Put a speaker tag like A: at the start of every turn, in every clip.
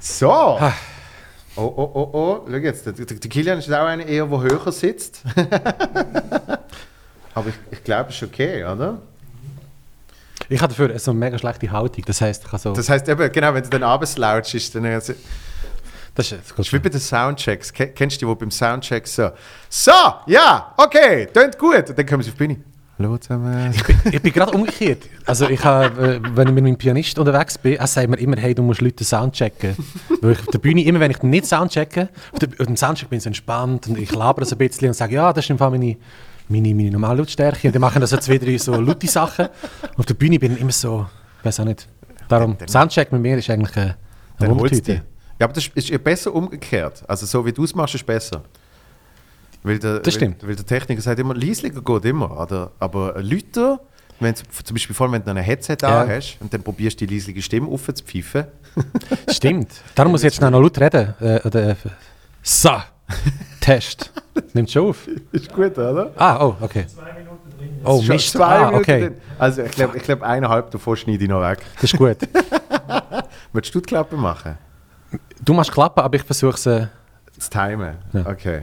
A: So. Oh, oh, oh, oh, schau jetzt. Der, der der Kilian ist auch einer eher, der höher sitzt. Aber ich, ich glaube, es ist okay, oder?
B: Ich habe dafür so eine mega schlechte Haltung. Das heisst, ich kann so.
A: Das heisst eben, genau, wenn du dann abends ist, dann. Das
B: das ist jetzt gut.
A: ist wie bei den Soundchecks. Ke- Kennst du die, die beim Soundcheck so. So, ja, okay, tönt gut. Und dann kommen sie auf die Bühne. Hallo zusammen.
B: Ich bin- ich bin gerade umgekehrt. Also ich hab, äh, wenn ich mit meinem Pianist unterwegs bin, er sagt mir immer, hey, du musst Leute soundchecken. Weil ich auf der Bühne, immer wenn ich nicht soundchecke, auf, der, auf dem Soundcheck bin ich so entspannt und ich labere so ein bisschen und sage, ja, das ist im Fall meine, meine, meine normale Lautstärke. Und dann machen das so zwei, drei so laute Sachen. Und auf der Bühne bin ich immer so, ich weiß auch nicht. Darum, Soundcheck mit mir ist eigentlich äh, eine
A: Dann holst du die.
B: Wundertüte.
A: Ja, aber das ist- ist ja besser umgekehrt. Also so wie du es machst, ist besser. Weil der,
B: Das stimmt.
A: Weil, weil der Techniker sagt immer, leislicher geht immer. Oder? Aber Leute, wenn du- zum Beispiel vor allem, wenn du noch ein Headset
B: Ja.
A: an hast und dann probierst du die leislige Stimme aufzupfeifen.
B: Stimmt. Darum muss ich jetzt noch laut reden. Äh, oder, äh, so, Test. Nimmt schon auf.
A: Ist gut, oder?
B: Ah, oh, okay.
C: Zwei Minuten drin.
B: Oh,
A: Schon
B: Mist.
A: zwei
B: Ah,
A: Minuten
B: okay.
A: drin. Also ich glaube, ich glaub, eineinhalb davon schneide ich noch weg.
B: Das ist gut.
A: Möchtest du die Klappe machen?
B: Du machst Klappen, aber ich versuche es. Äh,
A: Das Timen?
B: Ja.
A: Okay.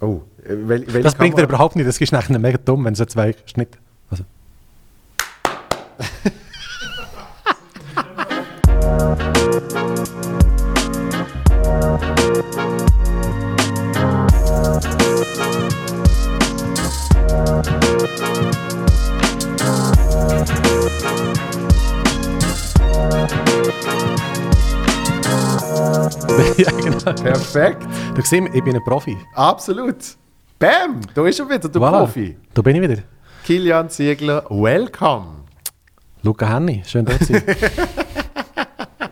A: Oh, äh, wel, welche
B: das bringt dir
A: Kamera-
B: überhaupt nicht. Das ist nachher mega dumm, wenn so zwei Schnitt. Also. ja, genau.
A: Perfekt.
B: Du siehst, ich bin ein Profi.
A: Absolut. Bam, da ist er wieder, der
B: Voilà.
A: Profi.
B: Da bin ich wieder.
A: Kilian Ziegler, welcome.
B: Luca Henni, schön dort zu sein.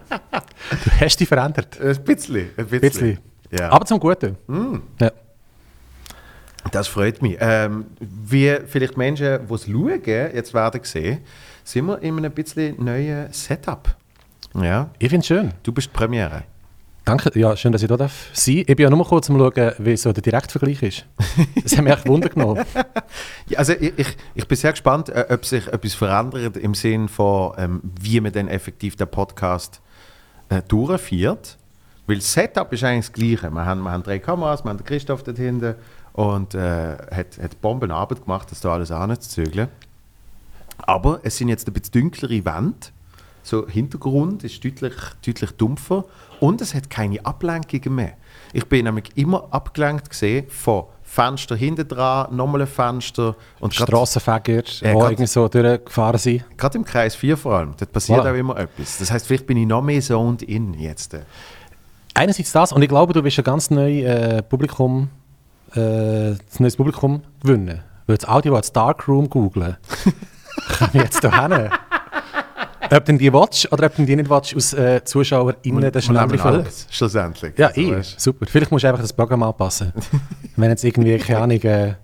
B: du hast dich verändert. Ein
A: Ein bisschen. Ein bisschen.
B: bisschen.
A: Ja. Mm.
B: Aber zum Guten. Ja.
A: das freut mich. Ähm, wie vielleicht Menschen, die es schauen, jetzt werden sehen, sind wir in einem bisschen neuen Setup. Ja,
B: Ich finde es schön.
A: du bist die Premiere.
B: Danke. Ja, schön, dass ich da darf sein Ich bin ja nur kurz zum Schauen, wie so der Direktvergleich ist. Das hat mich echt Wunder genommen.
A: Ja, also ich, ich, ich bin sehr gespannt, äh, ob sich etwas verändert im Sinn von, ähm, wie man dann effektiv den Podcast äh, durchführt. Weil das Setup ist eigentlich das Gleiche. Wir haben, wir haben drei Kameras, wir haben den Christoph dort hinten und äh, hat, hat Bombenarbeit gemacht, das da alles anzuzügeln. Aber es sind jetzt ein bisschen dunklere Wände. So Hintergrund ist deutlich, deutlich dumpfer und es hat keine Ablenkungen mehr. Ich bin nämlich immer abgelenkt gesehen von Fenster hinten dran, nochmal ein Fenster und gerade
B: Strassenfäger,
A: Ja,
B: die
A: grad-
B: irgendwie so durchgefahren sind.
A: gerade im Kreis 4 vor allem, dort passiert
B: Voilà.
A: auch immer etwas. Das heißt, vielleicht bin ich noch mehr zoned in jetzt.
B: Einerseits das, und ich glaube, du wirst ein ganz neues äh, Publikum, äh, ein neues Publikum gewinnen. Weil das Audio als Darkroom googeln, kann ich jetzt da hin. Ob denn die watch oder ob denn die nicht watch aus äh, ZuschauerInnen, das ist eine andere
A: nehmen
B: Frage.
A: alles, schlussendlich.
B: Ja,
A: Also,
B: eh,
A: weißt
B: super. Vielleicht musst du einfach das Programm anpassen. Wenn jetzt irgendwie, keine Ahnung, äh,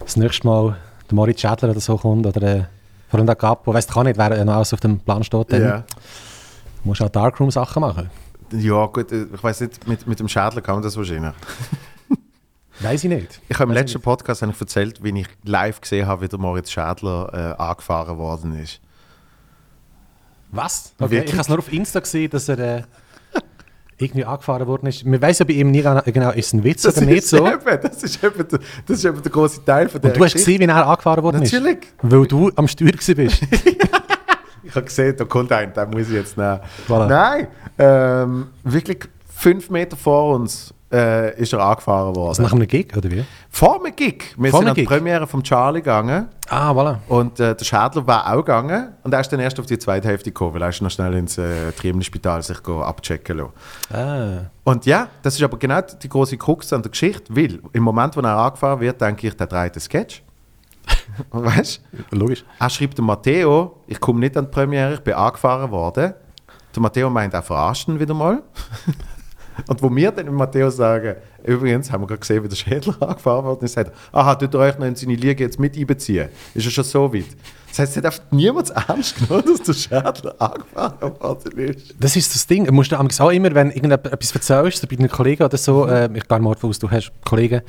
B: das nächste Mal der Moritz Schädler oder so kommt oder äh, vor allem der Capo, weißt du auch nicht, wer äh, noch alles auf dem Plan steht,
A: du?
B: dann
A: ja.
B: musst du auch Darkroom-Sachen machen.
A: ja, gut, äh, ich weiß nicht, mit, mit dem Schädler kann man das wahrscheinlich.
B: Weiß ich nicht.
A: Ich habe im
B: Weiss
A: letzten Podcast habe ich erzählt, wie ich live gesehen habe, wie der Moritz Schädler äh, angefahren worden ist.
B: Was? Okay.
A: Wirklich?
B: Ich habe es nur auf Insta gesehen, dass er äh, irgendwie angefahren worden ist. Man weiß ja bei ihm nie gan- genau, ist es ein Witz oder nicht
A: ist
B: so.
A: Eben, das, ist eben der, das ist eben der große Teil von der
B: Und du hast gesehen, wie er angefahren worden
A: Natürlich.
B: ist. Weil du am Steuer gewesen bist.
A: Ich habe gesehen, da kommt ein, den muss ich jetzt nehmen.
B: Voilà.
A: Nein, ähm, wirklich fünf Meter vor uns äh, ist er angefahren worden.
B: Also nach einem Gig, oder wie?
A: Vor dem Gig. Wir
B: Vor
A: sind
B: dem
A: an die
B: Gig?
A: Premiere von Charlie gegangen
B: Ah, voilà.
A: und äh, der Schädler war auch gegangen und er ist dann erst auf die zweite Hälfte gekommen, weil er ist noch schnell ins äh, Triemli-Spital sich go abchecken lassen.
B: Ah.
A: Und ja, das ist aber genau die große Krux an der Geschichte, weil im Moment, wo er angefahren wird, denke ich, der dreht einen Sketch. weißt du?
B: Logisch.
A: Er schreibt dem Matteo, ich komme nicht an die Premiere, ich bin angefahren worden. Der Matteo meint, er verarscht ihn wieder mal. Und wo wir dann dem Matteo sagen, übrigens haben wir gerade gesehen, wie der Schädler angefahren worden ist, sagt er, aha, tut er euch noch in seine Liege jetzt mit einbeziehen? Ist er schon so weit? Das heißt, es hat einfach niemand ernst genommen, dass der Schädler angefahren worden ist.
B: Das ist das Ding. Du musst damals auch immer, wenn irgendetwas erzählst, so bei deinen Kollegen oder so, äh, ich gehe mal davon aus, du hast Kollegen,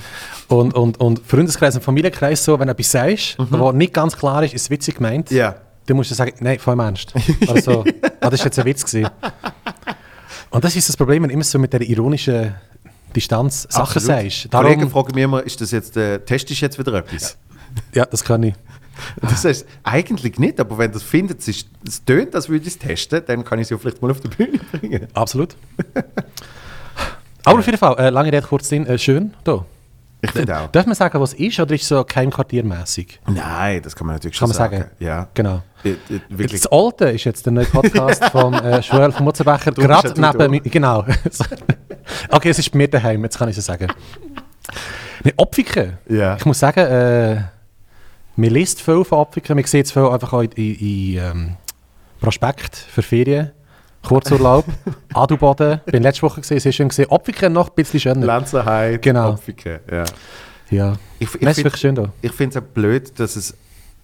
B: und, und, und Freundeskreis und Familienkreis, so, wenn du etwas sagst, wo nicht ganz klar ist, ist es witzig gemeint.
A: Ja.
B: Dann musst du sagen, nein, voll im Ernst. Also, ah, das war jetzt ein Witz. Gewesen. Und das ist das Problem, wenn du immer so mit der ironischen Distanz Sachen
A: Absolut.
B: sagst.
A: Kollegen
B: Darum,
A: fragen mich immer, ist das jetzt, äh, testest du jetzt wieder etwas?
B: ja, das kann ich.
A: Das heißt, eigentlich nicht, aber wenn das findet, es, ist, es tönt, als würde ich es testen, dann kann ich es ja vielleicht mal auf die Bühne bringen.
B: Absolut. Aber auf jeden Fall, äh, lange Rede, kurz Sinn, äh, schön. Da.
A: Ich finde auch.
B: Darf man sagen, was ist, oder ist es so keimquartiermässig?
A: Nein, das kann man natürlich
B: Kann
A: schon
B: man sagen?
A: Ja.
B: Genau.
A: Äh, äh, Wirklich.
B: Das Alte ist jetzt der neue Podcast von äh, Joel von Mutzenbecher.
A: bist
B: Gerade
A: ja du da.
B: neben mir. Genau. okay, es ist bei mir daheim, jetzt kann ich es sagen. Mit Opfiken.
A: Ja.
B: Ich muss sagen, äh, man liest viel von Opfiken. Man sieht es viel einfach auch in, in, in ähm, Prospekt für Ferien. Kurzurlaub, Adelboden. Bin letzte Woche gesehen, sehr schön gesehen. Opfiken noch ein bisschen schöner.
A: Lanzenheit,
B: Genau.
A: Opfiken, ja.
B: ja.
A: Ich,
B: Nein, es ist
A: find-
B: wirklich schön da.
A: ich finde es auch blöd, dass es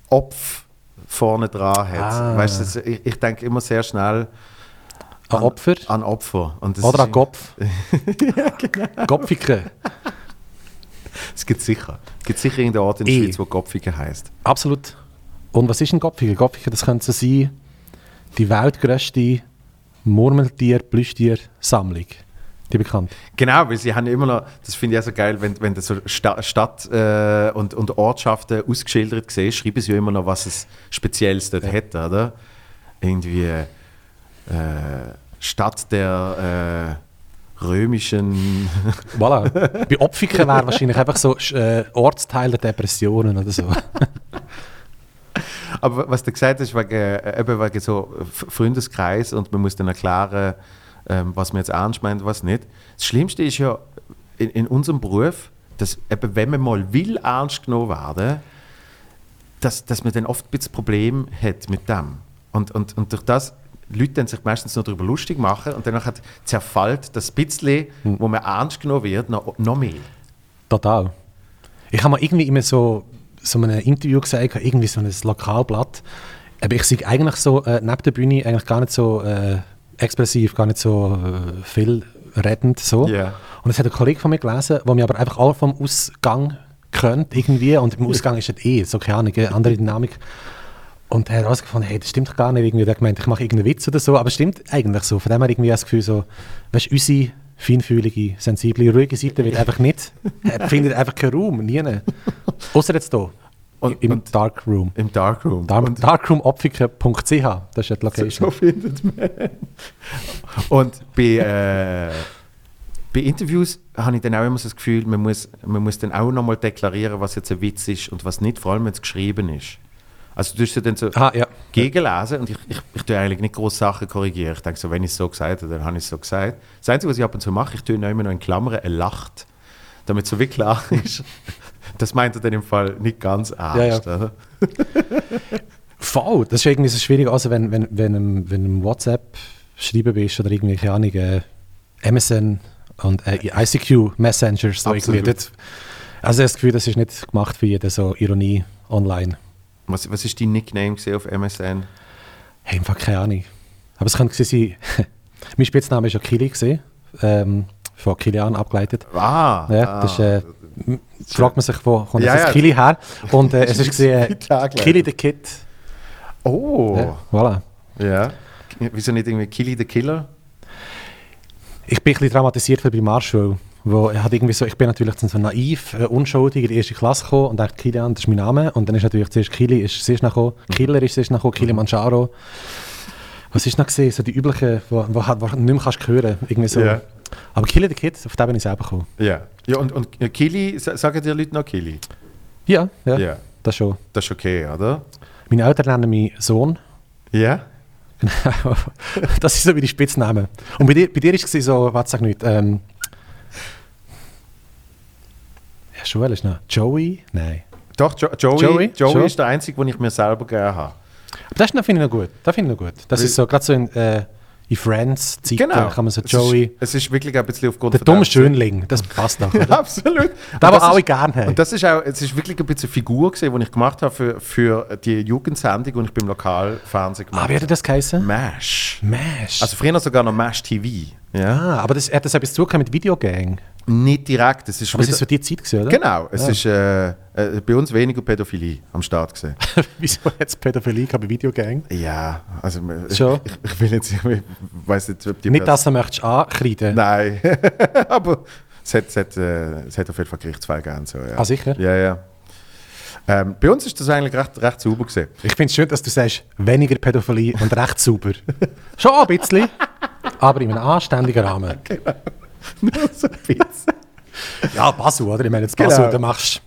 A: Opf vorne dran hat.
B: Ah.
A: Weißt du, das- ich, ich denke immer sehr schnell
B: Ein
A: An-
B: Opfer
A: an Opfer. Und das
B: oder
A: ist-
B: ein Kopf. Kopfiken.
A: Es gibt sicher. Es gibt sicher irgendeinen Ort in der
B: Eh.
A: Schweiz, wo Gopfiken heisst.
B: Absolut. Und was ist ein Gottfiger? Gottfiger, das könnte so sein, die weltgrößte Murmeltier-Plüschtier-Sammlung. Die bekannt.
A: Genau, weil sie haben immer noch, das finde ich auch so geil, wenn, wenn du so Sta Stadt äh, und, und Ortschaften ausgeschildert siehst, schreiben sie ja immer noch, was es Spezielles dort hätte, oder? Irgendwie äh, Stadt der äh, römischen.
B: Voilà. Bei Opfiken wäre wahrscheinlich einfach so äh, Ortsteil der Depressionen oder so.
A: Aber was du gesagt hast, wegen, äh, eben wegen so F- Freundeskreis und man muss dann erklären, ähm, was man jetzt ernst meint, was nicht. Das Schlimmste ist ja in, in unserem Beruf, dass eben, wenn man mal will ernst genommen werden, dass, dass man dann oft ein bisschen Problem hat mit dem. Und, und, und durch das Leute dann sich meistens noch darüber lustig machen und danach hat zerfällt das bisschen, wo man ernst genommen wird, noch, noch mehr.
B: Total. Ich habe mal irgendwie immer so, so in einem Interview gesagt, irgendwie so ein Lokalblatt, aber ich sehe eigentlich so äh, neben der Bühne eigentlich gar nicht so äh, expressiv, gar nicht so äh, viel redend so.
A: Ja.
B: Und das hat ein Kollege von mir gelesen, der mich aber einfach auch vom Ausgang kennt irgendwie und im Ausgang ist das eh, so keine Ahnung, eine andere Dynamik. Und er hat herausgefunden, hey, das stimmt doch gar nicht. Irgendwie hat er gemeint, ich mache irgendeinen Witz oder so, aber es stimmt eigentlich so. Von dem her irgendwie das Gefühl so, weißt du, unsere feinfühlige, sensible, ruhige Seite wird einfach nicht, er findet einfach keinen Raum, nie. Außer jetzt hier,
A: Und-
B: im
A: und-
B: Darkroom.
A: Im Darkroom.
B: Dar
A: Und-
B: Darkroomopfiken.ch, das ist ja die
A: So
B: Location.
A: findet man. Und bei, äh, bei Interviews habe ich dann auch immer so das Gefühl, man muss, man muss dann auch nochmal deklarieren, was jetzt ein Witz ist und was nicht, vor allem wenn es geschrieben ist. Also du hast ja dann so
B: Ah, ja.
A: gegenlesen und ich, ich, ich tue eigentlich nicht große Sachen korrigieren. Ich denke so, wenn ich es so gesagt habe, dann habe ich es so gesagt. Das Einzige, was ich ab und zu mache, ich tue immer noch in Klammern, er lacht, damit so wie klar ist. Das meint er dann im Fall nicht ganz ernst. Oder?
B: Voll, das ist irgendwie so schwierig, also wenn, wenn, wenn, im, wenn im WhatsApp schreiben bist oder irgendwie, keine Ahnung, äh, Amazon und äh, ICQ Messengers. So
A: Absolut.
B: irgendwie. Das, also ich habe das Gefühl, das ist nicht gemacht für jeden, so Ironie online.
A: Was, was ist dein Nickname gewesen auf MSN?
B: Hey, im Fall keine Ahnung. Aber es könnte gewesen sein, mein Spitzname war ja Kili, gewesen, ähm, von Kilian abgeleitet.
A: Ah,
B: Ja, das ist, äh, m- fragt man sich, wo kommt
A: Ja,
B: das
A: ja.
B: Kili her? Und äh, es
A: Das
B: ist
A: ist
B: gesehen,
A: wie Tagline.
B: Kili the Kid.
A: oh,
B: Ja, voilà.
A: ja. Wieso nicht irgendwie Killy the Killer?
B: Ich bin ein bisschen traumatisiert von bei Marshall. Wo er hat irgendwie so, ich bin natürlich so naiv, äh, unschuldig in die erste Klasse gekommen und dachte, Kilian, das ist mein Name. Und dann ist natürlich zuerst Kili, ist zuerst noch gekommen,
A: Mhm.
B: Killer ist zuerst noch gekommen, Kilimanjaro. Was ist noch gesehen? So die üblichen, wo, wo, halt- wo du nicht mehr kannst hören Irgendwie so.
A: Ja.
B: Aber Kili the Kid, auf den bin ich selber gekommen.
A: Ja. Ja, und, und Killy, sa- sagen dir Leute noch Killy?
B: Ja, ja,
A: Ja.
B: das schon.
A: Das ist okay, oder?
B: Meine Eltern nennen mich Sohn.
A: Ja?
B: Genau. das ist so wie die Spitznamen. Und bei dir, bei dir ist es so, was sag nicht, ähm, ja, Joel ist noch. Joey? Nein.
A: Doch, jo Joey,
B: Joey?
A: Joey,
B: Schon?
A: ist der Einzige, den ich mir selber gegeben habe.
B: Aber das ist noch- finde ich noch gut. Das finde ich noch gut. Das ist so, gerade so in, äh, in Friends, Zeiten, kann man so Joey.
A: Genau. Es ist, es ist wirklich ein bisschen aufgrund
B: Der
A: von
B: dumme
A: dem-
B: Schönling, das passt doch. Oder?
A: Absolut. Und
B: den
A: das
B: alle
A: ist-
B: gerne haben.
A: Und das ist auch, es ist wirklich ein bisschen eine Figur gewesen, die ich gemacht habe für, für die Jugendsendung und ich beim Lokalfernsehen
B: Ah,
A: gemacht
B: wie hat er das geheißen?
A: Mash.
B: Mesh.
A: Also früher sogar noch Mash TV. Ja?
B: ah, aber das, er hat das etwas zugehört mit Videogang.
A: Nicht direkt. Es ist
B: Aber es
A: wieder-
B: war so die Zeit, gewesen, oder?
A: Genau, es
B: Ja.
A: ist äh, äh, bei uns weniger Pädophilie am Start gesehen.
B: Wieso hat es Pädophilie gehabt bei Videogang?
A: Ja, also äh,
B: Schon?
A: ich, ich will jetzt, ich weiß nicht, ob die
B: Nicht,
A: Person-
B: dass du möchtest ankreiden
A: Nein, aber es hat, es, hat, äh, es hat auf jeden Fall Gerichtsfälle gegeben. und So, ja.
B: Ah, sicher?
A: Ja, ja. Ähm, bei uns ist das eigentlich recht, recht sauber gesehen.
B: Ich finde es schön, dass du sagst, weniger Pädophilie und recht sauber. Schon ein bisschen, aber in einem anständigen Rahmen.
A: Nur so ein bisschen.
B: Ja, Basel, oder? Ich meine, jetzt
A: Genau.
B: Basel, da machst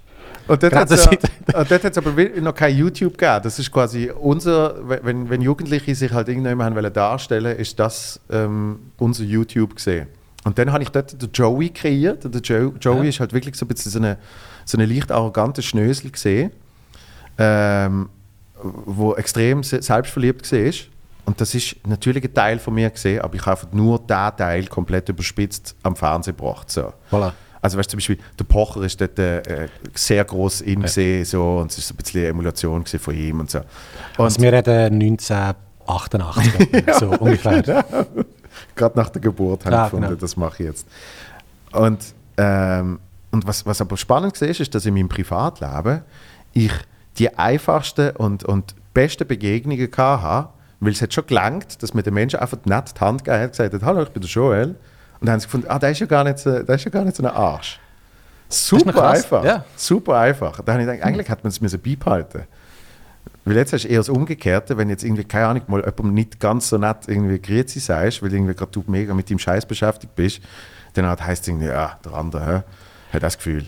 A: Und dort
B: Gerade
A: hat es
B: so-
A: aber wi- noch kein YouTube gegeben. Das ist quasi unser, we- wenn, wenn Jugendliche sich halt irgendjemand haben wollen darstellen, ist das ähm, unser YouTube gesehen. Und dann habe ich dort den Joey kreiert. Und der jo Joey
B: Ja.
A: ist halt wirklich so ein bisschen so eine, so eine leicht arrogante Schnösel gesehen, ähm, wo extrem se- selbstverliebt gesehen ist. Und das ist natürlich ein Teil von mir gesehen, aber ich habe einfach nur den Teil komplett überspitzt am Fernsehen gebracht. So.
B: Voilà.
A: Also weißt du, zum Beispiel, der Pocher ist dort äh, äh, sehr groß in gesehen so, und es ist so ein bisschen eine Emulation gewesen von ihm und so. Und
B: Also wir reden 1988, so ungefähr.
A: gerade nach der Geburt habe
B: Ja,
A: ich gefunden,
B: genau.
A: das mache ich jetzt. Und, ähm, und was, was aber spannend war, ist, dass in meinem Privatleben ich die einfachsten und, und besten Begegnungen gehabt habe, weil es hat schon gelangt, dass mir der Mensch einfach nett die Hand gegeben hat und gesagt hat, hallo, ich bin der Joel. Und dann haben sie gefunden, ah, der ist ja gar nicht so, der ist ja gar nicht so ein Arsch.
B: ist noch
A: Super
B: krass,
A: einfach.
B: ja.
A: Super einfach. Da habe ich gedacht, eigentlich hat man es müssen beibehalten weil jetzt hast du eher das Umgekehrte, wenn jetzt irgendwie, keine Ahnung, mal jemandem nicht ganz so nett irgendwie Grüezi sagst, weil irgendwie gerade du mega mit deinem Scheiß beschäftigt bist, dann halt heisst es irgendwie, ja, der andere hä, hat das Gefühl.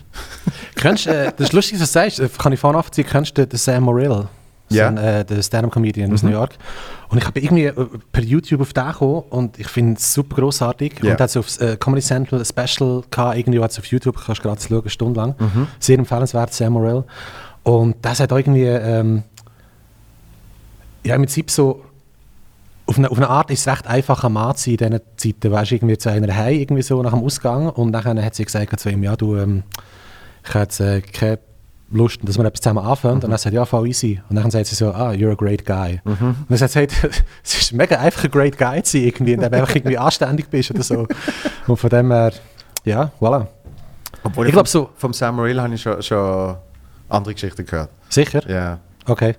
B: Kennst, äh, das ist lustig, was du sagst, äh, kann ich vorne nachvollziehen, kennst du den- den Sam Morrill?
A: Ja. Mhm.
B: So ein, äh, der Stand-Up-Comedian aus New York. Und ich habe irgendwie äh, per YouTube auf den gekommen und ich finde es super grossartig.
A: Ja.
B: Und hat so auf äh, Comedy Central ein Special gehabt, irgendwie hat auf YouTube, kannst du gerade schauen, eine Stunde lang.
A: Mhm.
B: Sehr empfehlenswert, Sam Morrill. Und das hat auch irgendwie, ähm, ja im Prinzip so, auf eine, auf eine Art ist es recht einfach, ein Mann zu sein in diesen Zeiten. Weißt du, irgendwie zu einer Hei, irgendwie so nach dem Ausgang. Und dann hat sie gesagt zu ihm, ja, du, ähm, ich habe jetzt äh, keine Lust, dass wir etwas zusammen anfangen.
A: Mhm.
B: Und dann sagt er, ja, voll easy. Und dann sagt sie so, ah, you're a great guy. Und dann sagt sie, hey, es ist mega einfach, ein great guy zu sein, irgendwie, indem du einfach irgendwie anständig bist oder so. Und von dem her, ja, voilà.
A: Obwohl
B: Ich glaub so-
A: Vom Sam Morril habe ich schon, schon andere Geschichten gehört.
B: Sicher?
A: Ja.
B: Okay.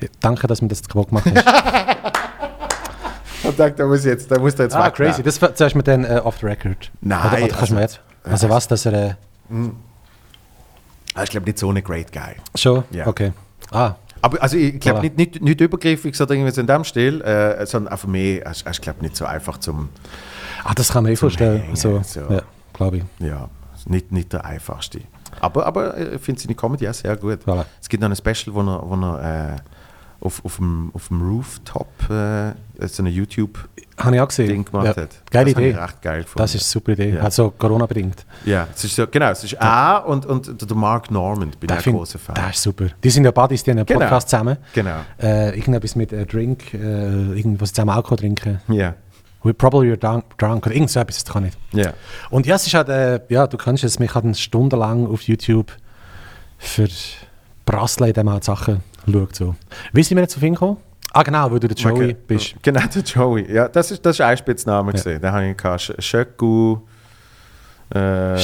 B: Ja, Danke, dass mir das kaputt gemacht hast.
A: Ich habe gedacht, da muss jetzt, da muss der jetzt
B: ah,
A: wegnehmen.
B: crazy. Das sagst du mir dann äh, off the record.
A: Nein,
B: Oder, oder kannst
A: also-
B: du mir jetzt, also was, dass er... Äh,
A: Ah, Ich glaube, nicht so ein great guy.
B: Schon?
A: Ja.
B: Okay. Ah,
A: Aber also ich glaube
B: Voilà.
A: nicht, nicht, nicht übergriffig oder irgendwas in dem Stil, äh, sondern einfach mehr, ich, ich glaube nicht so einfach zum,
B: ah das kann man eh vorstellen.
A: Hängen,
B: so,
A: so.
B: Ja, glaube ich.
A: Ja, ist nicht, nicht der einfachste. Aber, aber äh, ich finde seine Comedy auch sehr gut.
B: Voilà.
A: Es gibt noch ein Special, wo er, wo er äh, auf, auf, dem, auf dem Rooftop äh, so ein YouTube-Ding
B: Habe ich auch gesehen.
A: gemacht
B: ja.
A: hat.
B: Geile
A: das habe
B: Idee.
A: Ich recht geil gefunden.
B: Das ist eine super Idee.
A: Ja.
B: Also Corona-bedingt.
A: ja, es ist so, genau, es ist A und, und der- der Mark Normand, bin ich ein großer Fan.
B: das ist super. Die sind ja Buddies, die haben einen
A: Genau.
B: Podcast zusammen.
A: Genau.
B: Äh, irgendetwas mit äh, Drink, äh, irgendwas zusammen Alkohol trinken.
A: Ja,
B: We probably are drunk, drunk oder irgend so etwas, das kann ich nicht.
A: ja.
B: Und ja, es ist halt, äh, ja, du kannst es, mich halt stundenlang auf YouTube für Brasseln, indem man halt Sachen schaut. So. Wie sind wir jetzt auf ihn gekommen? Ah, genau, weil du der Joey
A: Okay.
B: bist.
A: Genau, der Joey. Ja, das ist, das ist ein Spitzname gesehen. Da habe ich gehabt, Sch- Schöcku. Äh,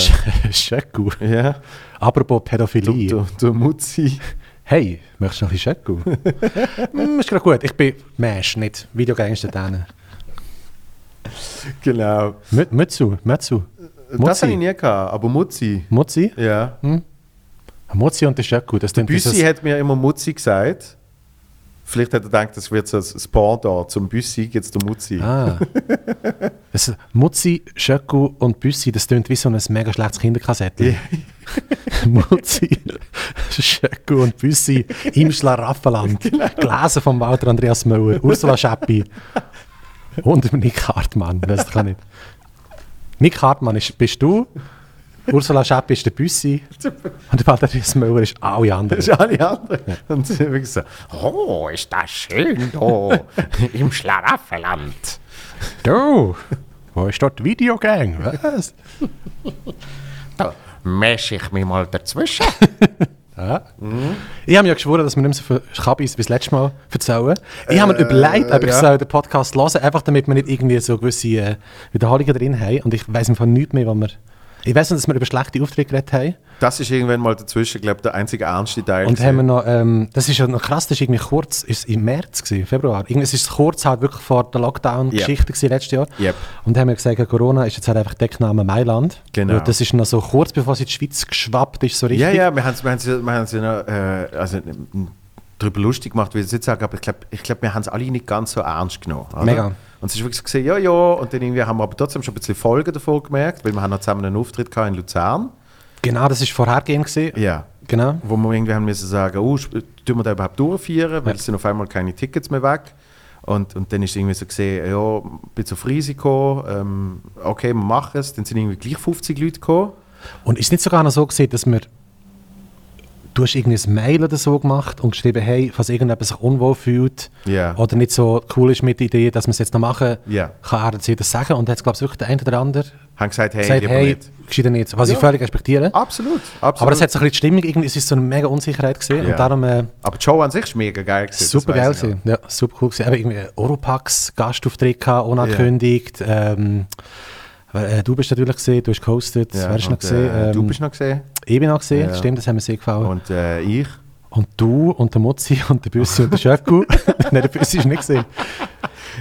B: Schöcku.
A: ja,
B: Apropos
A: der,
B: Pädophilie.
A: der, der Mutzi.
B: Hey, möchtest du noch ein bisschen Schöcku? mm, ist gerade gut. Ich bin Mensch, nicht Videogangster. denen.
A: Genau.
B: Mü- Mützu, Mützu.
A: Das habe ich
B: Mutzi.
A: nie gehabt, aber Mutzi.
B: Mutzi?
A: Ja.
B: Mutzi und der Schöcku. Das klingt wie so
A: Büssi hat mir immer Mutzi gesagt. Vielleicht hat er gedacht, das wird so ein Sport da. Zum Büssi gibt es der Mutzi.
B: Ah. Das, Mutzi, Schöcku und Büssi, das klingt wie so ein mega schlechtes Kinderkassette.
A: Ja.
B: Mutzi, Schöcku und Büssi im Schlaraffenland. Gelesen von Walter Andreas Müller, Ursula Scheppi und dem Nick Hartmann. Das kann ich. Nick Hartmann ist, bist du, Ursula Scheppi ist der Büssi und der Walter Andreas Müller ist alle anderen.
A: Das ist alle anderen. Und sie haben gesagt, oh, ist das schön da im Schlaraffenland.
B: Du, wo ist dort die Videogang? Was?
A: Da mesche ich mich mal dazwischen.
B: Ich habe mir ja geschworen, dass wir nicht mehr so viel Kabis wie das letzte Mal erzählen. Ich habe mir überlegt, ob ich
A: Äh, ja.
B: soll den Podcast hören soll, einfach damit wir nicht irgendwie so gewisse äh, Wiederholungen drin haben. Und ich weiß einfach nichts mehr, was wir Ich weiß nicht, dass wir über schlechte Auftritte geredet haben.
A: Das ist irgendwann mal dazwischen, glaube der einzige ernste Teil.
B: Und haben wir
A: gewesen.
B: noch, ähm, das ist ja noch krass, das ist irgendwie kurz, ist es im März gewesen, Februar. Irgendwie, es ist kurz halt wirklich vor der Lockdown-Geschichte gewesen letztes Jahr.
A: Yep.
B: Und haben wir gesagt, ja, Corona ist jetzt halt einfach Deckname Mailand.
A: Genau.
B: Weil Das ist noch so kurz, bevor es in die Schweiz geschwappt ist, so richtig.
A: ja, ja, wir haben es wir haben's ja- wir haben's ja noch äh, also, darüber lustig gemacht, wie ich es jetzt sage, aber ich glaube, ich glaub, wir haben es alle nicht ganz so ernst genommen. Oder?
B: Mega.
A: Und es ist wirklich gesehen, ja, ja, und dann irgendwie haben wir aber trotzdem schon ein bisschen Folgen davon gemerkt, weil wir haben noch zusammen einen Auftritt gehabt in Luzern,
B: Genau, das ist vorhergehend gewesen.
A: ja.
B: Genau.
A: wo wir irgendwie haben müssen sagen, oh, sp- tun wir da überhaupt durchführen, weil
B: Ja.
A: es sind auf einmal keine Tickets mehr weg. Und, und dann ist irgendwie so gesehen, ja, ein bisschen auf Risiko, ähm, okay, wir machen es. Dann sind irgendwie gleich 50 Leute gekommen.
B: Und ist nicht sogar noch so gewesen, dass wir, du hast irgendwie ein Mail oder so gemacht und geschrieben, hey, falls irgendjemand sich unwohl fühlt
A: Ja.
B: oder nicht so cool ist mit der Idee, dass wir es jetzt noch machen,
A: Ja.
B: kann er das sagen. Und dann hat es, glaube ich, wirklich der eine oder andere
A: Haben gesagt, hey,
B: gesagt,
A: lieber
B: hey,
A: nicht.
B: gescheiter nicht. Was
A: Ja.
B: ich völlig respektiere.
A: Absolut, absolut.
B: Aber das hat so ein bisschen die Stimmung, irgendwie, es ist so eine mega Unsicherheit gesehen
A: Ja.
B: und darum äh,
A: Aber die Show an sich ist mega geil. gewesen, das
B: super
A: weiss
B: geil
A: ich noch.
B: gewesen. Ja, super cool gewesen. Eben irgendwie Oropax, Gastauftritt gehabt, unangekündigt. Ähm, äh, du bist natürlich gesehen, du hast gehostet,
A: Ja,
B: wer ist noch
A: und,
B: gesehen?
A: Äh, du
B: Ähm, Oh.
A: bist noch gesehen.
B: Ich bin auch gesehen,
A: Ja.
B: stimmt, das haben wir sehr gefallen.
A: Und
B: Und,
A: äh, ich.
B: du und der Mutzi und der Büssi und der Schöpku. Nein, der Büssi ist nicht gesehen.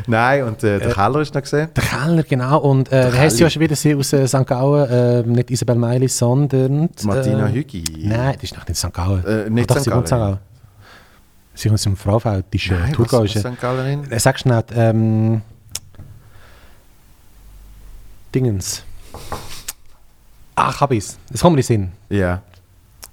A: Nein, und äh, der Keller ist noch gesehen.
B: Der Keller, genau. Und äh, wer heisst
A: Keller.
B: ja schon wieder sie aus äh, St. Gallen? Äh, nicht Isabel Meili, sondern. die,
A: Martina
B: äh,
A: Hüggi.
B: Nein, das ist noch nicht St. Gallen.
A: Äh, nicht
B: Ich dachte,
A: St.
B: sie kommt
A: Gallen.
B: Sie kommt aus dem Frauenfeld, die ist äh,
A: Nein, was, was
B: Thurgauische.
A: St. Gallerin?
B: Äh, Sag schnell, ähm. Dingens. Ach, hab ich's. Es kommt mir in den Sinn.
A: Ja.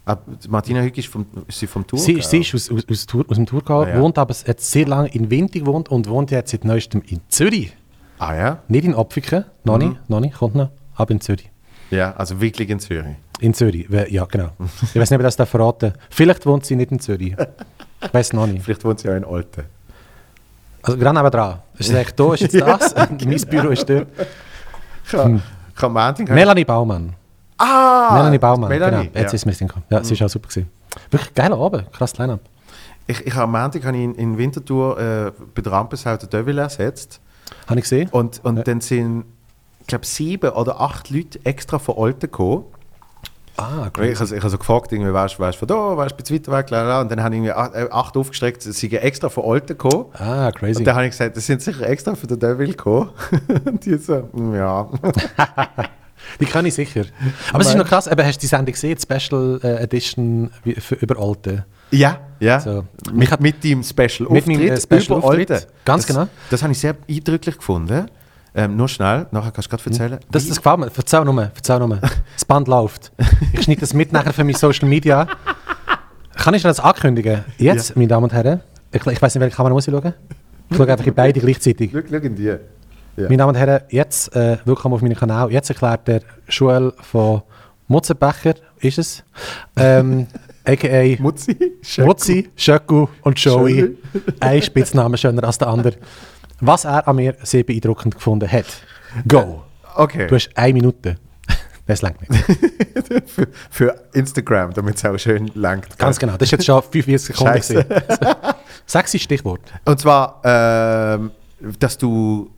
A: Aber Martina Hüggi ist, vom, ist sie vom Tour?
B: Sie, sie ist aus, aus, aus, Thur- aus dem Thurgau,
A: Ah, ja.
B: wohnt aber hat sehr lange in Winti gewohnt und wohnt jetzt seit neuestem in Zürich.
A: Ah ja?
B: Nicht in Opfiken, noch
A: Mhm.
B: nicht, noch nicht, kommt noch, aber in Zürich.
A: Ja, also wirklich in Zürich.
B: In Zürich, we- ja genau. Ich weiß nicht, ob ich das da verraten Vielleicht wohnt sie nicht in Zürich. Ich weiß noch nicht.
A: Vielleicht wohnt sie auch in Olten.
B: Also gerade neben dran. Ist es echt da, ist jetzt das,
A: genau.
B: mein Büro ist dort.
A: Kann, kann man Anting
B: Melanie Baumann.
A: Ah!
B: Hm. Melanie Baumann,
A: Melanie,
B: genau. Jetzt
A: ja.
B: ist mir das Ding gekommen. Ja, sie ist auch super gewesen. Wirklich geiler Abend, krass Line-Up.
A: Ich, ich habe am Anting habe ich in, in Winterthur äh, bei der Rampeshauter Döville ersetzt.
B: Habe ich gesehen?
A: Und, und
B: Ja.
A: dann sind, ich glaube, sieben oder acht Leute extra von Olten gekommen.
B: Ah,
A: Ich, ich habe so gefragt, irgendwie, weißt du weißt von da, weißt du, ein bisschen weiter weg, la, la, la. und dann haben irgendwie acht, äh, acht aufgestreckt, sie sind extra von Olten gekommen.
B: Ah, crazy.
A: Und dann habe ich gesagt, das sind sicher extra für den Devil gekommen. und die so, "Mm, ja.
B: Die kenne ich sicher. Aber es ist noch krass, eben, hast du die Sendung gesehen, die Special äh, Edition wie- für, über Alte?
A: Ja, ja.
B: So.
A: Mit, mit deinem Special
B: Mit meinem, äh, Special
A: über
B: Auftritt.
A: Olten. das,
B: Ganz genau.
A: Das habe ich sehr eindrücklich gefunden. Ähm, nur schnell, nachher kannst du gerade erzählen.
B: Das,
A: Wie-
B: das gefällt mir. Verzeih nur, verzeih nur. Das Band läuft. Ich schneide das mit nachher für meine Social Media. Kann ich das ankündigen? Jetzt, meine Damen und Herren, ich, ich weiß nicht, welche Kamera muss ich schauen. Ich schaue einfach in beide gleichzeitig.
A: Schau- schau in dir. Ja.
B: Meine Damen und Herren, jetzt äh, willkommen auf meinem Kanal. Jetzt erklärt der Joel von Mutzenbecher, ist es? Ähm, AKA
A: Mutzi?
B: Mutzi, Schöcku und Joey.
A: Joey.
B: Ein Spitzname schöner als der andere. Was er an mir sehr beeindruckend gefunden hat. Go!
A: Okay.
B: Du hast eine Minute. Das langt nicht.
A: für, für Instagram, damit es auch schön langt.
B: Ganz genau. Das ist jetzt schon 45 Sekunden.
A: Scheiße.
B: gewesen. Sechstes Stichwort.
A: Und zwar, ähm, dass du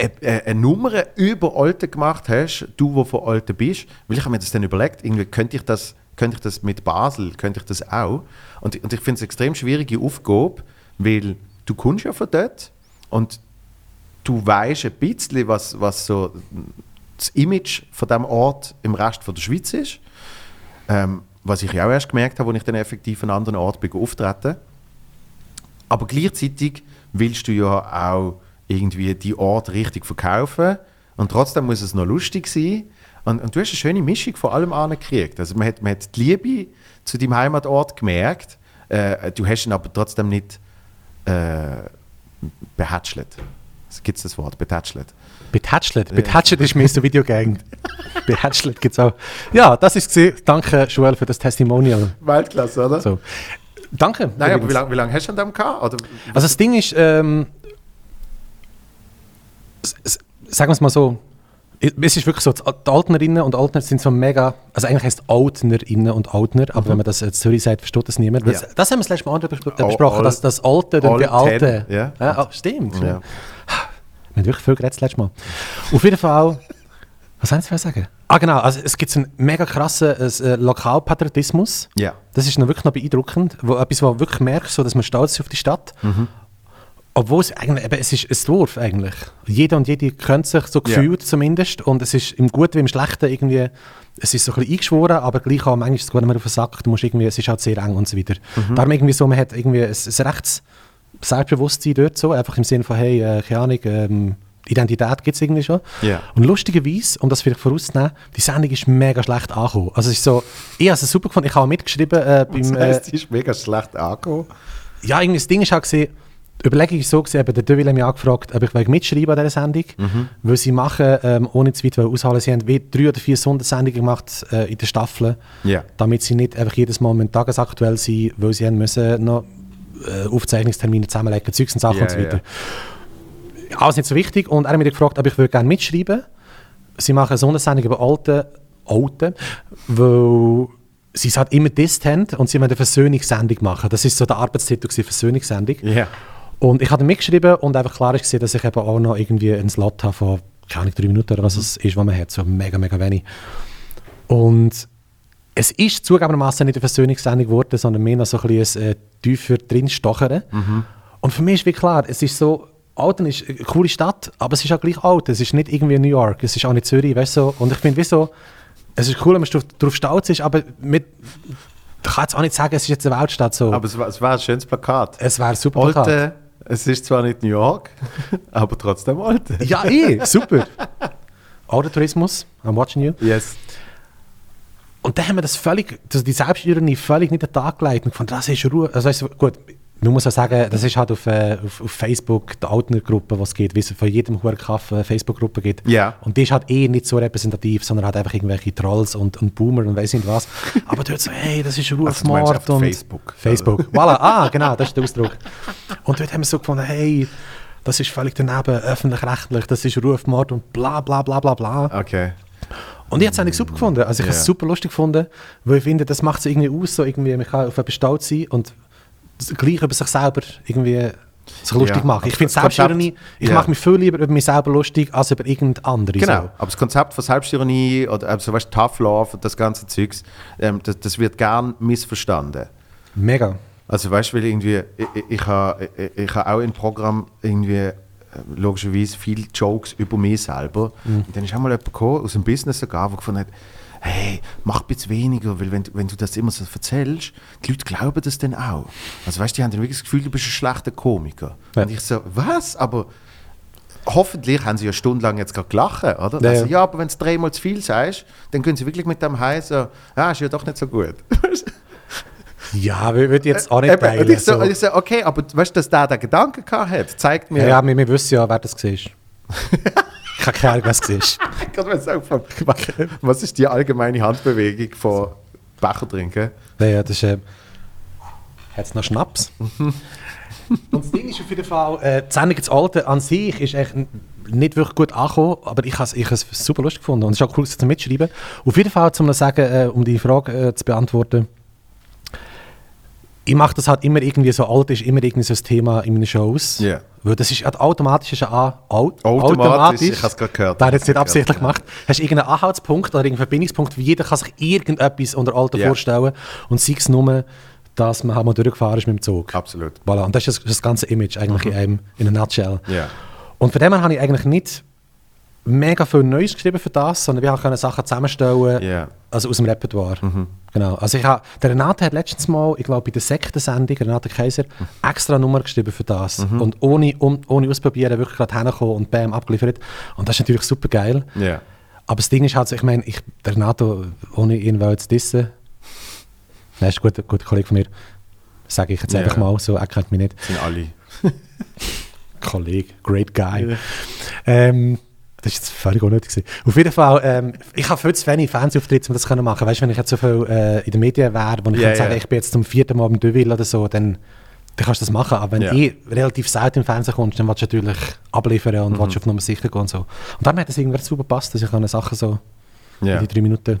A: eine, eine Nummer über Alte gemacht hast, du, wo von Alte bist, weil ich habe mir das dann überlegt, irgendwie könnte ich das, könnte ich das mit Basel, könnte ich das auch? Und, und ich finde es eine extrem schwierige Aufgabe, weil du kommst ja von dort und du weißt ein bisschen, was, was so das Image von dem Ort im Rest von der Schweiz ist. Ähm, was ich ja auch erst gemerkt habe, als ich dann effektiv an einem anderen Ort bin auftreten. Aber gleichzeitig willst du ja auch irgendwie die Ort richtig verkaufen und trotzdem muss es noch lustig sein. Und, und du hast eine schöne Mischung von allem angekriegt. Also man hat, man hat die Liebe zu deinem Heimatort gemerkt, äh, du hast ihn aber trotzdem nicht äh, behätschelt. Gibt es das Wort? Betätschelt.
B: Betätschelt. Betätschelt ist mir so Videogegend. Betätschelt gibt es auch. Ja, das ist es. Danke, Joel, für das Testimonial.
A: Weltklasse, oder?
B: So. Danke.
A: Nein, aber
B: übrigens.
A: wie lange wie lang hast du an dem gehabt? Oder,
B: Also das Ding ist, ähm, s- s- sagen wir es mal so, i- es ist wirklich so, die Altnerinnen und Altner sind so mega, also eigentlich heißt es Altnerinnen und Altner, aber wenn man das in Zürich sagt, versteht das niemand. weil
A: Mhm. Ja.
B: Das, das haben wir das letzte Mal bespro
A: Al-
B: besprochen,
A: Al-
B: dass das Alte und die
A: Alten,
B: Alte.
A: ja.
B: ah, stimmt.
A: Ja.
B: Wir haben wirklich viel geredet das letzte Mal. Auf jeden Fall, was haben Sie für sagen? Ah genau, also es gibt so einen mega krassen äh, Lokalpatriotismus.
A: Ja.
B: Das ist noch wirklich noch beeindruckend. Wo, etwas, wo du wirklich merkst, so, dass man stolz ist auf die Stadt. Obwohl es eigentlich, eben, es ist ein Dorf eigentlich. Jeder und jede kennt sich, so
A: Ja.
B: gefühlt zumindest. Und es ist im Guten wie im Schlechten irgendwie, es ist so ein bisschen eingeschworen, aber gleich auch manchmal ist es gut, wenn man auf den Sack, du musst irgendwie, es ist halt sehr eng und so weiter.
A: Mhm.
B: Darum irgendwie so, man hat irgendwie ein, ein rechtes Selbstbewusstsein dort so, einfach im Sinne von, hey, äh, keine Ahnung, ähm, Identität gibt es irgendwie schon.
A: Ja.
B: Und lustigerweise, um das vielleicht vorauszunehmen, die Sendung ist mega schlecht angekommen. Also es ist so, ich habe es super gefunden, ich habe auch mitgeschrieben äh, beim...
A: Das
B: äh,
A: heisst, die ist mega schlecht angekommen.
B: ja, irgendwie das Ding ist auch gesehen, die Überlegung ist so gewesen, eben, der Deville hat mich angefragt, ob ich will mitschreiben an dieser Sendung,
A: Mhm.
B: weil sie machen, ähm, ohne zu weit aushalten, sie haben wie drei oder vier Sondersendungen gemacht äh, in der Staffel,
A: Ja.
B: damit sie nicht einfach jedes Mal mit tagesaktuell sind, weil sie haben müssen noch äh, Aufzeichnungstermine zusammenlegen, Zeugs und Sachen
A: Ja,
B: und so weiter.
A: ja.
B: Alles nicht so wichtig und er hat mich dann gefragt, ob ich würde gerne mitschreiben Sie machen eine Sondersendung über alte, alte, weil sie es halt immer disst haben und sie wollen eine Versöhnungssendung machen. Das ist so der Arbeitstitel, gewesen, Versöhnungssendung.
A: Ja.
B: Und ich habe dann mitgeschrieben und einfach klar ist gewesen, dass ich eben auch noch irgendwie einen Slot habe von, keine Ahnung, drei Minuten oder was es ist, was man hat, so mega, mega wenig. Und es ist zugegebenermaßen nicht eine Versöhnungssendung geworden, sondern mehr noch so ein bisschen ein, äh, tiefer drin stochern. Und für mich ist wie klar, es ist so, Alten ist eine coole Stadt, aber es ist auch gleich alt. Es ist nicht irgendwie New York, es ist auch nicht Zürich, weißt du. so. Und ich finde, wieso, es ist cool, wenn man drauf, drauf stolz ist, aber mit, ich kann jetzt auch nicht sagen, es ist jetzt eine Weltstadt so.
A: Aber es war, es war ein schönes Plakat.
B: es wäre super. Plakat.
A: Alte, es ist zwar nicht New York, aber trotzdem alte.
B: Ja, eh, super. Autotourismus, I'm watching you.
A: Yes.
B: Und dann haben wir das völlig, also die Selbstironie völlig nicht an den Tag gelegt. Und fand, das ist Ruhe. Also, weißt du, gut, man muss auch sagen, das ist halt auf, äh, auf, auf Facebook, der Altner-Gruppe, was geht, wie es von jedem hohen Kaff eine Facebook-Gruppe gibt.
A: Ja.
B: Und die ist halt eh nicht so repräsentativ, sondern hat einfach irgendwelche Trolls und, und Boomer und weiss nicht was. Aber dort so, hey, das ist
A: Also,
B: Ruhe auf
A: du meinst
B: Mord
A: auf
B: und.
A: Facebook. Also.
B: Facebook. Voilà, ah, genau, das ist der Ausdruck. Und dort haben wir so gefunden, hey, das ist völlig daneben, öffentlich-rechtlich, das ist Ruf, Mord und bla bla bla bla bla.
A: Okay.
B: Und ich habe es eigentlich super gefunden. Also ich habe
A: Ja.
B: es super lustig gefunden, weil ich finde, das macht es irgendwie aus, so irgendwie, man kann auf etwas stolz sein und das- gleich über sich selber irgendwie sich lustig
A: Ja. Also
B: machen. Ich finde
A: Das Konzept-
B: Selbstironie, ich
A: Ja.
B: mache mich viel lieber über mich selber lustig, als über irgend andere.
A: Genau,
B: So.
A: aber das Konzept von Selbstironie oder also, weißt, Tough Love und das ganze Zeugs, ähm, das, das wird gern missverstanden.
B: Mega.
A: Also weißt du, weil irgendwie, ich, ich, ich habe ich, ich habe auch im Programm irgendwie äh, logischerweise viele Jokes über mich selber.
B: Mhm.
A: Und dann ist auch mal jemand gekommen, aus dem Business sogar, der gefunden hat, hey, mach ein bisschen weniger, weil wenn, du- wenn du das immer so erzählst, die Leute glauben das dann auch. Also weißt du, die haben dann wirklich das Gefühl, du bist ein schlechter Komiker.
B: Ja.
A: Und ich so, was? Aber hoffentlich haben sie ja stundenlang jetzt gerade gelacht, oder?
B: Ja,
A: also,
B: ja.
A: ja, aber wenn du dreimal zu viel sagst, dann können sie wirklich mit dem heißen, ja, ist ja doch nicht so gut.
B: Ja, wir würden jetzt auch nicht
A: Eben,
B: teilen.
A: und ich so,
B: so.
A: und ich so, okay, aber weißt du, dass der den Gedanken gehabt hat, zeigt mir,
B: Ja, ja wir, wir wissen ja, wer das war. ich habe keine Ahnung, wer es war.
A: Gerade wenn es auch vom- was ist die allgemeine Handbewegung von Becher trinken?
B: Ja, ja, das ist. Äh, hat noch Schnaps? Und das Ding ist auf jeden Fall, äh, die Sendung «Das Alte» an sich ist echt n- nicht wirklich gut angekommen, aber ich habe es ich has super lustig gefunden und es ist auch cool, dass zu mitschreiben. Auf jeden Fall, um, sagen, äh, um die Frage äh, zu beantworten, ich mache das halt immer irgendwie so, alt ist immer irgendwie so ein Thema in meinen Shows.
A: Ja.
B: Weil das ist halt automatisch, ist ein A, au,
A: Automatisch, ich hab's grad gehört.
B: Der hat jetzt nicht absichtlich
A: Ja.
B: gemacht. Hast du irgendeinen Anhaltspunkt oder irgendeinen Verbindungspunkt, wie jeder kann sich irgendetwas unter Alter
A: Ja.
B: vorstellen und sei es nur, dass man halt mal durchgefahren ist mit dem Zug.
A: Absolut. Mhm.
B: Voilà, und das ist das, das ganze Image eigentlich in einem, in einer Nutshell.
A: Ja.
B: Und von dem her habe ich eigentlich nicht mega viel Neues geschrieben für das, sondern wir halt können Sachen zusammenstellen,
A: Ja.
B: also aus dem Repertoire. Genau. Also ich habe, der Renate hat letztens mal, ich glaube bei der Sektensendung, Renate Kaiser, extra Nummer geschrieben für das. Und ohne, um, ohne ausprobieren, wirklich gerade hingekommen und bam, abgeliefert. Und das ist natürlich super geil.
A: Ja.
B: Aber das Ding ist halt so, ich meine, ich, der Renato, ohne ihn wollen zu dissen, er ist ein guter, guter Kollege von mir, sage ich jetzt
A: Ja.
B: einfach mal so, er kennt mich nicht.
A: Sind alle.
B: Kollege, great guy. Ähm, das ist jetzt völlig unnötig. Gewesen. Auf jeden Fall, ähm, ich habe viel zu wenig Fernsehauftritte, um das zu machen. Weißt du, wenn ich jetzt so viel äh, in den Medien wäre, wo ich
A: Ja,
B: könnte sagen
A: ja.
B: ich bin jetzt zum vierten Mal im Deville oder so, dann, dann kannst du das machen. Aber wenn
A: Ja.
B: ich relativ selten im Fernsehen kommst, dann willst du natürlich abliefern
A: Mhm.
B: und willst auf Nummer sicher gehen und so. Und dann hat es irgendwie super gepasst, dass ich kann Sachen so
A: Ja.
B: in die drei Minuten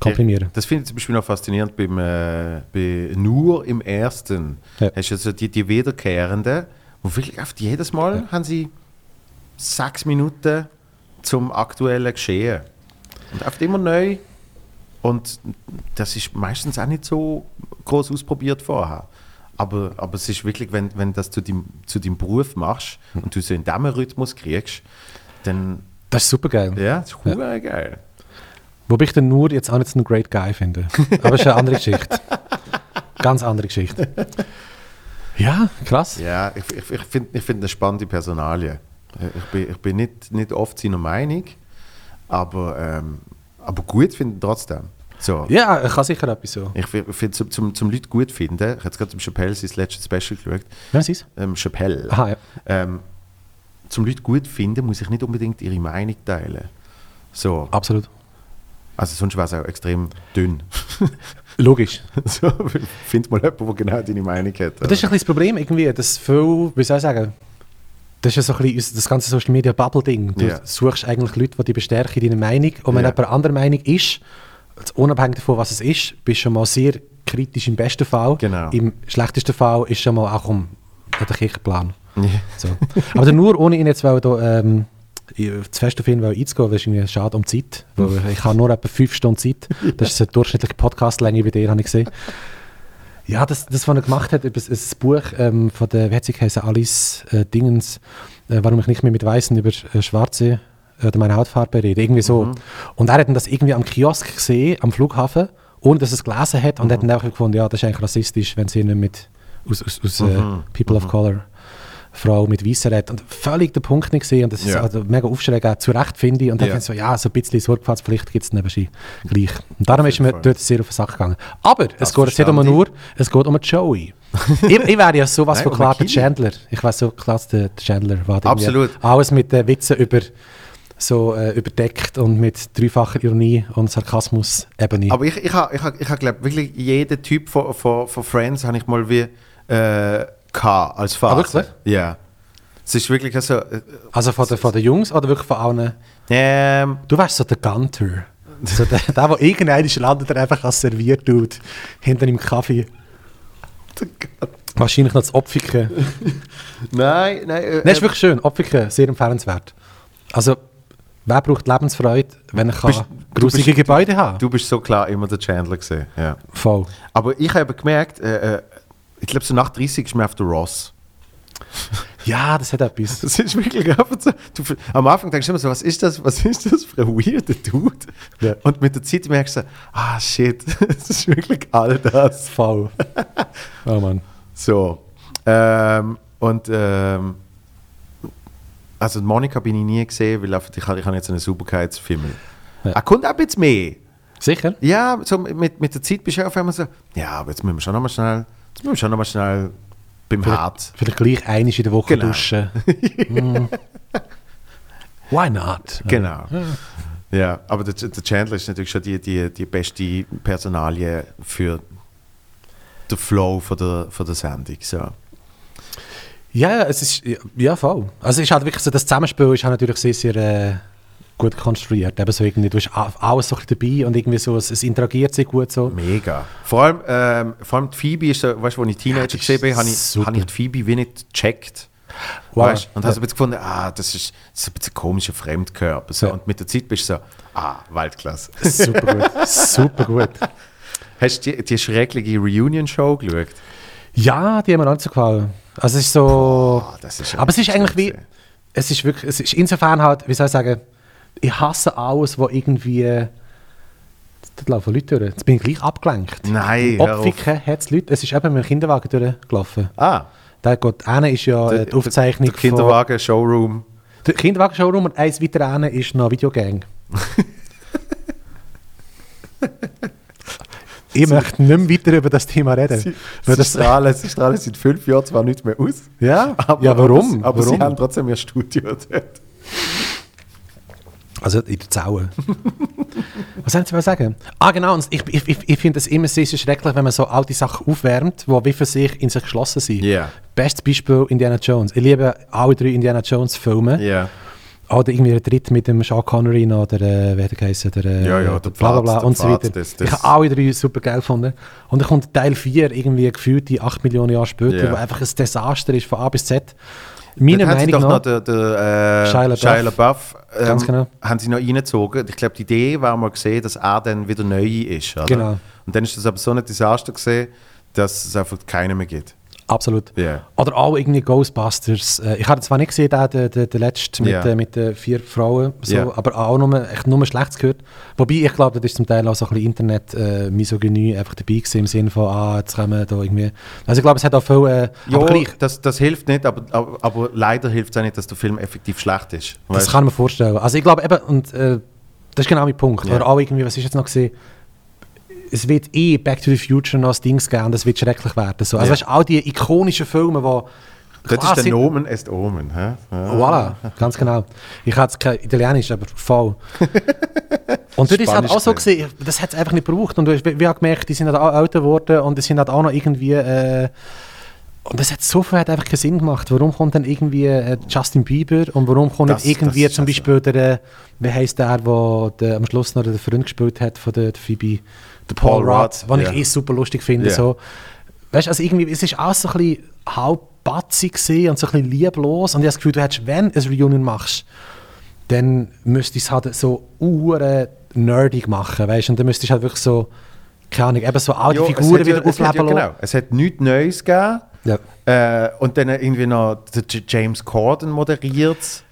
B: komprimieren.
A: Das finde ich zum Beispiel noch faszinierend beim, äh, bei nur im ersten.
B: Ja.
A: Hast du also die, die wiederkehrenden, wo wirklich oft jedes Mal haben sie sechs Minuten zum aktuellen Geschehen. Und oft immer neu. Und das ist meistens auch nicht so groß ausprobiert vorher. Aber, aber es ist wirklich, wenn, wenn das zu deinem, zu deinem Beruf machst
B: Hm.
A: und du so in diesem Rhythmus kriegst, dann
B: Das ist super geil.
A: ja, das ist ja. geil.
B: Wobei ich den Nur jetzt auch nicht so einen Great Guy finde. Aber es ist eine andere Geschichte. Ganz andere Geschichte. Ja, krass.
A: Ja, ich, ich, ich finde ich find eine spannende Personalie. Ich bin, ich bin nicht, nicht oft seiner Meinung, aber, ähm, aber gut finde ich trotzdem. So.
B: Ja, ich kann sicher etwas so.
A: Ich finde, zum, zum, zum Leute gut finden, ich habe jetzt gerade im Chappelle sein letztes Special geschaut,
B: Was ist
A: ähm, Chappelle.
B: Aha, ja.
A: Ähm, zum Leute gut finden, muss ich nicht unbedingt ihre Meinung teilen. So.
B: Absolut.
A: Also sonst wäre es auch extrem dünn.
B: Logisch.
A: so, find mal jemanden, der genau deine Meinung hat.
B: Aber das ist ein bisschen das Problem irgendwie, dass viel, wie soll ich sagen, das ist ja so ein bisschen unser- das ganze Social Media Bubble Ding. Du
A: Ja.
B: suchst eigentlich Leute, die dich bestärken in deiner Meinung und wenn
A: Ja.
B: jemand anderer Meinung ist, also unabhängig davon, was es ist, bist du schon mal sehr kritisch im besten Fall.
A: Genau.
B: Im schlechtesten Fall ist schon mal auch um der Kirchenplan. So. Aber der nur ohne ihn jetzt wollen, da, ähm, zu fest auf ihn wollen einzugehen, weil es irgendwie schade um die Zeit. Weil ich habe nur etwa fünf Stunden Zeit. Das ist so die durchschnittliche Podcastlänge bei dir, habe ich gesehen. Ja, das, das was er gemacht hat, über das, das Buch ähm, von der, wie hat sie geheißen, Alice äh, Dingens, äh, warum ich nicht mehr mit Weißen über äh, Schwarze äh, oder meine Hautfarbe rede, irgendwie so.
A: Mhm.
B: Und er hat dann das irgendwie am Kiosk gesehen, am Flughafen, ohne dass er es gelesen hat und hat
A: Mhm.
B: dann auch gefunden, ja, das ist eigentlich rassistisch, wenn sie nicht mit aus, aus, aus äh,
A: Mhm.
B: People of Color Frau mit Weißen redet. Und völlig den Punkt nicht gesehen und das ist
A: Ja.
B: also mega aufschreckend, zu Recht finde ich. Und dann
A: Ja.
B: finde ich so, ja, so ein bisschen Sorgfaltspflicht gibt es nebenbei gleich. Und darum ist mir
A: Fall.
B: dort sehr auf den Sack gegangen. Aber es geht jetzt nicht um
A: verstehe
B: einen Uhr, es geht um einen Joey. ich, ich wäre ja sowas
A: Nein,
B: von
A: um
B: klar
A: einen
B: der
A: Kili.
B: Chandler. Ich weiß so klar, der der Chandler war. der
A: Absolut.
B: irgendwie Alles mit den Witzen über, so, äh, überdeckt und mit dreifacher Ironie und Sarkasmus-Ebene.
A: Aber ich, ich habe, ich hab, ich hab, glaub, wirklich jeden Typ von, von, von Friends habe ich mal wie äh, gehabt als Phase.
B: Ah, wirklich?
A: Ja. Es ist wirklich so. Äh,
B: Also von den, von den Jungs oder wirklich von allen?
A: ähm,
B: Du wärst so der Gunter. So der, der, der irgendeinen landet, der einfach als serviert tut, hinter im Kaffee. Wahrscheinlich noch das Opfiken.
A: nein, nein. Äh,
B: Nein, ist wirklich schön. Opfiken, sehr empfehlenswert. Also, wer braucht Lebensfreude, wenn er
A: Bist-
B: kann
A: du
B: grusige
A: bist-
B: Gebäude haben
A: du bist so klar immer der Chandler gesehen. Ja.
B: Voll.
A: Aber ich habe gemerkt, äh, äh, ich glaube, so nach 30 ist mir auf der Ross.
B: Ja, das hat etwas.
A: Das ist wirklich einfach so. Du, f- am Anfang denkst du immer so, was ist das, was ist das für ein weirder Dude?
B: Ja.
A: Und mit der Zeit merkst du, ah shit, das ist wirklich all das.
B: Voll. Oh Mann.
A: So. Ähm, und ähm, also die Monika bin ich nie gesehen, weil einfach, ich, hab- ich habe jetzt einen Sauberkeitsfimmel.
B: Ja.
A: Er kommt ab jetzt mehr.
B: Sicher?
A: Ja, so mit, mit der Zeit bist du ja auf einmal so, ja, aber jetzt müssen wir schon nochmal schnell, jetzt müssen wir schon noch mal schnell beim Hart.
B: Vielleicht gleich einmal in der Woche
A: Genau.
B: duschen. Mm. Why not?
A: Genau. Ja, aber der, der Chandler ist natürlich schon die, die, die beste Personalie für den Flow von der, von der Sendung. So.
B: Ja, ja, es ist, ja, ja, voll. Also es ist halt wirklich so, das Zusammenspiel ist halt natürlich sehr, sehr äh, gut konstruiert. Eben so irgendwie, du hast a- alles so ein bisschen dabei und irgendwie so, es, es interagiert sehr gut so.
A: Mega. Vor allem, ähm, vor allem die Phoebe ist so, weißt du, als ich Teenager
B: die ist
A: gesehen bin, habe ich,
B: super.
A: habe ich die Phoebe wie nicht gecheckt.
B: Wow.
A: Weißt, und habe so ein
B: Ja.
A: bisschen gefunden, ah, das ist, das ist ein bisschen komischer Fremdkörper. So.
B: Ja.
A: Und mit der Zeit bist du so, ah, Weltklasse.
B: Super gut, super gut.
A: Hast du die, die schreckliche Reunion-Show geschaut?
B: Ja, die haben mir anzugefallen. Also es ist so...
A: Ah, das ist
B: Aber es ist eigentlich wie.
A: gewesen.
B: Es ist wirklich. Es ist insofern halt, wie soll ich sagen, ich hasse alles, was irgendwie. Da laufen Leute durch. Jetzt bin ich gleich abgelenkt.
A: Nein, hör auf.
B: Opfiken hat es Leute. Es ist eben mit dem Kinderwagen durchgelaufen.
A: Ah,
B: Da geht einer ist ja äh, die Äh, Aufzeichnung
A: der Kinderwagen, Showroom.
B: von. Der Kinderwagen-Showroom und eins weiter einer ist noch Videogang. ich möchte nicht mehr weiter über das Thema reden.
A: Sie,
B: weil
A: sie,
B: Äh, das,
A: strahlen, sie strahlen seit fünf Jahren zwar nicht mehr aus.
B: ja? ja, warum?
A: Aber,
B: warum?
A: sie haben trotzdem ihr Studio dort.
B: Also in der Zaue. Was haben Sie mal sagen? Ah genau, und ich, ich, ich, ich finde es immer sehr, sehr schrecklich, wenn man so alte Sachen aufwärmt, die wie für sich in sich geschlossen sind.
A: Ja.
B: Bestes Beispiel Indiana Jones. Ich liebe alle drei Indiana Jones Filme.
A: Ja.
B: Oder irgendwie der dritte mit dem Sean Connery noch, oder äh, wie hat er geheißen, der, äh,
A: Ja, ja, der
B: bla bla
A: Pfad,
B: bla
A: der
B: und so
A: Pfad,
B: weiter.
A: das- das-
B: Ich habe alle drei super geil gefunden. Und dann kommt Teil 4 irgendwie gefühlt die 8 Millionen Jahre später,
A: Ja.
B: wo einfach ein Desaster ist von A bis Z. Meiner
A: Dort haben sie
B: Meinung
A: doch
B: nach,
A: noch den, den, äh,
B: Shia LaBeouf.
A: Shia LaBeouf ähm,
B: Ganz genau.
A: haben sie noch reingezogen. Ich glaube, die Idee war mal gesehen, dass er dann wieder neu ist. Oder?
B: Genau.
A: Und dann ist das aber so ein Desaster gesehen, dass es einfach keinen mehr gibt.
B: absolut.
A: Ja.
B: Oder auch irgendwie Ghostbusters. Äh, Ich habe zwar nicht gesehen, den, den, den, den letzten mit,
A: Ja.
B: äh, mit den vier Frauen, so,
A: Ja.
B: aber auch nur, echt nur Schlechtes gehört. Wobei, ich glaube, das ist zum Teil auch so ein bisschen Internet-Misogynie einfach dabei gewesen, im Sinne von, ah, jetzt kommen da irgendwie... Also ich glaube, es hat auch viel... Äh,
A: Ja,
B: aber gleich,
A: das, das hilft nicht, aber, aber, aber leider hilft es auch nicht, dass der Film effektiv schlecht ist.
B: das
A: Weißt-
B: kann ich mir vorstellen. Also ich glaube eben, und äh, das ist genau mein Punkt.
A: Ja.
B: Oder auch irgendwie, was ist jetzt noch gesehen? Es wird eh Back to the Future noch als Dings geben, und das wird schrecklich werden. So. Also
A: Ja.
B: weißt du, all die ikonischen Filme, die...
A: das ist
B: Klassik-
A: der Nomen est Omen. Hä? Ja.
B: Voilà, ganz genau. Ich hatte kein Italienisch, aber voll. und dort ist es halt
A: Spanisch
B: auch so
A: gesehen.
B: gewesen, das hat es einfach nicht gebraucht. Und du hast, wir haben gemerkt, die sind halt auch älter geworden und die sind halt auch noch irgendwie... Äh, und das hat so viel hat einfach keinen Sinn gemacht. Warum kommt dann irgendwie äh, Justin Bieber und warum kommt
A: Das-
B: nicht irgendwie
A: das ist
B: zum
A: also-
B: Beispiel der, äh, wie heisst der, der, der am Schluss noch den Freund gespielt hat von der, der Phoebe, der Paul,
A: Paul
B: Rudd,
A: Rudd,
B: den
A: ja.
B: ich eh super lustig finde.
A: Ja.
B: So. Weißt du, also irgendwie, es ist auch so ein bisschen halbbatzig gewesen und so ein bisschen lieblos. Und ich habe das Gefühl, du hättest, wenn du ein Reunion machst, dann müsstest du es halt so uhren nerdig machen, weißt du? Und dann müsstest du halt wirklich so, keine Ahnung, eben so alte
A: Ja, es
B: Figuren
A: hat
B: wieder
A: ja, es hat ja,
B: aufleben
A: genau. Es hat nichts Neues gegeben.
B: lassen.
A: Äh, und dann irgendwie noch der J- James Corden moderiert.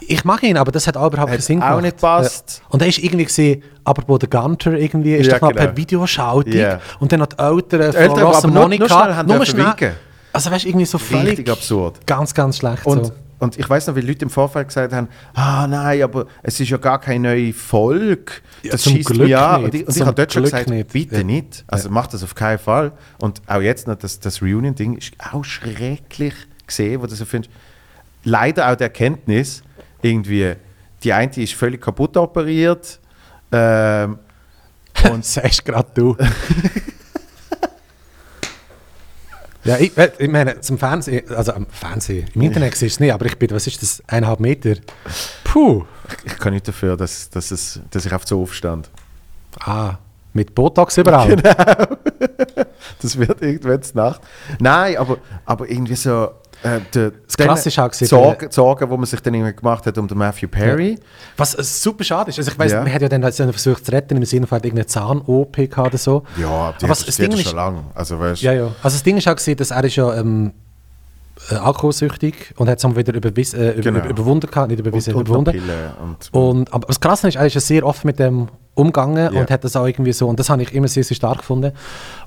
B: Ich mag ihn, aber das hat auch überhaupt
A: Hat
B: keinen Sinn
A: auch
B: gemacht.
A: nicht gepasst.
B: Ja. Und dann ist irgendwie gesehen, aber wo der Gunter irgendwie ist
A: Ja,
B: doch noch
A: genau.
B: per Videoschaltung
A: Ja.
B: und dann noch die Eltern von
A: Eltern,
B: Ross
A: die
B: und
A: aber nur-
B: Monika
A: nur schnell haben
B: nur
A: dürfen
B: schnell-
A: winken.
B: Also weißt du, irgendwie so völlig
A: Richtig absurd.
B: ganz, ganz schlecht
A: Und,
B: so.
A: und ich weiß noch, wie Leute im Vorfeld gesagt haben: Ah, nein, aber es ist ja gar keine neue Folge.
B: Ja,
A: das
B: zum
A: schießt
B: Glück
A: mich an.
B: nicht.
A: Und ich, und ich
B: Zum
A: habe dort schon
B: Glück
A: gesagt:
B: nicht.
A: Bitte
B: Ja.
A: nicht. Also mach das auf keinen Fall. Und auch jetzt noch, das, das Reunion-Ding ist auch schrecklich gesehen, wo du so findest. Leider auch die Erkenntnis, irgendwie, die eine ist völlig kaputt operiert. Ähm,
B: Und sagst gerade du. ja, ich, äh, ich meine, zum Fernsehen, also am Fernsehen, im Internet siehst du es nicht, aber ich bin, was ist das, eineinhalb Meter? Puh.
A: ich kann nicht dafür, dass, dass, es, dass ich auf so aufstand.
B: Ah, mit Botox überall.
A: Das wird irgendwann zur Nacht. Nein, aber, aber irgendwie so. Äh, de,
B: Das Klassische auch gesehen,
A: Sorgen, Sorgen, die man sich dann irgendwie gemacht hat um den Matthew Perry.
B: Was äh, super schade ist. Also ich weiß,
A: Ja.
B: man hat ja dann also versucht zu retten, im Sinne von halt irgendeine Zahn-OP gehabt oder so.
A: Ja,
B: Aber was- das Ding ist,
A: lang. Also, weißt,
B: ja, ja. Also das Ding ist auch gesehen, dass er ist ja ähm, äh, alkoholsüchtig und hat es wieder überwies, äh, über-
A: Genau.
B: über, überwunden gehabt, nicht überwiesen,
A: und, und,
B: überwunden.
A: Pille und,
B: Und, aber das Krasse ist, er ist ja sehr offen mit dem umgegangen
A: Ja.
B: und hat das auch irgendwie so, und das habe ich immer sehr, sehr stark gefunden.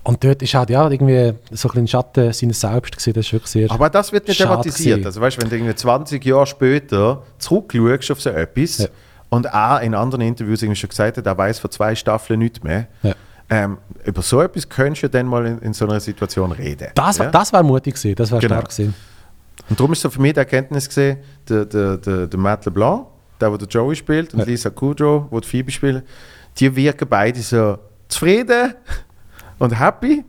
B: Und dort ist halt ja irgendwie so ein bisschen Schatten seines Selbst gesehen, das ist wirklich sehr...
A: aber das wird nicht
B: Schade
A: thematisiert.
B: gewesen.
A: Also, weißt, wenn du irgendwie 20 Jahre später zurückschaust auf so etwas
B: Ja.
A: und er in anderen Interviews irgendwie schon gesagt hat, er weiß von zwei Staffeln nichts mehr.
B: Ja.
A: Ähm, über so etwas könntest du dann mal in, in so einer Situation reden.
B: das,
A: ja?
B: das war mutig gewesen, das war
A: Genau.
B: stark gewesen.
A: Und darum ist so für mich die Erkenntnis gesehen, der, der, der, der Matt LeBlanc, der, der Joey spielt, und
B: Ja.
A: Lisa Kudrow, die, die Phoebe spielt, die wirken beide so zufrieden und happy.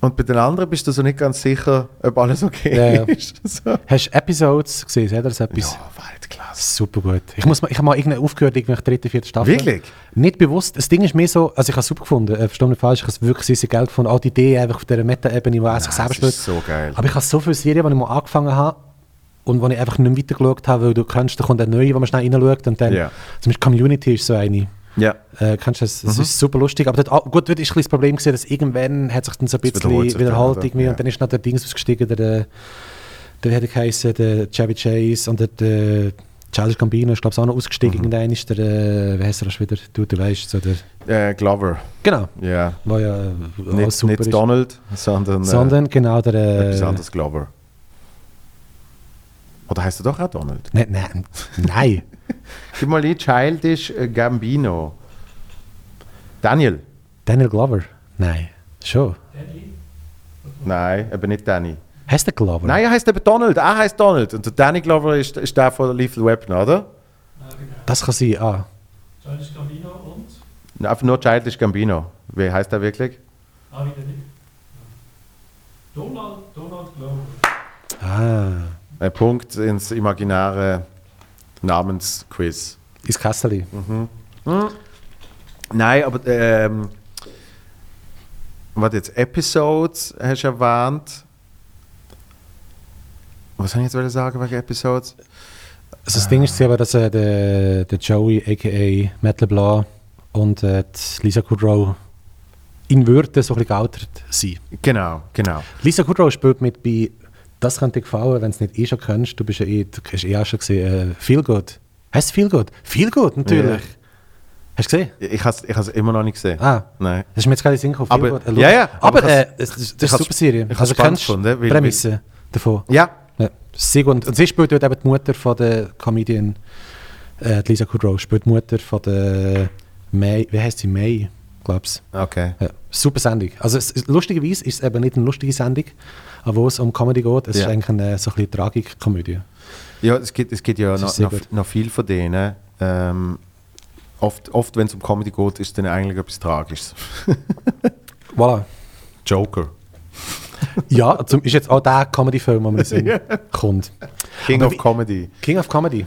A: Und bei den anderen bist du so nicht ganz sicher, ob alles okay
B: Ja, ja.
A: ist. So. Oh,
B: Hast du Episodes gesehen, hat er so etwas?
A: Ja, Weltklasse.
B: Super gut. Ich, muss mal, ich habe mal irgendeine aufgehört, irgendwie nach der dritten, vierten Staffel.
A: Wirklich?
B: Nicht bewusst. Das Ding ist mir so, also ich habe es super gefunden, äh, verstehe mich nicht falsch, ich habe es wirklich sehr, sehr geil gefunden. Auch die Idee einfach auf dieser Meta-Ebene, wo er sich selber
A: das
B: spielt.
A: ist so geil.
B: Aber ich habe so viele Serien, die ich mal angefangen habe und wo ich einfach nicht mehr weitergeschaut habe, weil du kennst, da kommt eine neue, wo man schnell reinschaut und dann,
A: Ja.
B: zum Beispiel Community ist so eine.
A: Ja,
B: Äh, kennst du das?
A: Mhm.
B: Das ist super lustig, aber dort, auch- gut, dort ist ein bisschen das Problem gewesen, dass irgendwann hat sich dann so ein bisschen
A: wiederholt sich
B: wiederholt,
A: dann, oder?
B: irgendwie
A: Ja.
B: und dann ist noch der Dings ausgestiegen, der, der, der hätte geheißen, der Chevy Chase und der, der Charles Gambino ist glaube ich auch noch ausgestiegen,
A: Mhm.
B: irgendein ist der, äh, wie heißt er das wieder, du, du weißt, so der,
A: äh, Glover.
B: genau,
A: Ja.
B: war ja äh, auch
A: Nicht,
B: super
A: nicht
B: ist.
A: Donald, sondern,
B: sondern genau der,
A: äh, etwas
B: äh,
A: anderes Glover. Oder heißt er doch auch Donald?
B: nein, nein, ne, nein,
A: Gib mal ein Childish äh, Gambino. Daniel.
B: Daniel Glover, nein, schon,
A: Nein, eben nicht Danny.
B: heißt der Glover?
A: Nein, er heißt eben Donald. Er heißt Donald. Und der Danny Glover ist, ist der von Lethal Weapon, oder?
C: äh,
B: Das kann sein, ah,
C: Giannis Gambino genau. und?
A: Nein, Einfach nur Childish Gambino. Wie heißt er wirklich?
C: Ah, wieder nicht. Donald, Donald Glover.
B: ah,
A: Ein Punkt ins imaginäre Namensquiz.
B: ist Kasseli.
A: Nein, aber ähm, warte jetzt, Episodes hast du erwähnt. Was soll ich jetzt wollen sagen wegen Episodes?
B: Also das Ding ist aber, dass äh, der, der Joey, a.k.a. Matt LeBlanc und äh, die Lisa Kudrow in Würde so ein bisschen gealtert sind.
A: Genau, genau.
B: Lisa Kudrow spielt mit bei «Das könnte dir gefallen, wenn du es nicht eh schon kennst». Du bist ja eh, du hast eh auch schon gesehen, äh, «Feel Good». Heißt «Feel Good»? «Feel Good», natürlich. Hast du gesehen?
A: Ich habe es ich has immer noch nicht gesehen.
B: Ah,
A: Nein.
B: das ist mir jetzt gerade in den Sinn gekommen.
A: Aber-
B: «Feel Good», äh, schau.
A: ja, ja, aber
B: Aber,
A: ich
B: äh,
A: has- ich
B: es, es, das ist eine
A: has-
B: super Serie.
A: ich has
B: Also
A: spannend
B: kennst du
A: gefunden, weil-
B: die Prämisse davon.
A: Ja,
B: Ja, sehr gut. Und sie spielt dort eben die Mutter von der Comedian äh, die Lisa Kudrow, spielt die Mutter von der May, wie heißt sie? May, glaub's.
A: okay.
B: Ja, super Sendung. Also es, es- lustigerweise ist es eben nicht eine lustige Sendung, aber wo es um Comedy geht, es
A: Ja.
B: ist eigentlich eine so ein bisschen Tragikkomödie.
A: Ja, es gibt, es gibt ja
B: Das
A: noch,
B: ist sehr
A: noch,
B: gut.
A: noch viel von denen. Ähm, oft, oft wenn es um Comedy geht, ist dann eigentlich etwas Tragisches.
B: Voilà.
A: Joker.
B: Ja, zum, ist jetzt auch der Comedy-Film, den man sehen kommt.
A: King
B: Aber
A: of
B: wie-
A: Comedy.
B: King of Comedy.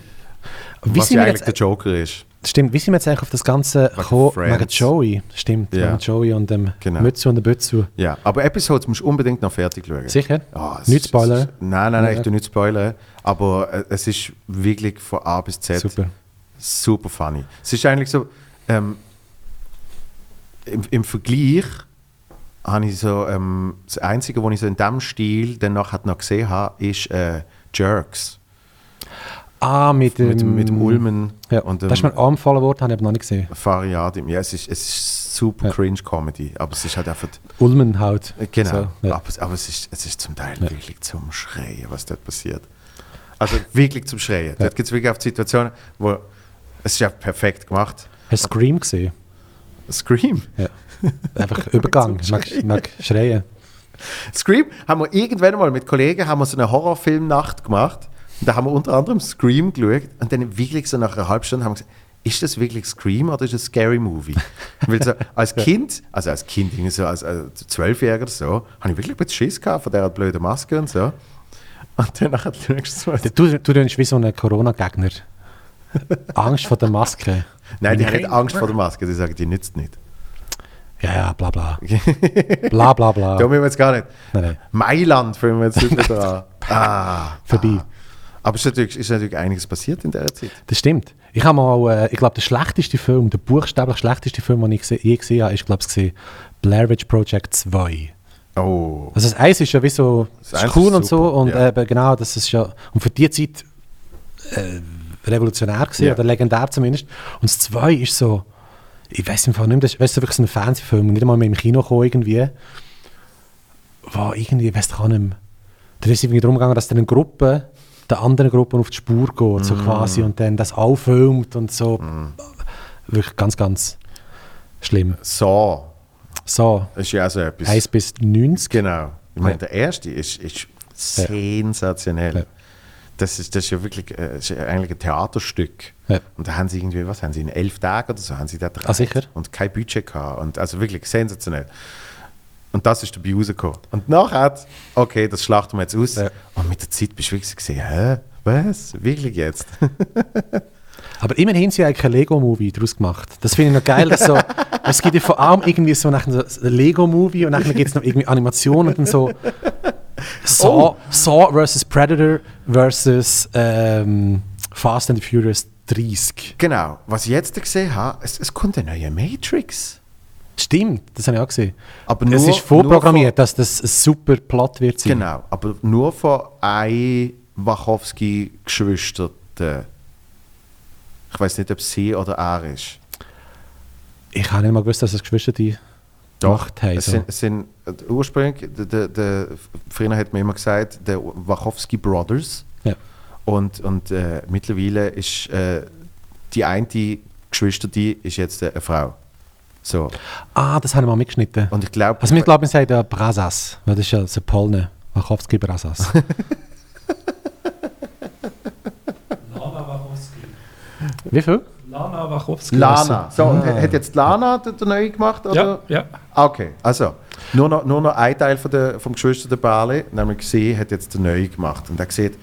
B: Wie
A: Was
B: sind,
A: ja
B: wir
A: eigentlich
B: jetzt,
A: der
B: äh,
A: Joker ist.
B: stimmt, wie sind wir jetzt eigentlich auf das Ganze gekommen? Wegen
A: Friends.
B: Joey. Stimmt,
A: Ja.
B: wegen Joey und dem
A: Genau.
B: Mützu und dem Bützu.
A: Ja, aber Episodes musst du unbedingt noch fertig schauen.
B: Sicher?
A: Ah, es
B: Nicht
A: ist-
B: spoilern.
A: es ist- Nein, nein, nein, ich
B: Ja.
A: tu nicht spoilern. Aber äh, es ist wirklich von A bis Z
B: Super.
A: super funny. Es ist eigentlich so, ähm, im, im Vergleich habe ich so, ähm, das Einzige, was ich so in diesem Stil dann nachher noch gesehen habe, ist äh, Jerks.
B: Ah, mit dem,
A: Mit, dem- mit dem Ulmen
B: Ja,
A: und
B: das ist
A: dem
B: mir angefallen worden, habe ich aber noch nicht gesehen.
A: Fariadim. Ja, es ist, es ist super
B: Ja.
A: Cringe-Comedy, aber es ist halt einfach...
B: Ulmen halt.
A: Genau,
B: So, ja.
A: aber, aber es, ist, es ist zum Teil wirklich zum Schreien, was dort passiert. Also wirklich zum Schreien. Dort gibt es wirklich oft Situationen, wo es ist ja perfekt gemacht.
B: Hast du Scream gesehen?
A: Scream.
B: Einfach Übergang. mag, mag schreien.
A: Scream haben wir irgendwann mal mit Kollegen haben wir so eine Horrorfilmnacht gemacht. Und da haben wir unter anderem Scream geschaut und dann wirklich so nach einer halben Stunde haben wir gesagt, ist das wirklich Scream oder ist das Scary Movie? Weil so als Kind, also als Kind, irgendwie so als, als Zwölfjähriger oder so, habe ich wirklich ein bisschen Schiss gehabt von dieser blöden Maske und so. Und dann nachher schaust du mal
B: Du, du, du bist wie so ein Corona-Gegner. Angst vor der Maske.
A: Nein, die haben nicht Angst vor der Maske, die sagen, die nützt nicht.
B: Ja, ja, bla bla. Bla bla bla.
A: Da müssen wir jetzt gar nicht.
B: Ah. Nein, nein.
A: Mailand fühlen wir jetzt nicht mehr dran. Ah,
B: Vorbei.
A: Ah. Aber es ist natürlich, ist natürlich einiges passiert in der Zeit.
B: Das stimmt. Ich habe mal, äh, ich glaube, der schlechteste Film, der buchstäblich schlechteste Film, den ich gese- je gesehen habe, ist, glaube ich, Blair Witch Project 2.
A: Oh.
B: Also das Eis ist ja wie so
A: Das
B: ist
A: Eis
B: cool
A: ist
B: und so
A: super,
B: und
A: ja.
B: eben genau, das ist ja und für die Zeit äh, revolutionär gewesen,
A: Ja.
B: oder legendär zumindest. Und das 2 ist so, ich weiß im Fall nicht mehr, das ist weißt du, wirklich so ein Fernsehfilm, nicht einmal mehr im Kino gekommen irgendwie, war irgendwie, weiß ich auch nicht mehr. Da ist es irgendwie darum gegangen, dass dann eine Gruppe der anderen Gruppe auf die Spur geht,
A: Mm.
B: so quasi, und dann das auffilmt und so. Wirklich ganz, ganz schlimm.
A: So,
B: So,
A: ist ja auch so etwas.
B: 1 bis 90.
A: Genau. Ich meine,
B: Ja.
A: der erste ist, ist sensationell.
B: Ja.
A: Das, ist, das ist ja wirklich äh, ist ja eigentlich ein Theaterstück.
B: Ja. Ah,
A: Und da haben sie irgendwie, was haben sie, in elf Tagen oder so, haben sie da dran.
B: sicher?
A: Und kein Budget gehabt. Und, also wirklich sensationell. Und das ist dabei rausgekommen. Und nachher, okay, das schlachten wir jetzt aus.
B: Ja.
A: Und mit der Zeit bist du wirklich so gesehen, hä? Was? Wirklich jetzt?
B: Aber immerhin haben sie eigentlich einen Lego-Movie daraus gemacht. Das finde ich noch geil. Dass so, es gibt ja vor allem irgendwie so nachher so einen Lego-Movie und dann gibt es noch irgendwie Animationen und dann so
A: Oh.
B: Saw, Saw vs. Predator vs. Ähm, Fast and Furious 30.
A: genau. Was ich jetzt gesehen habe, es, es kommt eine neue Matrix.
B: Stimmt, das habe ich auch gesehen.
A: Aber
B: es
A: nur-
B: ist vorprogrammiert,
A: nur
B: dass das ein super Plot wird sein.
A: Genau, aber nur von einem Wachowski-Geschwisterten. Ich weiß nicht, ob es sie oder er ist.
B: Ich habe nicht mal gewusst, dass das Geschwister die gemacht haben.
A: es
B: So.
A: sind, es sind äh, ursprünglich, der, der, der, früher hat man immer gesagt, der Wachowski Brothers.
B: Ja.
A: Und, und äh, mittlerweile ist äh, die eine Geschwister, die ist jetzt äh, eine Frau. So.
B: Ah, das habe ich mal mitgeschnitten.
A: Und ich glaube,
B: Also, ich glaube, man sagt ja Brasas, weil das ist ja so Polne. Wachowski Brasas.
C: Lana Wachowski.
B: Wie viel?
C: Lana Wachowski.
A: Lana. So, und
B: Ah.
A: hat jetzt Lana den, den neuen gemacht? Oder?
C: ja, ja.
A: Ah, Okay, also nur noch, nur noch ein Teil von der, vom Geschwister der Bali, nämlich sie hat jetzt den Neuen gemacht und er sieht,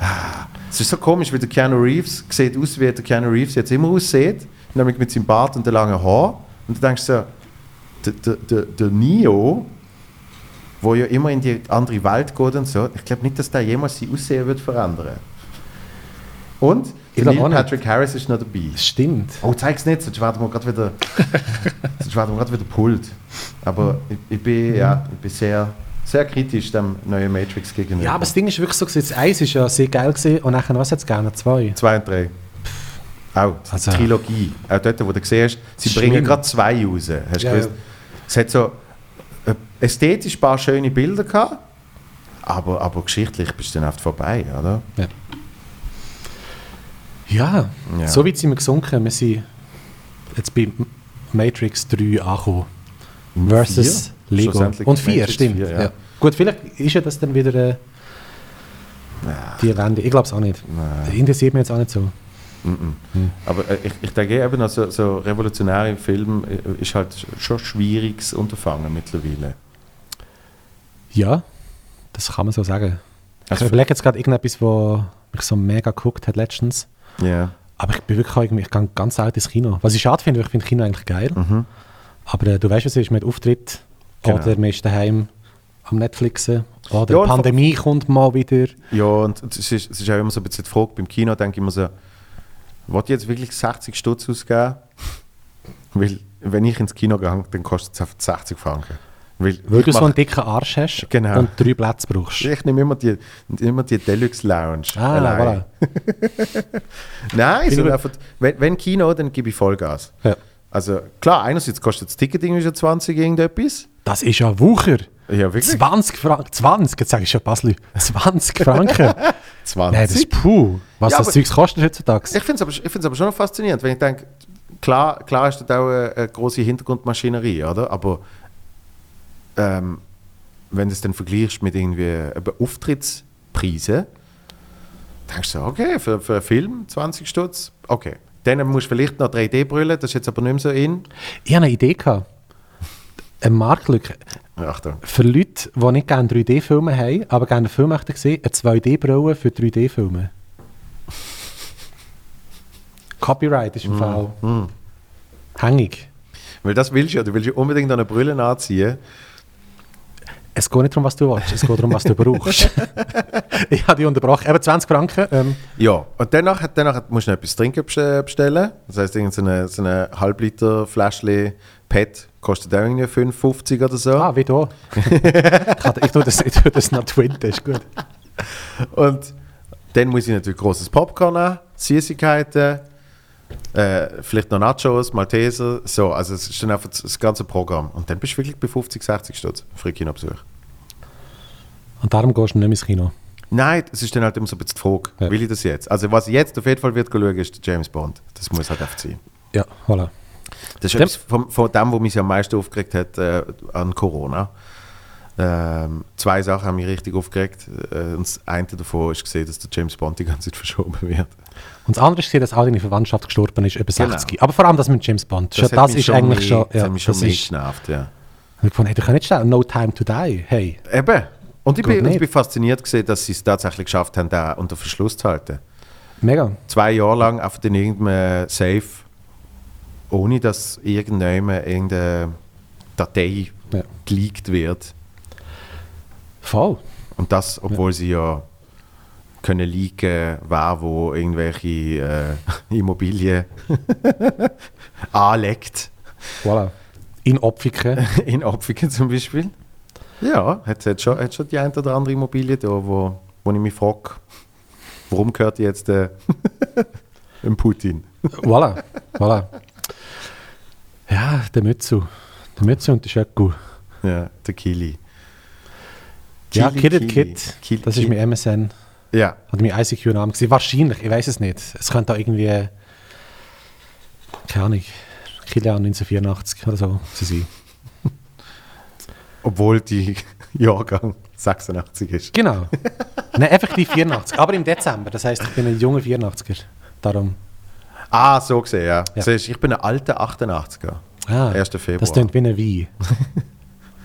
A: ah, es ist so komisch, wie der Keanu Reeves sieht aus, wie der Keanu Reeves jetzt immer aussieht, nämlich mit seinem Bart und den langen Haar und du denkst so, der, der, der, der Neo, wo ja immer in die andere Welt geht und so. Ich glaube nicht, dass der jemals sein Aussehen wird verändern. Und
B: Ich
A: der
B: glaub
A: Neil
B: auch nicht.
A: Patrick Harris ist noch dabei.
B: Das stimmt.
A: Oh, zeig's nicht, sonst werden wir gerade wieder, sonst werden wir grad wieder pult. Aber ich, ich bin, ja, ich bin sehr, sehr kritisch dem neuen Matrix gegenüber.
B: Ja, aber das Ding ist wirklich so, gewesen, das Eis war ja sehr geil gewesen, und nachher, was hat es gegeben? Zwei?
A: Zwei und drei. Auch, die
B: Also-
A: Trilogie. Auch dort, wo du siehst, sie
B: Schlimm.
A: bringen gerade zwei raus. Hast du
B: Ja,
A: gewusst?
B: ja.
A: Es hat so äh, ästhetisch ein paar schöne Bilder gehabt, aber, aber geschichtlich bist du dann oft vorbei, oder?
B: Ja,
A: Ja.
B: so weit sind wir gesunken. Wir sind jetzt bei Matrix 3 angekommen. Versus
A: Vier?
B: Lego.
A: Schlussendlich
B: Und 4,
A: Matrix
B: stimmt.
A: vier, ja.
B: ja. Gut, vielleicht ist ja das dann wieder äh,
A: Ja.
B: die Wende. Ich glaube es auch nicht.
A: Nein.
B: Interessiert mich jetzt auch nicht so.
A: Mhm. Aber äh, ich, ich denke eben, also, so revolutionäre Film äh, ist halt sch- schon ein schwieriges Unterfangen mittlerweile.
B: Ja, das kann man so sagen. Ich
A: Also-
B: überlege jetzt gerade irgendetwas, was mich so mega geguckt hat letztens.
A: Ja.
B: Aber ich bin wirklich auch irgendwie, ich gehe ganz alt ins Kino. Was ich schade finde, weil ich finde Kino eigentlich geil. Aber äh, du weißt, was es ist mit Auftritt
A: Mhm. Genau.
B: oder man ist daheim am Netflixen oder
A: Ja,
B: die
A: und-
B: Pandemie kommt mal wieder.
A: Ja, und und es ist, es ist auch immer so ein bisschen die Frage beim Kino, denke ich immer so, wollte ich jetzt wirklich 60 Stutz ausgeben? Weil, wenn ich ins Kino gehe, dann kostet es einfach 60 Franken. Weil,
B: Weil
A: ich,
B: du so
A: mach-
B: einen dicken Arsch hast
A: Genau.
B: und drei Plätze brauchst.
A: ich nehme immer die, immer die Deluxe Lounge.
B: Ah,
A: allein.
B: voilà.
A: Nein,
B: Bin
A: sondern
B: ich-
A: einfach, wenn, wenn Kino, dann gebe ich Vollgas.
B: Ja.
A: Also klar, einerseits kostet das Ticket irgendwie schon 20 irgendetwas.
B: Das ist ja Wucher.
A: Ja, wirklich?
B: 20 Franken, 20, jetzt sage ich schon Basli, 20 Franken. Nein, das
A: 20.
B: ist puh. Was
A: Ja,
B: das
A: aber-
B: Zeug kostet heutzutage.
A: ich finde es aber, ich find's aber schon noch faszinierend, wenn ich denke, klar, klar ist das auch eine, eine große Hintergrundmaschinerie, oder? Aber ähm, wenn du es dann vergleichst mit irgendwie eben Auftrittspreisen, denkst du, so, okay, für, für einen Film 20 Stutz, okay. Dann musst du vielleicht noch 3D brüllen, das ist jetzt aber nicht mehr so in.
B: Ich habe eine Idee gehabt. Eine Marktlücke.
A: Achtung.
B: Für Leute, die nicht gerne 3D-Filme haben, aber gerne einen Film möchten sehen, eine 2D-Brille für 3D-Filme. Copyright ist im Fall
A: Mm.
B: hängig.
A: Weil das willst du ja, du willst ja unbedingt eine Brille anziehen.
B: Es geht nicht darum, was du willst, es geht darum, was du brauchst. ich habe dich unterbrochen. Eben 20 Franken. Ähm,
A: Ja, und danach, hat- danach hat- musst du noch etwas trinken bestell- bestellen. Das heisst, irgend so eine, so eine halbliter Fläschchen PET kostet auch irgendwie 5,50 oder so.
B: ah, wie da. ich, kann- ich tue das, ich tue das noch twinten, ist gut.
A: Und dann muss ich natürlich großes Popcorn haben, Süßigkeiten, äh, vielleicht noch Nachos, Malteser. So, also es ist dann einfach das- das ganze Programm. Und dann bist du wirklich bei 50, 60 Stutz für einen Kinobesuch.
B: Und darum gehst du nicht mehr ins Kino.
A: Nein, es ist dann halt immer so ein bisschen die Frage,
B: Ja.
A: will ich das jetzt? Also was ich jetzt auf jeden Fall wird schauen, ist der James Bond. Das muss halt einfach sein.
B: Ja, voilà.
A: Das ist
B: Dem-
A: etwas von, von dem, was mich am meisten aufgeregt hat äh, an Corona. Ähm, zwei Sachen haben mich richtig aufgeregt. Äh, und das eine davon ist gesehen, dass der James Bond die ganze Zeit verschoben wird.
B: Und das andere ist, dass auch deine Verwandtschaft gestorben ist, über
A: Genau.
B: 60. Aber vor allem das mit James Bond. Schon Das,
A: hat mich
B: ist eigentlich
A: mehr-
B: schon.
A: das hat mich schon
B: das
A: mehr
B: ist,
A: genervt, ja.
B: Und ich fand, hey, du kannst nicht schnell No Time to Die. Hey,
A: Eben. Und ich,
B: Geht
A: bin, und ich
B: nicht.
A: bin fasziniert gesehen, dass sie es tatsächlich geschafft haben, da unter Verschluss zu halten.
B: mega.
A: Zwei Jahre lang auf in irgendeinem Safe, ohne dass irgendjemand irgendeine Datei
B: Ja.
A: geleakt wird.
B: Voll.
A: Und das, obwohl sie ja können leaken, wer wo irgendwelche äh, Immobilien anlegt.
B: Voilà. In Opfiken.
A: In Opfiken zum Beispiel. Ja, hat, hat, schon, hat schon die ein oder andere Immobilie da, wo, wo ich mich frage, warum gehört die jetzt äh, dem Putin?
B: voilà. Voilà. Ja, der Mützu. Der Mützu und der Schöcku.
A: Ja, der Kili.
B: Ja,
A: Kili,
B: Kid it
A: Kili.
B: Kid.
A: Kili,
B: Das ist
A: Kili.
B: mein MSN.
A: Ja,
B: Hat mein ICQ-Name gesehen. Wahrscheinlich, ich weiß es nicht. Es könnte da irgendwie. Keine Ahnung. Kilian 1984 oder so zu sein.
A: obwohl die Jahrgang 86 ist.
B: Genau. Nein, effektiv 84. Aber im Dezember. Das heißt, ich bin ein junger 84er. Darum.
A: Ah, so gesehen, ja.
B: Ja.
A: Siehst, ich bin ein alter 88er.
B: Ah,
A: 1. Februar.
B: Das klingt wie ein Wein.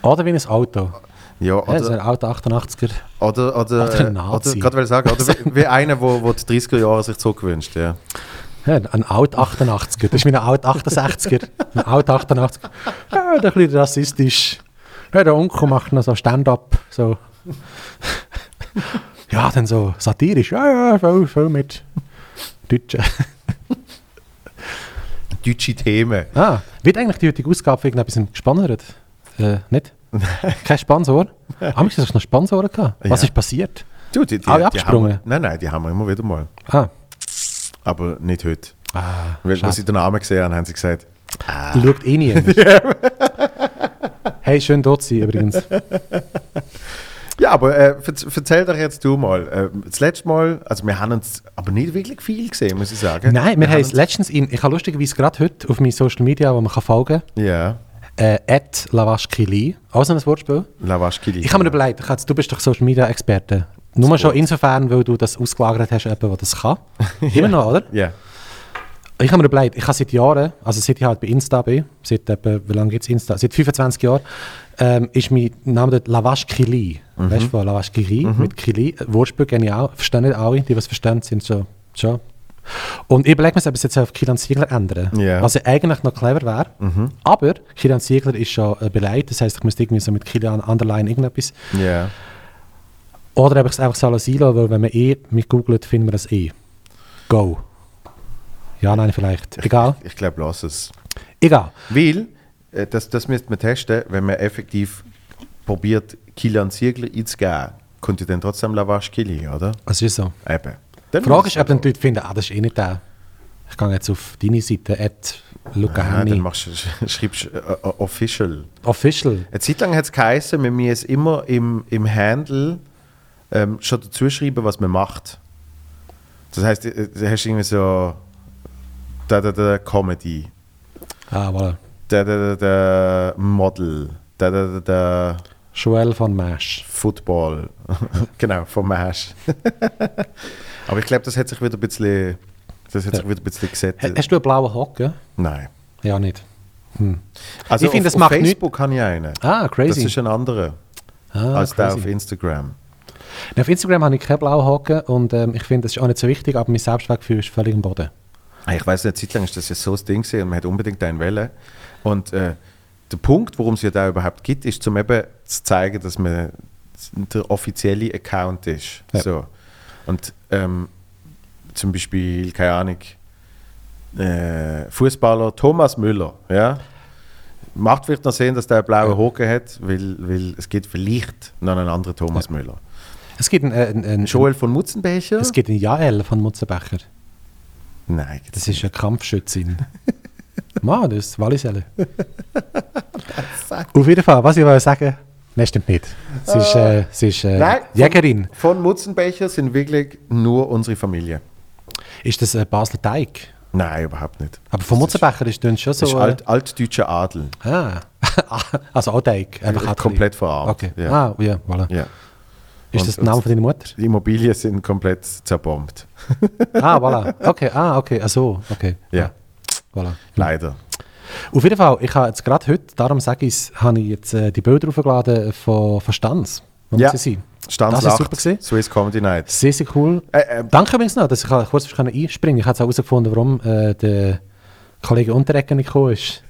B: oder wie ein Auto.
A: Ja,
B: Ja, also
A: oder,
B: ein Auto 88er.
A: oder, oder,
B: Oder
A: äh,
B: ein Nazi.
A: oder gerade will ich sagen, oder wie, wie einer, wo, wo die 30er Jahre sich zurückwünscht, ja.
B: Ja, ein Auto 88er. Das ist wie ein Auto 68er. Ein Auto 88er. Ja, ein bisschen rassistisch. Ja, der Onkel macht noch so Stand-up. So. ja, dann so satirisch. Ja, ja, voll, voll mit Deutschen.
A: Deutsche Themen.
B: Ah, wird eigentlich die heutige Ausgabe wegen etwas gespannert? Äh, nicht? Kein Sponsor? Ah, Haben wir noch Sponsoren gehabt? Was
A: Ja.
B: ist passiert?
A: Du, die, die,
B: Alle
A: die haben
B: abgesprungen?
A: wir, Nein, nein, die haben wir immer wieder mal.
B: Ah,
A: Aber nicht heute.
B: ah
A: Weil,
B: schade.
A: als sie den Namen gesehen haben, haben sie gesagt,
B: Die schaut eh niemand. hey, schön dort zu sein übrigens.
A: Ja, aber äh, verz- erzähl doch jetzt du mal. Äh, das letzte Mal, also wir haben uns aber nicht wirklich viel gesehen, muss ich sagen.
B: Nein, wir haben es
A: uns-
B: letztens in, ich habe lustigerweise gerade heute auf meinen Social Media, wo man kann folgen
A: Ja,
B: kann, äh, @lavaschkili, auch so ein Wortspiel.
A: Lavaschkili.
B: Ich habe mir überlegt, ich habe jetzt- du bist doch Social Media Experte. Nur schon insofern, weil du das ausgelagert hast, jemanden, der das kann. Immer noch, oder?
A: Ja.
B: Ich habe mir überlegt, ich habe seit Jahren, also seit ich halt bei Insta bin, seit etwa, wie lange gibt es Insta? Seit 25 Jahren, ähm, ist mein Name dort Lavash Kili. Weißt du, von Lavash Kili mit Kili. Äh, Wortspiel genial, verstehen nicht alle, die was verstehen, sind schon. schon. Und ich überlege mir, ob ich es jetzt auf Kilian Ziegler ändern
A: Ja.
B: Was ja eigentlich noch clever wäre. Aber Kilian Ziegler ist schon äh, beleidigt, das heisst, ich müsste irgendwie so mit Kilian Underline irgendetwas.
A: Ja.
B: Oder habe ich es einfach so lassen, lassen, weil wenn man eh mit googelt, finden wir das eh. Go. Ja, nein, vielleicht. Egal.
A: Ich glaube, lass es.
B: Egal.
A: Weil, äh, das, das müsste man testen, wenn man effektiv probiert, Kilian Ziegler einzugeben, kommt ihr dann trotzdem Lavaschkili, oder?
B: Es ist so.
A: Eben. Dann
B: Die Frage ist,
A: machst
B: ob
A: du
B: dann die Leute finden, ah, das ist eh nicht der. Ich gehe jetzt auf deine Seite, at Luca
A: Nein, dann
B: Henni.
A: machst du, schreibst du äh, äh, official.
B: Official.
A: Eine Zeit lang hat es geheißen, man muss immer im, im Handle ähm, schon dazu schreiben, was man macht. Das heißt, äh, du hast irgendwie so da, da, da, Comedy,
B: Ah, voilà.
A: da, da, da, da, Model, da, da, da, da
B: Joel von Mash.
A: Football. genau, vom Mash. Aber ich glaube, das hat sich wieder ein bisschen, das hat sich wieder ein bisschen
B: Ha-
A: gesetzt.
B: Hast du einen blauen Hocken?
A: Nein.
B: Ja, nicht.
A: Also
B: Ich finde,
A: auf,
B: das macht
A: auf Facebook habe ich einen.
B: Ah,
A: Das
B: crazy.
A: ist ein anderer
B: ah,
A: als der
B: crazy.
A: auf Instagram.
B: Nein, auf Instagram habe ich keinen blauen Hocken und ähm, ich finde, das ist auch nicht so wichtig, aber mein Selbstwertgefühl ist völlig am Boden.
A: Ah, Ich weiß nicht, Zeit lang ist das ja so das Ding gewesen und man hat unbedingt einen Welle. Und äh, der Punkt, worum es ja da überhaupt geht, ist, um eben zu zeigen, dass man der offizielle Account ist.
B: Ja.
A: So. Und ähm, zum Beispiel, keine Ahnung, äh, Fußballer Thomas Müller, ja. Macht vielleicht noch sehen, dass der einen blauen Haken hat, weil, weil es gibt vielleicht noch einen anderen Thomas Müller.
B: Es gibt einen, äh, einen, einen,
A: Joel von Mutzenbecher?
B: es gibt einen Jael von Mutzenbecher.
A: Nein,
B: Das ist eine Kampfschützin. Mann, das ist Walliselle. Auf jeden Fall, was ich wollte sagen, nein, stimmt nicht. Sie ist, äh, sie ist äh,
A: Nein.
B: Jägerin.
A: Von Mutzenbecher sind wirklich nur unsere Familie.
B: Ist das äh, Basler Teig?
A: Nein, überhaupt nicht.
B: Aber von Mutzenbecher ist das schon so...
A: Das ist
B: äh,
A: alt, altdeutscher Adel. Äh,
B: ah. also auch Teig. Einfach auch
A: komplett
B: Teig.
A: verarmt.
B: Okay.
A: Ja.
B: Ah, ja, voilà.
A: Ja.
B: Ist
A: Und-
B: das der Name
A: und-
B: von deiner Mutter?
A: Die Immobilien sind komplett zerbombt.
B: ah, voilà. Okay, ah, okay, ach so, okay.
A: Ja,
B: Ah. Voilà.
A: leider.
B: Auf jeden Fall, ich habe jetzt gerade heute, darum sage ich es, habe ich jetzt äh, die Bilder aufgeladen von, von Stanz. Wo muss
A: Ja.
B: sie sein?
A: Stanz
B: Das ist super gewesen.
A: lacht, Swiss Comedy Night.
B: Sehr, sehr cool.
A: Äh, äh,
B: Ähm, Danke übrigens noch, dass ich kurz hast können einspringen konnte. Ich habe jetzt auch herausgefunden, warum äh, der Kollege Unterrecken nicht gekommen ist.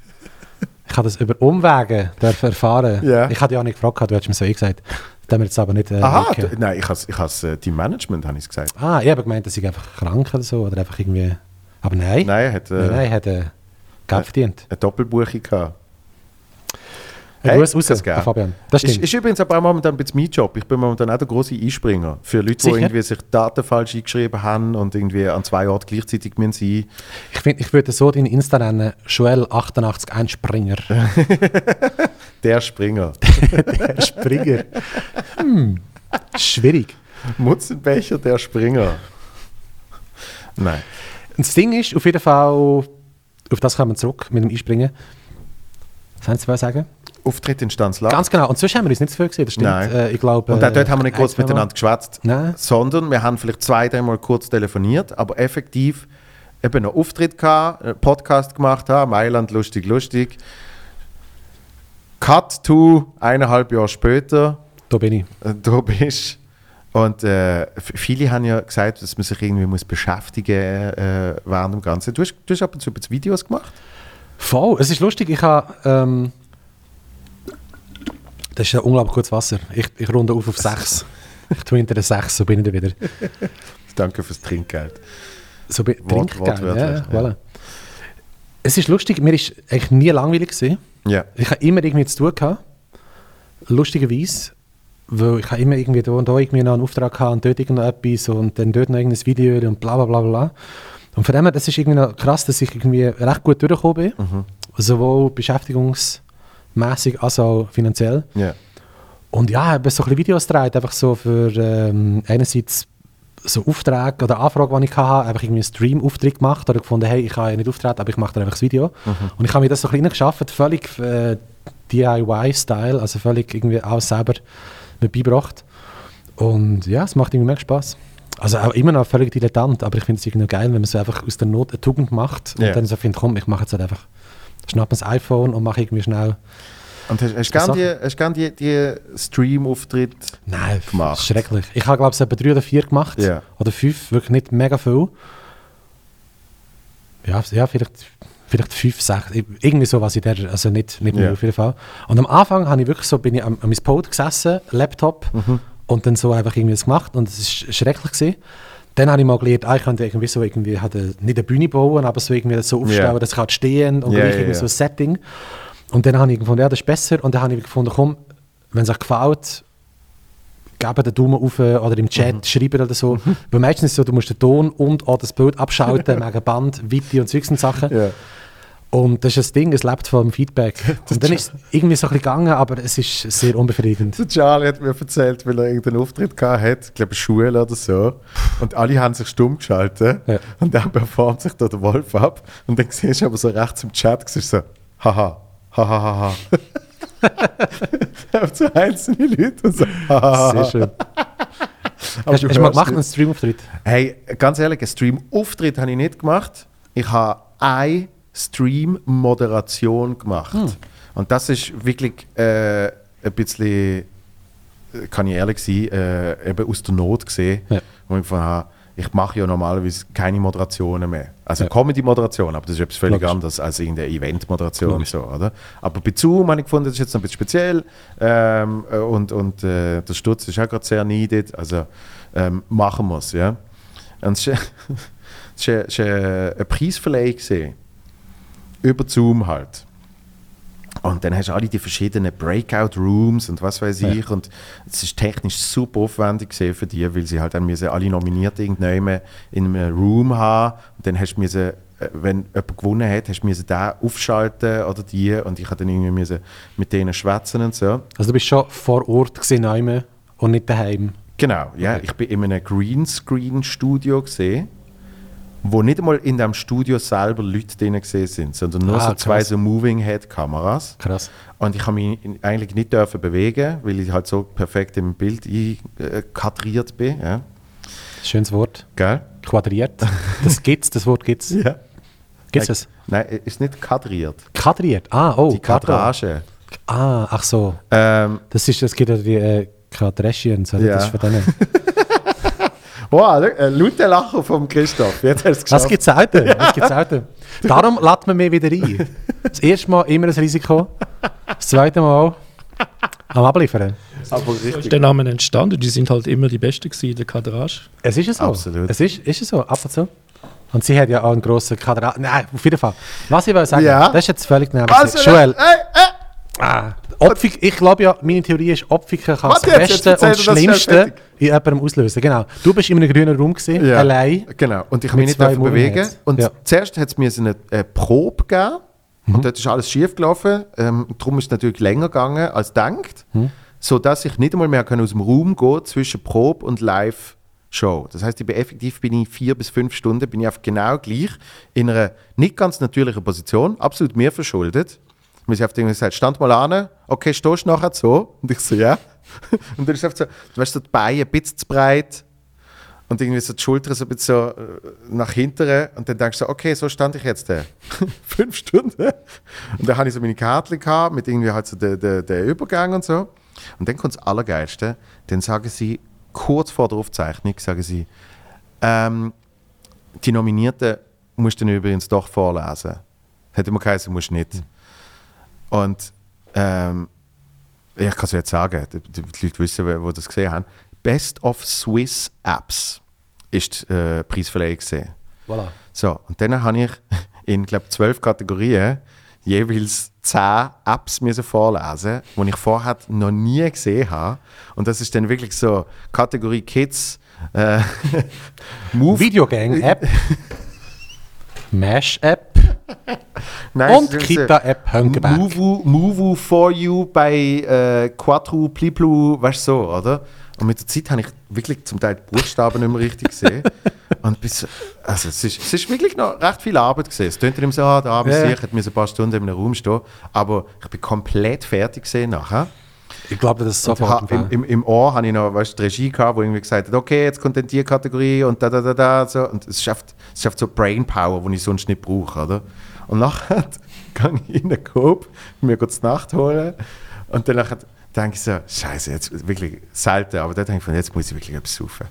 B: Ich habe das über Umwege dürfen erfahren.
A: Ja.
B: Ich hatte ja auch nicht gefragt, gehabt, du hättest mir so eh gesagt. Das haben wir jetzt aber nicht äh,
A: Aha,
B: weggegeben.
A: du- nein, ich has, ich has, äh, Team Management, habe ich gesagt.
B: Ah, ich habe gemeint, dass ich einfach krank oder so. Oder einfach irgendwie... Aber nein.
A: Nein, er hat äh,
B: Nein, nein, er hat äh, Geld verdient.
A: eine Doppelbuchung gehabt.
B: Ein
A: Hey,
B: Gruß raus
A: das geht.
B: an Fabian. Das
A: Ist,
B: stimmt.
A: ist übrigens aber auch momentan ein bisschen mein Job. Ich bin momentan auch der große Einspringer. Für Leute,
B: Sicher.
A: die irgendwie sich Daten falsch eingeschrieben haben und irgendwie an zwei Orten gleichzeitig müssen sein
B: ich, find, ich würde so deinen Insta nennen, Joel88 ein Springer.
A: Der Springer.
B: Der Springer. hm. Schwierig.
A: Mutzenbecher, der Springer. Nein.
B: Und das Ding ist, auf jeden Fall, auf das kommen wir zurück mit dem Einspringen. Was haben Sie wollen sagen?
A: Auftritt in Stanzlack.
B: Ganz genau. Und sonst haben wir uns nicht so viel gesehen, das stimmt.
A: Nein.
B: Äh, ich glaube,
A: und auch dort haben wir
B: äh,
A: nicht kurz
B: ein, zwei Mal.
A: miteinander geschwätzt,
B: Nein.
A: sondern wir haben vielleicht zwei, dreimal kurz telefoniert, aber effektiv eben einen Auftritt gehabt, einen Podcast gemacht haben, Mailand lustig, lustig. Cut to eineinhalb Jahre später,
B: Da bin ich.
A: äh, da bist und äh, f- viele haben ja gesagt, dass man sich irgendwie muss beschäftigen äh, während dem Ganzen. Du hast, du hast ab und zu ein bisschen Videos gemacht.
B: Voll. Es ist lustig, ich habe. Ähm, Das ist ja unglaublich gutes Wasser. Ich, ich runde auf auf 6. Ich tue hinter der 6, so bin ich dann wieder.
A: Danke fürs Trinkgeld.
B: So bin,
A: Wort-
B: Trinkgeld, ja, ja,
A: wortwörtlich, ja.
B: Voilà. Es ist lustig, mir ist eigentlich nie langweilig gewesen.
A: Ja.
B: Ich habe immer irgendwie zu tun gehabt. Lustigerweise. Weil ich habe immer irgendwie da und da irgendwie noch einen Auftrag gehabt und dort irgendetwas und dann dort noch irgendein Video und bla bla bla bla. Und von dem her, das ist irgendwie noch krass, dass ich irgendwie recht gut durchgekommen bin. Sowohl beschäftigungsmäßig als auch finanziell.
A: Ja.
B: Und ja, eben so ein bisschen Videos gedreht, einfach so für ähm, einerseits so Aufträge oder Anfragen, die ich hatte, einfach irgendwie einen Stream-Auftritt gemacht oder gefunden, hey, ich kann ja nicht auftreten, aber ich mache dann einfach das Video. Und ich habe mir das so ein bisschen geschafft, völlig äh, DIY-Style, also völlig irgendwie alles selber mir beigebracht. Und ja, es macht irgendwie mehr Spaß. Also auch immer noch völlig dilettant, aber ich finde es irgendwie geil, wenn man so einfach aus der Not eine Tugend macht und
A: Ja.
B: dann so findet, komm, ich mache jetzt halt einfach, schnapp mir das iPhone und mache irgendwie schnell,
A: Und hast, hast du
B: Das
A: gern die, hast gern die, die Stream-Auftritt?
B: Nein,
A: gemacht.
B: schrecklich. Ich habe, glaube ich, etwa drei oder vier gemacht.
A: Ja.
B: Oder fünf, wirklich nicht mega viel. Ja, ja vielleicht, vielleicht fünf, sechs, irgendwie sowas in der, also nicht, nicht mehr
A: Ja.
B: auf jeden Fall. Und am Anfang habe ich wirklich so, bin ich am, am Pult gesessen, Laptop,
A: Mhm.
B: und dann so einfach irgendwie das gemacht und es ist schrecklich gewesen. Dann habe ich mal gelernt, ah, ich könnte irgendwie so irgendwie, halt eine, nicht eine Bühne bauen, aber so irgendwie so aufstellen,
A: Ja.
B: dass ich halt stehen und
A: Ja,
B: gleich
A: ja,
B: irgendwie
A: ja.
B: so ein Setting. Und dann habe ich gefunden, ja, das ist besser. Und dann habe ich gefunden, komm, wenn es euch gefällt, gebt den Daumen auf äh, oder im
A: Mhm.
B: Chat schreiben oder so. Weil meistens ist es so, du musst den Ton und auch das Bild abschalten, wegen Band, Weite und Zeugs und Sachen.
A: Ja.
B: Und das ist das Ding, es lebt vom Feedback. Und dann ist es irgendwie so ein bisschen gegangen, aber es ist sehr unbefriedigend.
A: Der Charlie hat mir erzählt, weil er irgendeinen Auftritt gehabt hat, ich glaube Schule oder so. Und alle haben sich stumm geschaltet.
B: Ja.
A: Und dann performt sich da der Wolf ab. Und dann siehst du aber so rechts im Chat, siehst du so, haha, haha, haha. Auf so einzelne Leute und so, haha.
B: Sehr schön.
A: Aber
B: hast
A: Ah. du
B: hast du mal
A: hörst
B: gemacht,
A: nicht.
B: einen Stream-Auftritt?
A: Hey, ganz ehrlich, einen Stream-Auftritt habe ich nicht gemacht. Ich habe eine Stream-Moderation gemacht. Und das ist wirklich äh, ein bisschen, äh, kann ich ehrlich sein, äh, eben aus der Not gesehen.
B: Ja.
A: Wo ich gefunden habe, ich mache ja normalerweise keine Moderationen mehr. Also
B: Ja.
A: Comedy-Moderation, aber das ist etwas völlig
B: Logisch.
A: anderes als irgendeine Event-Moderation.
B: Logisch.
A: So, oder? Aber bei Zoom habe ich gefunden, das ist jetzt noch ein bisschen speziell. Ähm, äh, und und äh, der Stutz ist auch gerade sehr needed. Also ähm, machen wir es. Ja? Und es war es war- es war ein Preisverleih. Gewesen. Über Zoom halt. Und dann hast du alle die verschiedenen Breakout-Rooms und was weiß
B: Ja.
A: ich. Und es ist technisch super aufwendig gewesen für die, weil sie halt dann müssen alle nominiert irgendjemanden in einem Room haben. Und dann hast du müssen, äh, wenn jemand gewonnen hat, hast du müssen den aufschalten oder die. Und ich hatte dann irgendwie müssen mit denen schwätzen und so.
B: Also du bist schon vor Ort gesehen, einmal und nicht daheim.
A: Genau, ja.
B: Okay.
A: Ich bin in einem Greenscreen-Studio gesehen, wo nicht einmal in dem Studio selber Leute drin gesehen sind, sondern nur
B: Ah,
A: so zwei
B: krass.
A: so Moving-Head-Kameras.
B: Krass.
A: Und ich habe mich eigentlich nicht dürfen bewegen, weil ich halt so perfekt im Bild eingekadriert bin. Ja.
B: Schönes Wort.
A: Gell?
B: Quadriert. Das gibt's, das Wort gibt's.
A: Ja.
B: Gibt's das?
A: Nein, es ist nicht kadriert.
B: Kadriert. Ah, oh.
A: Die
B: Karton.
A: Kadrage.
B: Ah, ach so.
A: Ähm,
B: Das ist, es gibt ja die äh, Kadreschians, oder?
A: Ja.
B: Das ist von denen.
A: wow, äh, lauter Lachen vom Christoph. Jetzt hast du es
B: Das
A: geschafft.
B: gibt es selten. Das gibt's selten. Darum lädt man mich wieder ein. Das erste Mal immer ein Risiko. Das zweite Mal am Abliefern.
A: Aber
C: So ist
A: richtig.
C: der Name entstanden. Die sind halt immer die Besten gewesen, in der Kadrage.
B: Es ist ja so.
A: Absolut.
B: Es ist, ist ja so, ab und zu. Und sie hat ja auch einen grossen Quadrat. Nein, auf jeden Fall. Was ich will sagen,
A: Ja.
B: das ist jetzt völlig neben.
A: Also,
B: Joel,
A: Hey, hey.
B: ah, Opfig, ich glaube ja, meine Theorie ist, Opfiken kann
A: Warte
B: das
A: jetzt, jetzt
B: Beste und
A: erzähl dir das schnell
B: Schlimmste in jemandem auslösen. Genau. Du bist in einem grünen Raum, gewesen,
A: Ja,
B: allein.
A: Genau, und ich
B: Mit
A: mich nicht
B: zwei
A: dürfen
B: Moving
A: bewegen.
B: Heads.
A: Und
B: Ja. Mhm.
A: zuerst hat es mir so eine, eine Probe gegeben und dort ist alles schief gelaufen. Ähm, darum ist es natürlich länger gegangen als gedacht,
B: Mhm.
A: sodass ich nicht einmal mehr kann aus dem Raum gehen zwischen Probe und Live. Show. Das heißt, ich bin effektiv bin ich vier bis fünf Stunden bin ich auf genau gleich in einer nicht ganz natürlichen Position, absolut mir verschuldet. Mir ist auf den gesagt, stand mal an, okay, stehst du nachher so? Und ich so, ja. Und dann ist oft so, du weißt, so die Beine ein bisschen zu breit, und irgendwie so die Schulter so ein bisschen so äh, nach hinten. Und dann denkst du, so, okay, so stand ich jetzt. Äh. Fünf Stunden. Und dann habe ich so meine Karte gehabt mit irgendwie halt so der der der Übergang und so. Und dann kommt das Allergeilste. Dann sagen sie, kurz vor der Aufzeichnung, sagen sie, ähm, die Nominierten musst du dann übrigens doch vorlesen. Hätte immer geheißen, musst du nicht. Und ähm, ich kann es jetzt sagen, die, die die Leute wissen, wer- wo das gesehen haben. Best of Swiss Apps ist äh, die Preisverleihung gesehen.
B: Voilà.
A: So, und dann habe ich in, glaube zwölf Kategorien jeweils zehn Apps müssen vorlesen, die ich vorher noch nie gesehen habe. Und das ist dann wirklich so Kategorie Kids, äh, Move,
B: Videogang-App. Mesh-App.
A: Nein,
B: Und
A: es ist, äh,
B: Kita-App Hönkeberg.
A: Muvu, Muvu for you bei äh, Quattro Pliplu, weißt du so, oder? Und mit der Zeit habe ich wirklich zum Teil die Buchstaben nicht mehr richtig gesehen. Und bis, also es, ist, es ist wirklich noch recht viel Arbeit gesehen. Es tönt dann immer so, ah, der Abend
B: Ja.
A: yeah. ich hätte mir ein paar Stunden in einem Raum stehen. Aber ich bin komplett fertig gesehen nachher.
B: Ich glaube, das ist
A: Und ha,
B: sofort.
A: im, im, Im Ohr habe ich noch weißt, du, die Regie gehabt, wo irgendwie gesagt hat, okay, jetzt kommt dann die Kategorie und da, da, da, da. So. Und es schafft, es schafft so Brainpower, die ich sonst nicht brauche. Oder? Und nachher gehe ich in den Coop, mir kurz Nacht holen. Und dann nachher denke ich so, Scheiße, jetzt wirklich selten. Aber dann denke ich, von, jetzt muss ich wirklich etwas saufen.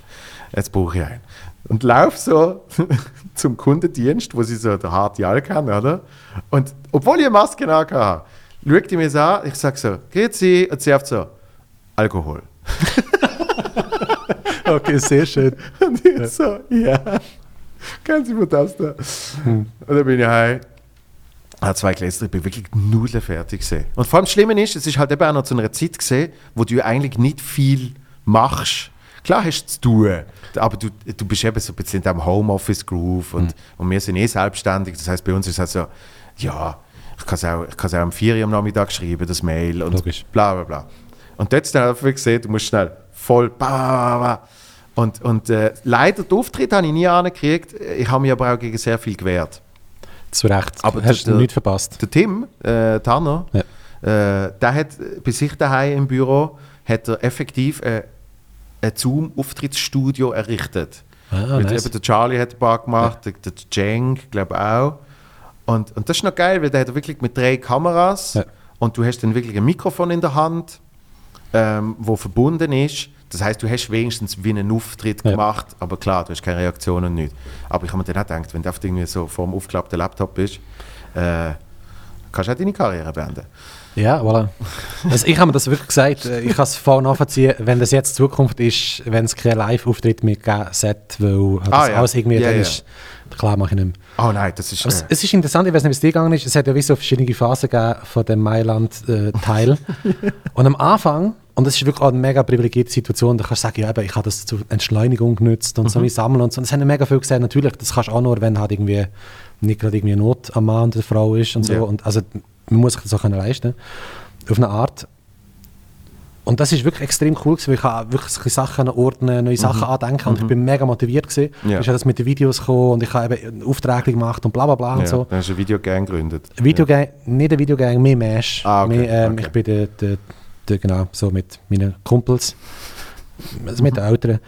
A: Jetzt brauche ich einen. Und laufe so zum Kundendienst, wo sie so den harten Alk haben, oder? Und obwohl ich eine Maske habe, schaut die mir so an, ich sage so, grüezi, und sie oft so, Alkohol.
B: Okay, sehr schön.
A: Und ich so, ja, können Sie mir das da? Und dann bin ich heim. Ah, zwei Gläser, ich bin wirklich nudelfertig fertig gewesen. Und vor allem das Schlimme ist, es ist halt eben auch noch zu einer Zeit gesehen, wo du eigentlich nicht viel machst. Klar hast du zu tun, aber du, du bist eben so ein bisschen in diesem Homeoffice-Groove und, und wir sind eh selbstständig. Das heißt, bei uns ist es halt so, ja, ich kann es auch, ich kann es auch um 4 Uhr am Nachmittag schreiben, das Mail und
B: Logisch.
A: bla bla bla. Und dort ist dann einfach gesehen, du musst schnell voll ba, ba, ba, ba. Und, und äh, leider den Auftritt habe ich nie angekriegt. Ich habe mich aber auch gegen sehr viel gewehrt.
B: Zu Recht.
A: Aber das-
B: hast du nichts verpasst.
A: Der Tim, äh, Tanner, äh, der hat äh, bei sich daheim im Büro hat er effektiv äh, ein Zoom-Auftrittsstudio errichtet.
B: Ah,
A: Mit
B: nice.
A: eben der Charlie hat ein paar gemacht, der, der Cenk, glaube ich auch. Und, und das ist noch geil, weil der hat wirklich mit drei Kameras
B: Ja.
A: und du hast dann wirklich ein Mikrofon in der Hand, ähm, wo verbunden ist. Das heißt, du hast wenigstens wie einen Auftritt
B: Ja.
A: gemacht, aber klar, du hast keine Reaktion und nichts. Aber ich habe mir dann auch gedacht, wenn du einfach irgendwie so vor dem aufgeklappten Laptop bist, äh, kannst du auch deine Karriere beenden.
B: Ja, voilà. Also ich habe mir das wirklich gesagt. äh, Ich kann es voll nachvollziehen, wenn das jetzt Zukunft ist, wenn es keinen Live-Auftritt mehr geben sollte, weil das
A: Ah, ja.
B: alles irgendwie
A: Ja,
B: dann
A: ja.
B: ist. Klar mache ich nicht mehr.
A: Oh nein, das ist.
B: Aber es,
A: äh,
B: es ist interessant, ich weiß nicht, wie es dir gegangen ist. Es hat ja wie so verschiedene Phasen gegeben von dem Mailand-Teil. und am Anfang, und das ist wirklich auch eine mega privilegierte Situation, da kannst du sagen, ja, eben, ich habe das zur Entschleunigung genutzt und
A: Mhm.
B: so wie sammeln und so. Und das haben ja mega viel gesagt, natürlich, das kannst du auch nur, wenn halt irgendwie nicht gerade irgendwie Not am Mann oder Frau ist und so.
A: Ja.
B: Und also man muss sich das auch können leisten. Auf eine Art. Und das ist wirklich extrem cool, gewesen, weil ich habe wirklich solche Sachen ordnen, neue Sachen andenken und ich bin mega motiviert gewesen.
A: Mhm. Ja.
B: Ist ja das mit den Videos gekommen und ich habe eben Aufträge gemacht und bla bla bla
A: ja,
B: und halt so.
A: Dann hast du ein Videogang gegründet.
B: Videogang, nicht ein Videogang, mehr Mesh.
A: Ah, okay,
B: mehr, ähm,
A: okay.
B: Ich bin der, der, der, genau so mit meinen Kumpels, also mit den Eltern.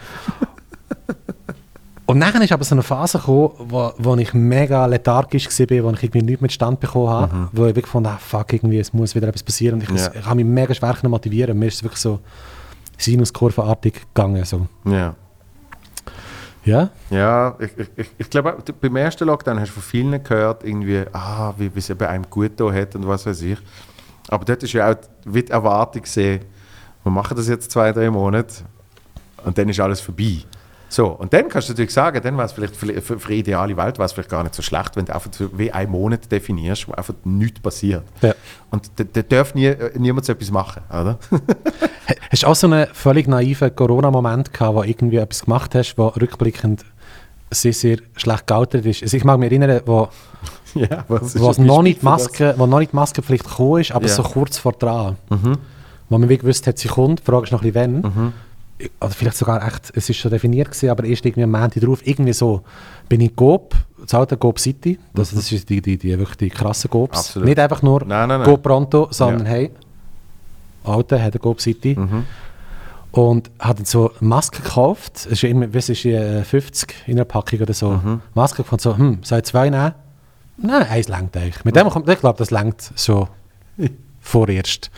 B: Und nachher ist aber so eine Phase gekommen, wo, wo ich mega lethargisch war, wo ich irgendwie nichts mit Stand bekommen habe, wo ich wirklich fand, ah, fuck, irgendwie, es muss wieder etwas passieren. Und ich,
A: Ja.
B: ich habe mich mega schwer können motivieren. Mir ist es wirklich so sinuskurvenartig gegangen. So.
A: Ja.
B: Ja?
A: Ja, ich, ich, ich, ich glaube, auch, du- beim ersten Lockdown hast du von vielen gehört, irgendwie, ah, wie wie es bei einem gut da hat und was weiß ich. Aber dort ist ja auch wie die Erwartung gesehen, wir machen das jetzt zwei, drei Monate und dann ist alles vorbei. So, und dann kannst du natürlich sagen, dann war es vielleicht für, für für eine ideale Welt war es vielleicht gar nicht so schlecht, wenn du einfach so wie einen Monat definierst, wo einfach nichts passiert.
B: Ja.
A: Und da da darf nie, äh, niemand so etwas machen, oder?
B: Hast du auch so einen völlig naiven Corona-Moment gehabt, wo irgendwie etwas gemacht hast, wo rückblickend sehr, sehr schlecht gealtert ist? Also ich mag mich erinnern, wo,
A: ja, was
B: wo, es
A: ein Beispiel
B: noch nicht
A: für das?
B: Maske, wo noch nicht die Maskenpflicht gekommen ist, aber
A: Ja. Mhm.
B: so kurz vor dran. Wo man wie gewusst hat, sie kommt, die Frage ist noch ein bisschen wann. Oder vielleicht sogar echt, es ist schon definiert gewesen, aber erst irgendwie am Montag drauf, irgendwie so, bin ich in Coop, das alte Coop City, das, das ist die, die, die, wirklich die krassen Coops.
A: Mhm. Absolut.
B: Nicht einfach nur
A: Nein, nein, nein.
B: Coop Pronto, sondern
A: Ja.
B: hey, alte hat eine Coop City. Und hat dann so Masken gekauft. Es ist ja immer, was ist äh, 50 in einer Packung oder so. Masken gekauft, so, hm, soll ich zwei nehmen? Nein, eins langt eigentlich. Mit dem kommt, ich glaube, das langt so vorerst.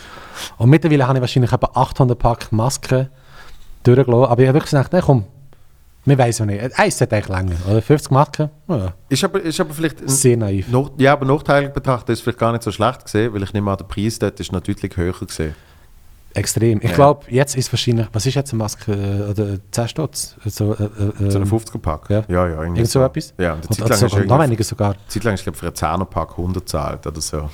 B: Und mittlerweile habe ich wahrscheinlich etwa 800 Pack Masken durchgelassen. Aber ich habe wirklich gedacht, nein, komm, wir wissen ja nicht. Eins sollte eigentlich länger. Oder 50 Masken? Ja,
A: Ist aber, ist aber vielleicht ein-
B: sehr naiv.
A: Nach, ja, aber nachteilig betrachtet ist es vielleicht gar nicht so schlecht gesehen, weil ich nehme an, der Preis dort ist noch deutlich höher gesehen.
B: Extrem. Ich
A: Ja.
B: glaube, jetzt ist wahrscheinlich, was ist jetzt eine Maske? Äh, Oder 10 Stutz? So, äh, äh,
A: So einen
B: ähm,
A: 50er-Pack.
B: ja.
A: ja, ja irgendwie
B: Irgend so etwas?
A: Ja, und eine
B: und
A: Zeit lang
B: also,
A: hast du
B: noch
A: irgendwie-
B: weniger sogar.
A: eine Zeit lang ist, glaube für einen 10er-Pack 100 zahlt oder so. Also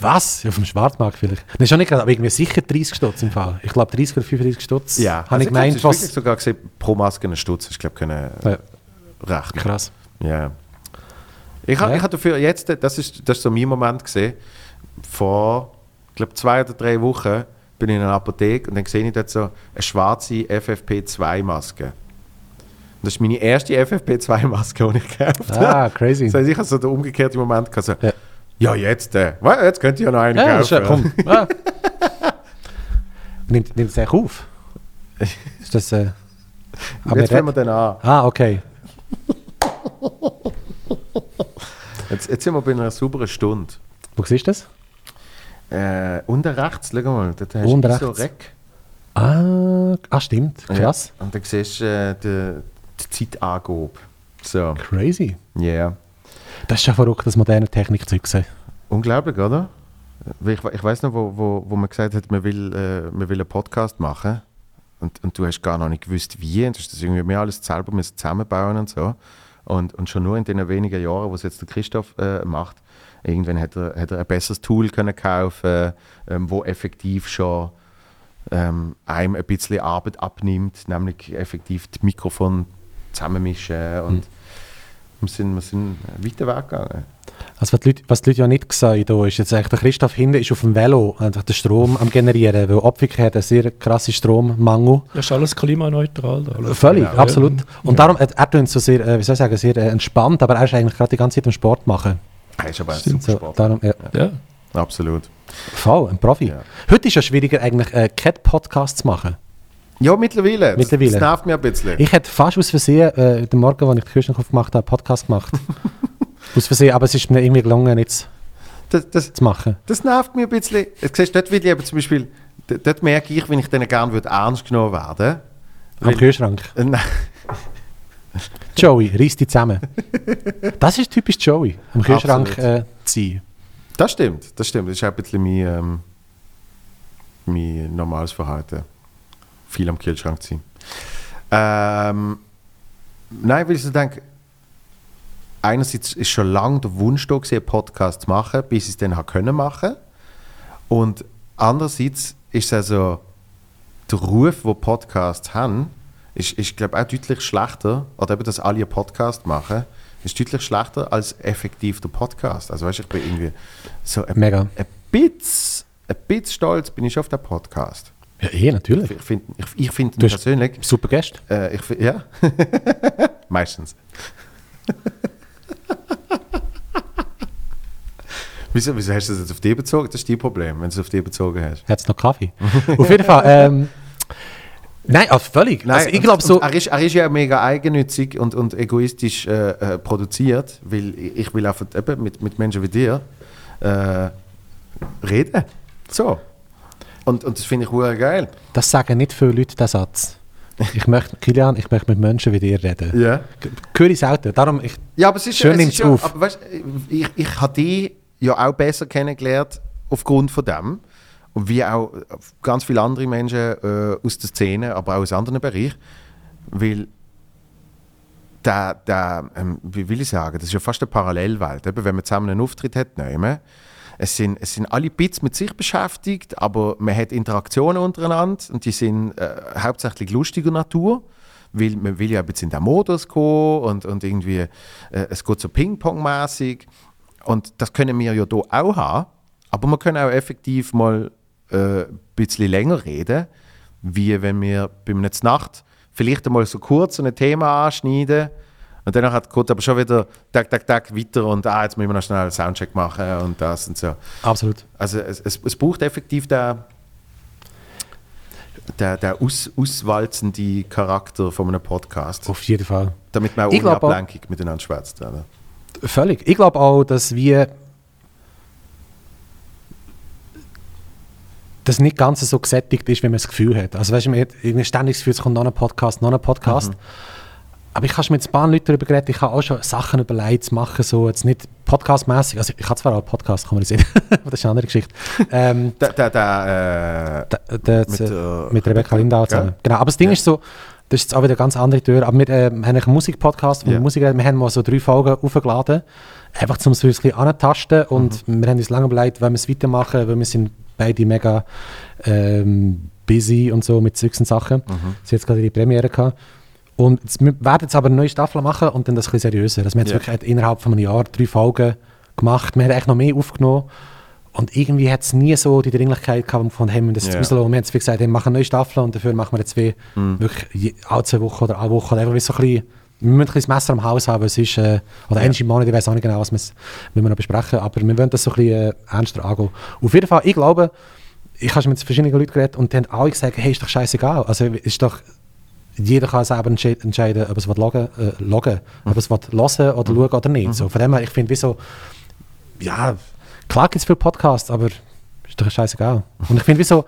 B: Was? Ja, Auf dem Schwarzmarkt vielleicht. Nein, schon nicht gerade, aber irgendwie sicher 30 Stutz im Fall. Ich glaube 30 oder 35 Stutz. Habe
A: Also
B: ich
A: glaub, es
B: gemeint,
A: ist
B: was...
A: wirklich sogar gesehen, pro Maske einen Stutz hast du, glaube ich,
B: Ja,
A: rechnen
B: krass.
A: Ja. Ich habe
B: Ja.
A: ich hab dafür jetzt, das ist, das ist so mein Moment gesehen, vor, ich glaube, zwei oder drei Wochen bin ich in einer Apotheke und dann sehe ich dort so eine schwarze FFP2-Maske. Das ist meine erste FFP2-Maske, die ich gekauft habe.
B: Ah, crazy.
A: Das heißt, ich habe so den umgekehrten Moment gehabt, so, ja.
B: Ja.
A: jetzt, äh, wa, jetzt könnt ihr ja noch einen
B: Ja, das ist
A: kaufen.
B: ja, komm. Ah. nimmt, nimmt es echt auf? Ist das... Äh, aber
A: jetzt
B: red-
A: fangen wir den an.
B: ah, okay.
A: Jetzt, jetzt sind wir bei einer sauberen Stunde.
B: Wo siehst du das?
A: Äh, unten rechts, schau mal, dort hast
B: Unten
A: du so
B: rechts.
A: Reck.
B: Ah, ah stimmt. Krass.
A: Ja. Und dann siehst du äh, die, die Zeitangabe. So,
B: Crazy.
A: ja. Yeah.
B: Das ist schon verrückt, das moderne Technikzeug zu sehen.
A: Unglaublich, oder? Weil Ich, we- ich weiß noch, wo, wo, wo man gesagt hat, man will, äh, man will einen Podcast machen. Und, und du hast gar noch nicht gewusst, wie. Und du hast das irgendwie mir alles selber müssen zusammenbauen und so. Und, und schon nur in den wenigen Jahren, wo es jetzt der Christoph äh, macht, irgendwann hat er, hat er ein besseres Tool können kaufen, ähm, wo effektiv schon ähm, einem ein bisschen Arbeit abnimmt, nämlich effektiv das Mikrofon zusammenmischen. Und wir, sind, wir sind weiter weggegangen.
B: Also was die Leute, was die Leute ja nicht gesagt haben, ist jetzt eigentlich, der Christoph hinten ist auf dem Velo einfach den Strom am generieren, weil Abwicklung hat einen sehr krassen Strommangel.
C: Das ist alles klimaneutral. Da.
B: Völlig,
A: Genau.
B: absolut. Und darum, er, er tönt so sehr, äh, wie soll ich sagen, sehr äh, entspannt, aber er ist eigentlich gerade die ganze Zeit am Sport machen.
A: Er ist aber ein
C: Stimmt.
A: super
B: So,
A: Sportler.
B: darum, ja.
C: Ja.
A: Absolut.
B: Voll, ein Profi.
A: Ja.
B: Heute ist ja schwieriger, eigentlich äh, keinen Podcast zu machen.
A: Ja, mittlerweile.
B: Mittlerweile.
A: Das nervt mich ein bisschen.
B: Ich hätte fast aus Versehen, äh, den Morgen, als ich den Kühlschrank aufgemacht habe, einen Podcast gemacht. aus Versehen, aber es ist mir irgendwie gelungen, nichts
A: das, das,
B: zu machen.
A: das nervt mich ein bisschen. Du siehst, dort will ich eben zum Beispiel, d- dort merke ich, wenn ich denen gerne würde, ernst genommen werden
B: Am
A: Weil-
B: Kühlschrank.
A: Äh, Nein,
B: Joey, reiss dich zusammen. Das ist typisch Joey, am Kühlschrank
A: Absolut.
B: äh, zu sein.
A: das stimmt. Das stimmt. Das ist auch ein bisschen mein, ähm, mein normales Verhalten. Viel am Kühlschrank ziehen. Ähm, nein, weil ich so denke, einerseits ist schon lange der Wunsch da, gewesen, einen Podcast zu machen, bis ich es dann habe können machen. Und andererseits ist es also der Ruf, den Podcasts haben, ist, ist glaube auch deutlich schlechter, oder eben, dass alle einen Podcast machen, ist deutlich schlechter als effektiv der Podcast. Also weißt du, ich bin irgendwie so ein,
B: Mega.
A: ein bisschen, ein bisschen stolz bin ich auf den Podcast.
B: Ja, eh, natürlich.
A: Ich finde ich, ich find ihn
B: Du hast-
A: persönlich,
B: Super Gäste.
A: äh, ich, fi- ja, meistens. wieso, wieso hast du das jetzt auf dich bezogen? Das ist dein Problem, wenn du es auf dich bezogen hast.
B: Hat noch Kaffee? Auf jeden Fall. Ähm, nein, ah, völlig. also ich
A: und-
B: glaube so,
A: und Er ist, er ist ja mega eigennützig und, und egoistisch äh, äh, produziert, weil ich ich will einfach eben mit, mit Menschen wie dir äh, reden. So. Und, und das finde ich hure geil.
B: das sagen nicht viele Leute, diesen Satz. Ich möchte, Kilian, ich möchte mit Menschen wie dir reden.
A: Ja.
B: Höre ich selten. Darum, ich,
A: Ja, aber es ist,
B: Schön
A: es
B: nimmt's
A: ist ja,
B: auf.
A: Aber weißt, ich, ich habe die ja auch besser kennengelernt aufgrund von dem. Und wie auch ganz viele andere Menschen äh, aus der Szene, aber auch aus anderen Bereichen. Weil da, da ähm, wie will ich sagen, das ist ja fast eine Parallelwelt. Eben, wenn man zusammen einen Auftritt hat, nehmen. Es sind, es sind alle Bits mit sich beschäftigt, aber man hat Interaktionen untereinander und die sind äh, hauptsächlich lustiger Natur, weil man will ja ein bisschen in den Modus gehen und, und irgendwie, äh, es geht so Ping-Pong-mäßig und das können wir ja hier auch haben, aber wir können auch effektiv mal äh, ein bisschen länger reden, wie wenn wir bei einer Nacht vielleicht einmal so kurz ein Thema anschneiden und danach hat geht aber schon wieder tak, tak, tak weiter und ah, jetzt müssen wir noch schnell einen Soundcheck machen und das und so.
B: absolut.
A: Also es, es, es braucht effektiv der, der, der aus, auswalzende Charakter von einem Podcast,
B: Auf jeden Fall.
A: damit man auch
B: Ich
A: ohne
B: glaub auch-
A: Ablenkung miteinander schwätzt. oder?
B: Völlig. Ich glaube auch, dass wir das nicht ganz so
A: Mhm.
B: gesättigt ist, wie man das Gefühl hat. Also weißt du, man hat irgendwie ständig das Gefühl, es kommt noch ein Podcast, noch ein Podcast. Aber ich habe schon mit ein paar Leuten darüber geredet, ich habe auch schon Sachen überlegt zu machen, so jetzt nicht podcastmäßig. Also ich habe zwar auch einen Podcast, kann man das sehen, aber das ist eine andere Geschichte. Ähm,
A: Da, da, da, äh,
B: da, da,
A: Mit,
B: mit,
A: äh,
B: mit Rebecca Lindau zusammen.
A: gell?
B: Genau, aber das Ding
A: Ja.
B: ist so, das ist jetzt auch wieder eine ganz andere Tür, aber wir äh, haben einen Musikpodcast, wo
A: Ja.
B: wir Musik reden. wir haben mal so drei Folgen aufgeladen, einfach um es ein bisschen anzutasten und
A: Mhm.
B: wir haben uns lange überlegt, wollen wir es weitermachen, weil wir sind beide mega ähm, busy und so mit Zeugs und Sachen.
A: Mhm.
B: Sie hat jetzt gerade ihre Premiere gehabt. Und jetzt, wir werden jetzt aber eine neue Staffel machen und dann das ein bisschen seriöser. Also wir haben
A: Ja.
B: jetzt wirklich innerhalb von einem Jahr drei Folgen gemacht, wir haben eigentlich noch mehr aufgenommen. Und irgendwie hat es nie so die Dringlichkeit gehabt, wo wir gefunden haben, wir das
A: Ja. Mhm.
B: yeah. rauslassen. oh, Wir haben jetzt wie gesagt, wir machen eine neue Staffel und dafür machen wir jetzt wie wirklich je, alle zwei Wochen oder alle Woche. Oder einfach wie so ein bisschen, wir müssen ein bisschen das Messer am Haus haben, es ist, äh, oder
A: Ja.
B: ja. im Monat, ich weiß auch nicht genau, was wir, es- müssen wir noch besprechen, aber wir wollen das so ein bisschen äh, ernster angehen. Auf jeden Fall, ich glaube, ich habe schon mit verschiedenen Leuten geredet und die haben alle gesagt, hey, ist doch scheißegal. Also ist doch, jeder kann selber entsche entscheiden, ob es was loggen, äh, loggen, ob es was hören oder schauen oder nicht. So, von dem her, ich finde, wie so, ja, klar gibt es viele Podcasts, aber ist doch scheißegal. Und ich finde, wieso,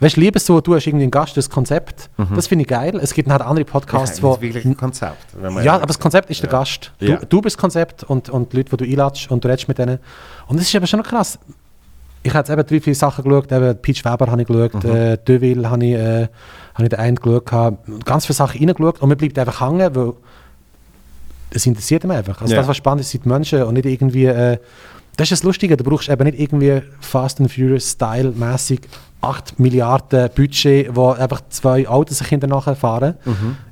B: weißt du, lieber so, du hast irgendwie einen Gast, das Konzept, das finde ich geil. Es gibt dann halt andere Podcasts,
A: das
B: wo.
A: ist wirklich ein Konzept. wenn man
B: Ja,
A: ehrlich-
B: aber das Konzept ist der Gast. Du,
A: Ja.
B: du bist das Konzept und, und die Leute, die du einladest und du redest mit denen. Und das ist eben schon noch krass. Ich habe jetzt eben drei, vier Sachen geschaut. Eben Peach Weber habe ich geschaut,
A: Mhm.
B: äh, Deville habe ich, äh, habe ich den einen geschaut. gehabt. Und Ganz viele Sachen reingeschaut und man bleibt einfach hängen, weil es interessiert mich einfach. Also
A: Ja.
B: das, was spannend ist, sind die Menschen und nicht irgendwie... Äh, das ist das Lustige, du brauchst eben nicht irgendwie Fast and Furious-Style-mäßig 8 Milliarden Budget, wo einfach zwei Autos sich hinterher fahren.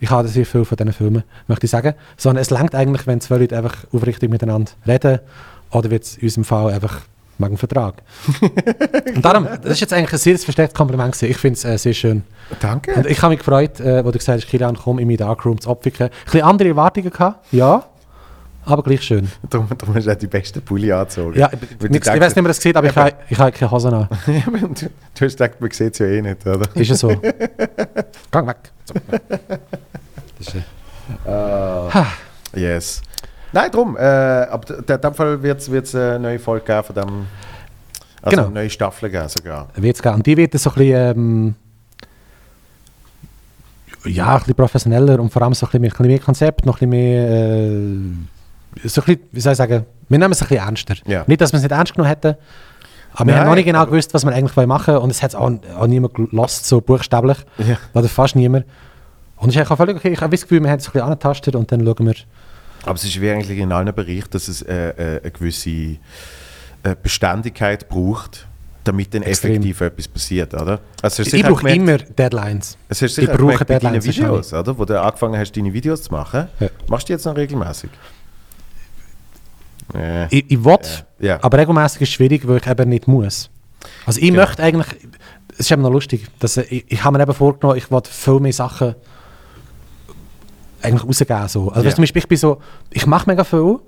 B: Ich habe sehr viel von diesen Filmen, möchte ich sagen. Sondern es langt eigentlich, wenn zwei Leute einfach aufrichtig miteinander reden oder wie jetzt in unserem Fall einfach wegen dem Vertrag. Und darum, das ist jetzt eigentlich ein sehr verstecktes Kompliment gewesen. Ich finde es äh, sehr schön.
A: Danke.
B: Und ich habe mich gefreut, äh, wo du gesagt hast, Kilian, komm in meinen Darkroom zu abwickeln. Ein bisschen andere Erwartungen gehabt, ja, aber gleich schön.
A: Darum, darum hast du auch die besten Pulli angezogen.
B: Ja,
A: Weil
B: ich,
A: du
B: nix, ich
A: denkst-
B: weiß nicht, wie man das sieht, aber ich habe, ich habe keine Hose an.
A: du, du hast gedacht, man sieht es ja eh nicht, oder?
B: Ist ja so. Gang weg. So. Das ist, äh,
A: Yes. Nein, drum. Äh, aber in dem Fall wird es eine neue Folge geben von dem. Also
B: Genau.
A: eine neue Staffel geben sogar.
B: wird's gehen. Und die wird so ein bisschen, ähm, ja, ein bisschen professioneller und vor allem so ein bisschen, mehr- ein bisschen mehr Konzept, noch ein bisschen mehr, äh, so ein bisschen, wie soll ich sagen, wir nehmen es ein bisschen ernster.
A: Ja.
B: Nicht, dass wir es nicht ernst genommen hätten, aber wir
A: Nein,
B: haben noch nicht genau
A: aber-
B: gewusst, was wir eigentlich machen wollen und es hat auch, auch niemand gelost, so buchstäblich,
A: Ja.
B: oder fast niemand. Und es ist eigentlich auch völlig okay, ich habe das Gefühl, wir haben es ein bisschen angetastet und dann schauen wir,
A: Aber es ist wie eigentlich in allen Bereichen, dass es äh, äh, eine gewisse äh, Beständigkeit braucht, damit dann
B: Extrem.
A: effektiv etwas passiert, oder? Also hast du
B: ich
A: sicher
B: brauche
A: gemerkt-
B: immer Deadlines.
A: Es hast du
B: Ich
A: sicher
B: brauche
A: gemerkt bei deinen
B: Deadlines, das
A: Videos, oder? Wo du angefangen hast, deine Videos zu machen.
B: Ja.
A: Machst du die jetzt noch regelmäßig? Äh.
B: Ich, ich will,
A: Ja. Ja.
B: aber regelmäßig ist es schwierig, weil ich eben nicht muss. Also ich
A: Genau.
B: möchte eigentlich, es ist eben noch lustig, dass äh, ich, ich habe mir eben vorgenommen, ich will viel mehr Sachen eigentlich rausgeben. So. Also
A: Ja.
B: weißt, du, zum Beispiel, ich bin so, ich mache mega viel,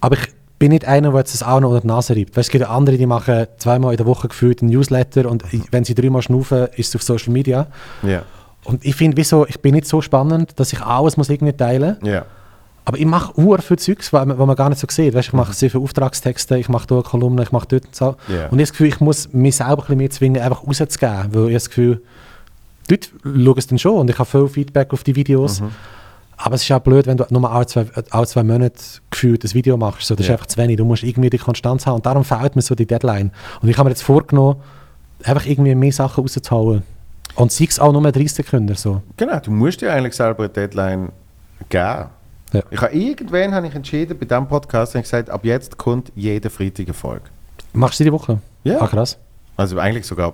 B: aber ich bin nicht einer, der jetzt das auch noch unter die Nase reibt. Weißt, du, es gibt ja andere, die machen zweimal in der Woche gefühlt einen Newsletter und
A: Mhm.
B: wenn sie dreimal schnaufen, ist es auf Social Media.
A: ja,
B: Und ich finde, wieso, ich bin nicht so spannend, dass ich alles muss irgendwie teilen
A: ja,
B: aber ich mache ur viel Zeugs, was man, was man gar nicht so sieht. Weißt, ich mache sehr viele Auftragstexte, ich mache dort Kolumnen, ich mache dort und so.
A: Ja.
B: Und ich habe das Gefühl, ich muss mich selber ein bisschen mehr zwingen, einfach rauszugeben. Weil ich habe das Gefühl, die Leute schauen es dann schon und ich habe viel Feedback auf die Videos. Aber es ist auch blöd, wenn du nur alle zwei, alle zwei Monate gefühlt ein Video machst. So, das
A: Ja.
B: ist einfach zu wenig. Du musst irgendwie die Konstanz haben. Und darum fehlt mir so die Deadline. Und ich habe mir jetzt vorgenommen, einfach irgendwie mehr Sachen rauszuhauen. Und sei es auch nur 30 Sekunden. So.
A: Genau, du musst dir eigentlich selber eine Deadline geben.
B: Ja.
A: Ich habe irgendwann habe ich entschieden, bei diesem Podcast habe ich gesagt, ab jetzt kommt jede Freitag eine Folge.
B: Machst du die Woche?
A: Ja.
B: Ah, krass.
A: Also eigentlich sogar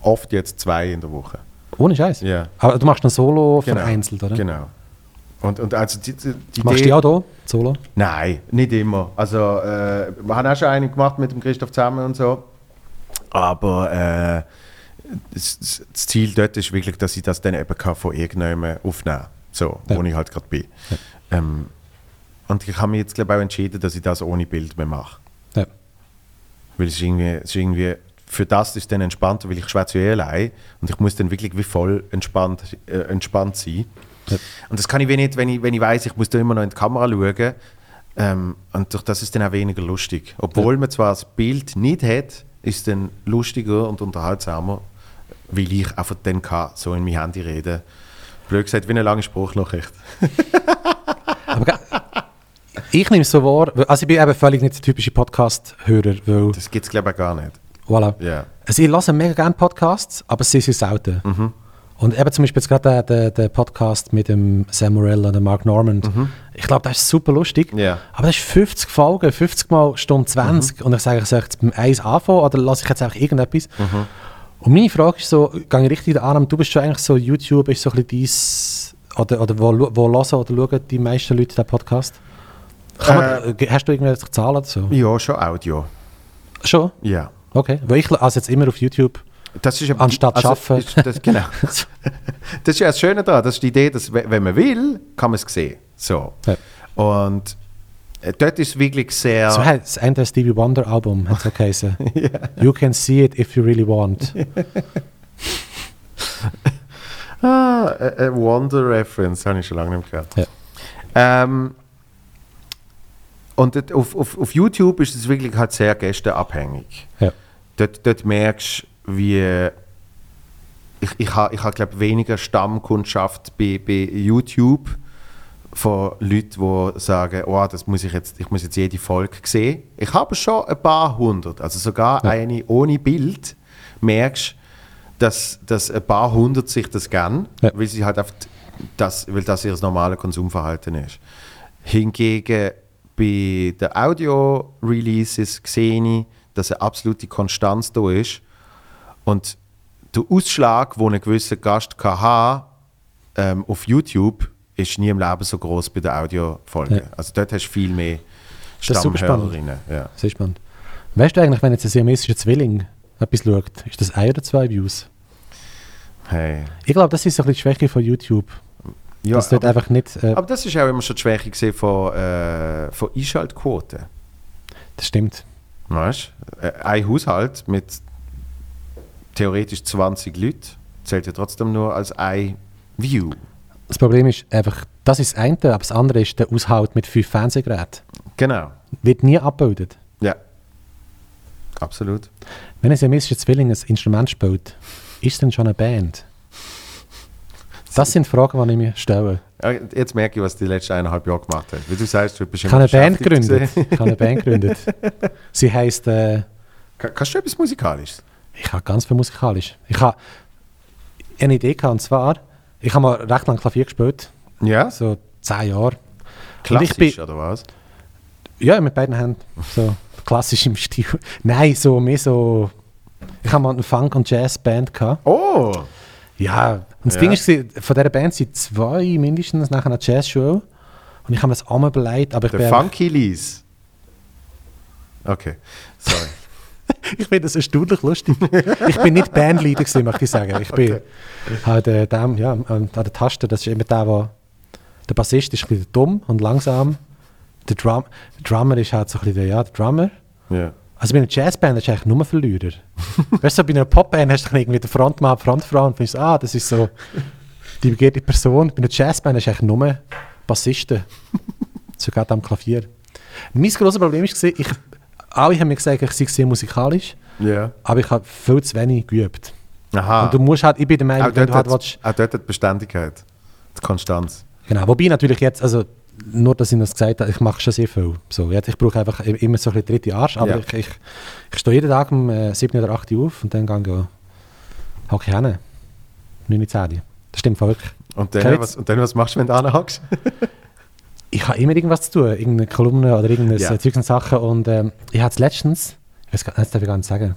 A: oft jetzt zwei in der Woche.
B: Ohne Scheiß.
A: Ja,
B: Aber du machst ein Solo
A: genau.
B: vereinzelt, oder?
A: Genau. Und, und also die, die die
B: Machst du
A: Idee-
B: die auch hier, Solo?
A: Nein, nicht immer. Also, äh, wir haben auch schon einen gemacht mit dem Christoph zusammen und so. Aber äh, das, das- das Ziel dort ist wirklich, dass ich das dann eben kann von irgendjemandem aufnehmen kann. So,
B: Ja.
A: wo ich halt gerade bin. Ähm, und ich habe mich jetzt, glaube ich, auch entschieden, dass ich das ohne Bild mehr mache.
B: Ja.
A: Weil es ist irgendwie, es ist irgendwie für das ist dann entspannter, weil ich schwätze ja eh allein und ich muss dann wirklich wie voll entspannt, äh, entspannt sein.
B: Ja.
A: Und das kann ich wie nicht, wenn ich, wenn ich weiß, ich muss da immer noch in die Kamera schauen. Ähm, und durch das ist dann auch weniger lustig. Obwohl man zwar das Bild nicht hat, ist es dann lustiger und unterhaltsamer, weil ich einfach dann kann, so in mein Handy reden Blöd gesagt, wie eine lange Spruchnachricht.
B: Aber ge- ich nehme es so wahr, weil- also ich bin eben völlig nicht der typische Podcast-Hörer, weil,
A: Das gibt es, glaube ich, auch gar nicht.
B: voilà.
A: Ja.
B: Also ich höre mega gerne Podcasts, aber sie sind selten. Und eben zum Beispiel jetzt gerade der, der, der Podcast mit dem Sam Morell und dem Mark Normand. Ich glaube, das ist super lustig.
A: Ja.
B: Aber das ist 50 Folgen, 50 mal Stunde 20. Und ich sage, soll ich jetzt beim 1 anfangen oder lasse ich jetzt einfach irgendetwas? Und meine Frage ist so, gehe ich richtig in den Annahme, du bist schon eigentlich so, YouTube ist so ein bisschen dein, oder, oder wo, lu- wo hören oder schauen die meisten Leute den Podcast? Kann man, hast du irgendwelche Zahlen dazu?
A: Ja, schon Audio.
B: Schon?
A: Ja.
B: Okay. Weil ich also jetzt immer auf YouTube...
A: Das ist ja-
B: Anstatt schaffen.
A: ist Das, genau. Das ist ja das Schöne daran. Das ist die Idee, dass we- wenn man will, kann man es sehen. So.
B: Ja.
A: Und äh, dort ist wirklich sehr...
B: So hat das Ende Stevie Wonder Album hat so geheißen. You can see it if you really want.
A: Ah, eine Wonder-Reference, habe ich schon lange nicht mehr gehört.
B: Ja.
A: Ähm, und dort auf, auf, auf YouTube ist es wirklich halt sehr gästeabhängig.
B: Ja.
A: Dort, dort merkst du, wie... Ich, ich habe, ich ha, glaube weniger Stammkundschaft bei, bei YouTube von Leuten, die sagen, oh, das muss ich, jetzt, ich muss jetzt jede Folge sehen. Ich habe schon ein paar hundert, also sogar eine ohne Bild, merkst dass, dass ein paar hundert sich das gern,
B: Ja.
A: weil sie halt auf das, weil das ihr normales Konsumverhalten ist. Hingegen bei den Audio-Releases sehe ich, dass eine absolute Konstanz da ist und der Ausschlag, den ein gewisser Gast kann haben ähm, auf YouTube, ist nie im Leben so groß bei der Audiofolge.
B: Ja.
A: Also dort hast du viel mehr
B: Das ist super spannend.
A: Stammhörerinnen. Ja.
B: Sehr spannend. Weißt du eigentlich, wenn jetzt ein siamesischer Zwilling etwas schaut, ist das ein oder zwei Views?
A: Hey.
B: Ich glaube, das ist so ein bisschen die Schwäche von YouTube.
A: Ja,
B: dass dort
A: aber,
B: einfach nicht. Äh,
A: aber das ist auch immer schon die Schwäche gewesen von, äh, von Einschaltquoten.
B: das stimmt.
A: Weißt du? Äh, Ein Haushalt mit theoretisch 20 Leuten zählt ja trotzdem nur als ein View.
B: Das Problem ist einfach, das ist das eine, aber das andere ist der Aushalt mit fünf Fernsehgeräten.
A: Genau.
B: Wird nie abgebildet.
A: Ja. Absolut.
B: Wenn ein siamesischer Zwilling ein Instrument spielt, ist es denn schon eine Band? Das sind Fragen, die ich mir stelle.
A: Ja, Jetzt merke ich, was die letzten eineinhalb Jahre gemacht hat. Wie du sagst, du bist
B: Ich habe eine Band
A: beschäftigt
B: gegründet.
A: gewesen.
B: Ich habe eine Band gegründet. Sie heisst, äh,
A: Ka- Kannst du etwas Musikalisches?
B: ich habe ganz viel musikalisch. Ich habe eine Idee gehabt, und zwar, ich habe mal recht lange Klavier gespielt,
A: Ja,
B: so zehn Jahre.
A: klassisch
B: Und ich bin-
A: oder was?
B: Ja, mit beiden Händen, so klassisch im Stil. Nein, so mehr so, ich habe mal eine Funk- und Jazz-Band gehabt.
A: Oh!
B: Ja, und das
A: Ja.
B: Ding ist, von dieser Band sind zwei mindestens nachher eine Jazzschule. Und ich habe mir das einmal beleidigt, aber ich
A: Der
B: bin einfach-
A: Funky Lees. Okay, sorry.
B: Ich finde das erstaunlich lustig. Ich bin nicht Bandleader, gewesen, möchte ich sagen. Ich bin halt äh, dem, ja, an an der Taste, das ist immer der, der, der Bassist ist ein bisschen dumm und langsam. Der, Drum, der Drummer ist halt so ein bisschen der, ja, der Drummer.
A: Ja.
B: Also bei einer Jazzband hast du eigentlich nur Verlierer. weißt du, bei einer Popband hast du dann irgendwie den Frontmann, die Frontfrau und findest, ah, das ist so die begehrte Person. Bei einer Jazzband hast du eigentlich nur Bassisten. Sogar am Klavier. Mein grosses Problem war, ich, alle haben mir gesagt, ich sei sehr musikalisch.
A: ja.
B: Aber ich habe viel zu wenig geübt.
A: Aha.
B: Und du musst halt, ich bin der
A: Ah. auch,
B: Meinung, wenn
A: dort
B: du halt
A: hat,
B: willst,
A: auch dort hat Beständigkeit. Die Konstanz.
B: genau, wobei natürlich jetzt, also nur, dass ich das gesagt habe, ich mache schon sehr viel. So, jetzt, ich brauche einfach i- immer so ein bisschen dritte Arsch, aber
A: Ja.
B: ich, ich, ich stehe jeden Tag um äh, 7 oder 8 Uhr auf und dann gehe ich, hocke ich hin. 9, 10. Das stimmt wirklich.
A: Und
B: Kein
A: dann,
B: Witz.
A: was, und dann was machst du, wenn du anhackst?
B: Ich habe immer irgendwas zu tun, irgendeine Kolumne oder irgendeine
A: Ja.
B: ja. Zeugs und Sachen und ähm, ich hatte es letztens, ich weiß gar das darf ich gar nicht sagen,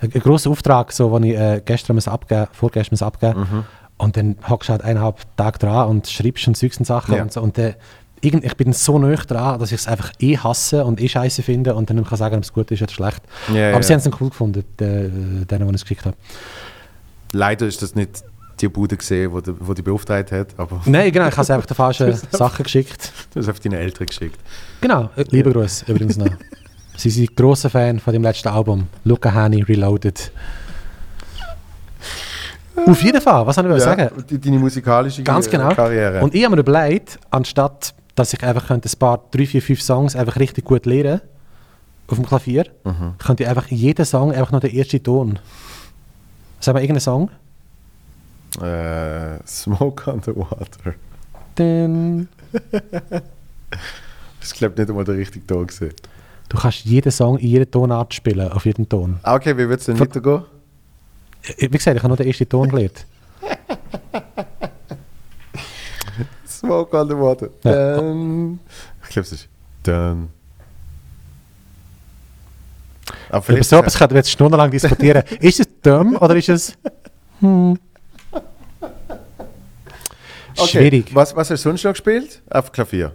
B: ein, ein grosser Auftrag, so, den ich äh, gestern muss abgeben, vorgestern muss abgeben
A: Mhm.
B: und dann hockst du halt eineinhalb Tage dran und schreibst und Zeugs und Sachen
A: Ja.
B: und so und äh, irgend, ich bin so nahe dran, dass ich es einfach eh hasse und eh scheiße finde und dann nicht mehr kann sagen, ob es gut ist oder schlecht.
A: Ja,
B: Aber
A: ja.
B: sie haben es dann cool gefunden, der, äh, denen, die ich es geschickt habe.
A: Leider ist das nicht die Bude gesehen, wo, die- wo die beauftragt hat, aber
B: Nein, genau, ich habe es einfach den falschen Sachen geschickt.
A: du hast auf deine Eltern geschickt.
B: Genau, äh, lieber Gruß übrigens noch. Sie sind großer Fan von dem letzten Album, Luca Hani Reloaded. Auf jeden Fall, was soll ich
A: Ja,
B: sagen?
A: und die- Deine musikalische
B: Ganz
A: äh,
B: genau.
A: Karriere.
B: Und ich habe mir überlegt, anstatt dass ich einfach könnte ein paar, drei, vier, fünf Songs einfach richtig gut lernen auf dem Klavier,
A: Mhm.
B: könnte ich einfach jeden Song einfach nur den ersten Ton. Sag mal, irgendeinen Song?
A: äh, Smoke on the Water.
B: Denn
A: Das ist, glaube ich, nicht einmal der richtige Ton gewesen.
B: du kannst jeden Song in jeder Tonart spielen, auf jedem Ton.
A: Ah, Okay, wie wird es denn
B: Ver-
A: weitergehen?
B: Äh, Wie gesagt, ich habe nur den ersten Ton gelernt.
A: Smoke on the Water.
B: Ja.
A: Dann. Ich glaube, es ist. Dann. Aber
B: Über so etwas könnten wir jetzt stundenlang diskutieren. ist es dumm oder ist es... Hm.
A: Okay,
B: Schwierig.
A: Was, was hast du sonst noch gespielt? Auf Klavier.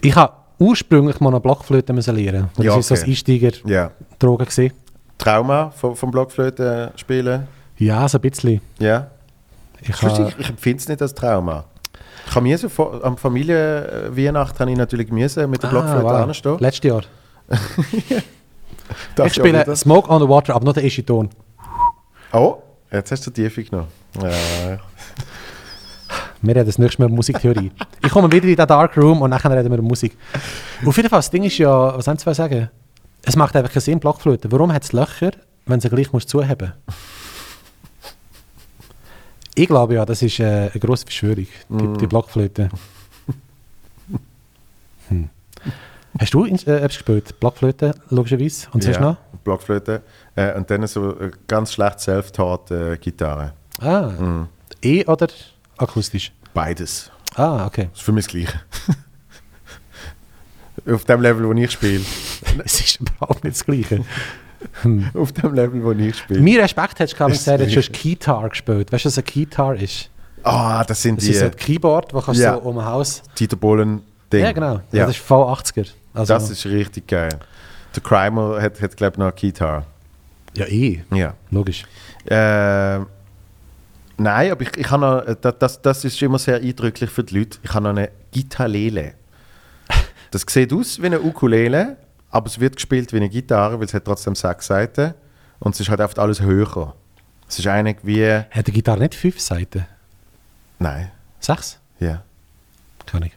B: Ich habe ursprünglich mal eine Blockflöte müssen lernen. Das
A: Ja,
B: war so
A: okay.
B: ein Einsteiger-Drogen.
A: Ja.
B: gewesen.
A: Trauma vom, vom Blockflöte spielen.
B: Ja, so ein bisschen.
A: Ja.
B: Ich
A: Sonst,
B: habe...
A: Ich, ich empfinde es nicht als Trauma. Ich habe mir so vor, am Familienweihnachten habe ich natürlich müssen
B: Ah,
A: mit der Blockflöte
B: wow.
A: anstehen.
B: Letztes Jahr.
A: Darf
B: ich
A: auch
B: spiele
A: wieder?
B: Smoke on the Water, aber nur den ersten Ton.
A: Oh, jetzt hast du die Tiefe genommen. Ja.
B: Wir reden das nächste Mal über Musiktheorie. ich komme wieder in den Dark Room und nachher reden wir über Musik. Auf jeden Fall, das Ding ist ja, was haben zwei sagen? Es macht einfach keinen Sinn, Blockflöte. Warum hat es Löcher, wenn sie gleich musst zuheben Ich glaube ja, das ist äh, eine grosse Verschwörung, die, die Blockflöte. Hm. Hast du ins- äh, etwas gespielt? Blockflöte, logischerweise. Und sonst
A: Ja, Blockflöte. Äh, und dann so äh, ganz schlecht self-taught äh, Gitarre.
B: noch? Ah, E oder akustisch?
A: Beides.
B: Ah, okay.
A: ist für mich das Gleiche. Auf dem Level, wo ich spiele.
B: Es ist überhaupt nicht das Gleiche.
A: Auf dem Level, wo ich spiele.
B: Mir Respekt hättest du gehabt, wenn du
A: Ist das
B: gesagt hättest, du hast
A: Gleiche.
B: Keytar gespielt. Weißt du, was ein Keytar ist?
A: Ah, das sind
B: Das
A: die äh,
B: ist so ein Keyboard, das kannst du
A: Ja.
B: so um ein Haus.
A: Dieter Bohlen-Ding.
B: Ja, genau.
A: Ja.
B: Das ist V80er. Also,
A: Das ist richtig geil. Der Crimer hat, hat glaube ich, noch eine Gitarre.
B: ja, eh.
A: Ja.
B: Logisch.
A: Äh, nein, aber ich, ich habe noch, äh, das- das, das ist immer sehr eindrücklich für die Leute, ich habe noch eine Gitarrele. Das sieht aus wie eine Ukulele, aber es wird gespielt wie eine Gitarre, weil es hat trotzdem sechs Seiten und es ist halt oft alles höher. Es ist eigentlich wie,
B: Hat die Gitarre nicht fünf Seiten?
A: nein,
B: Sechs?
A: ja.
B: Keine Ahnung.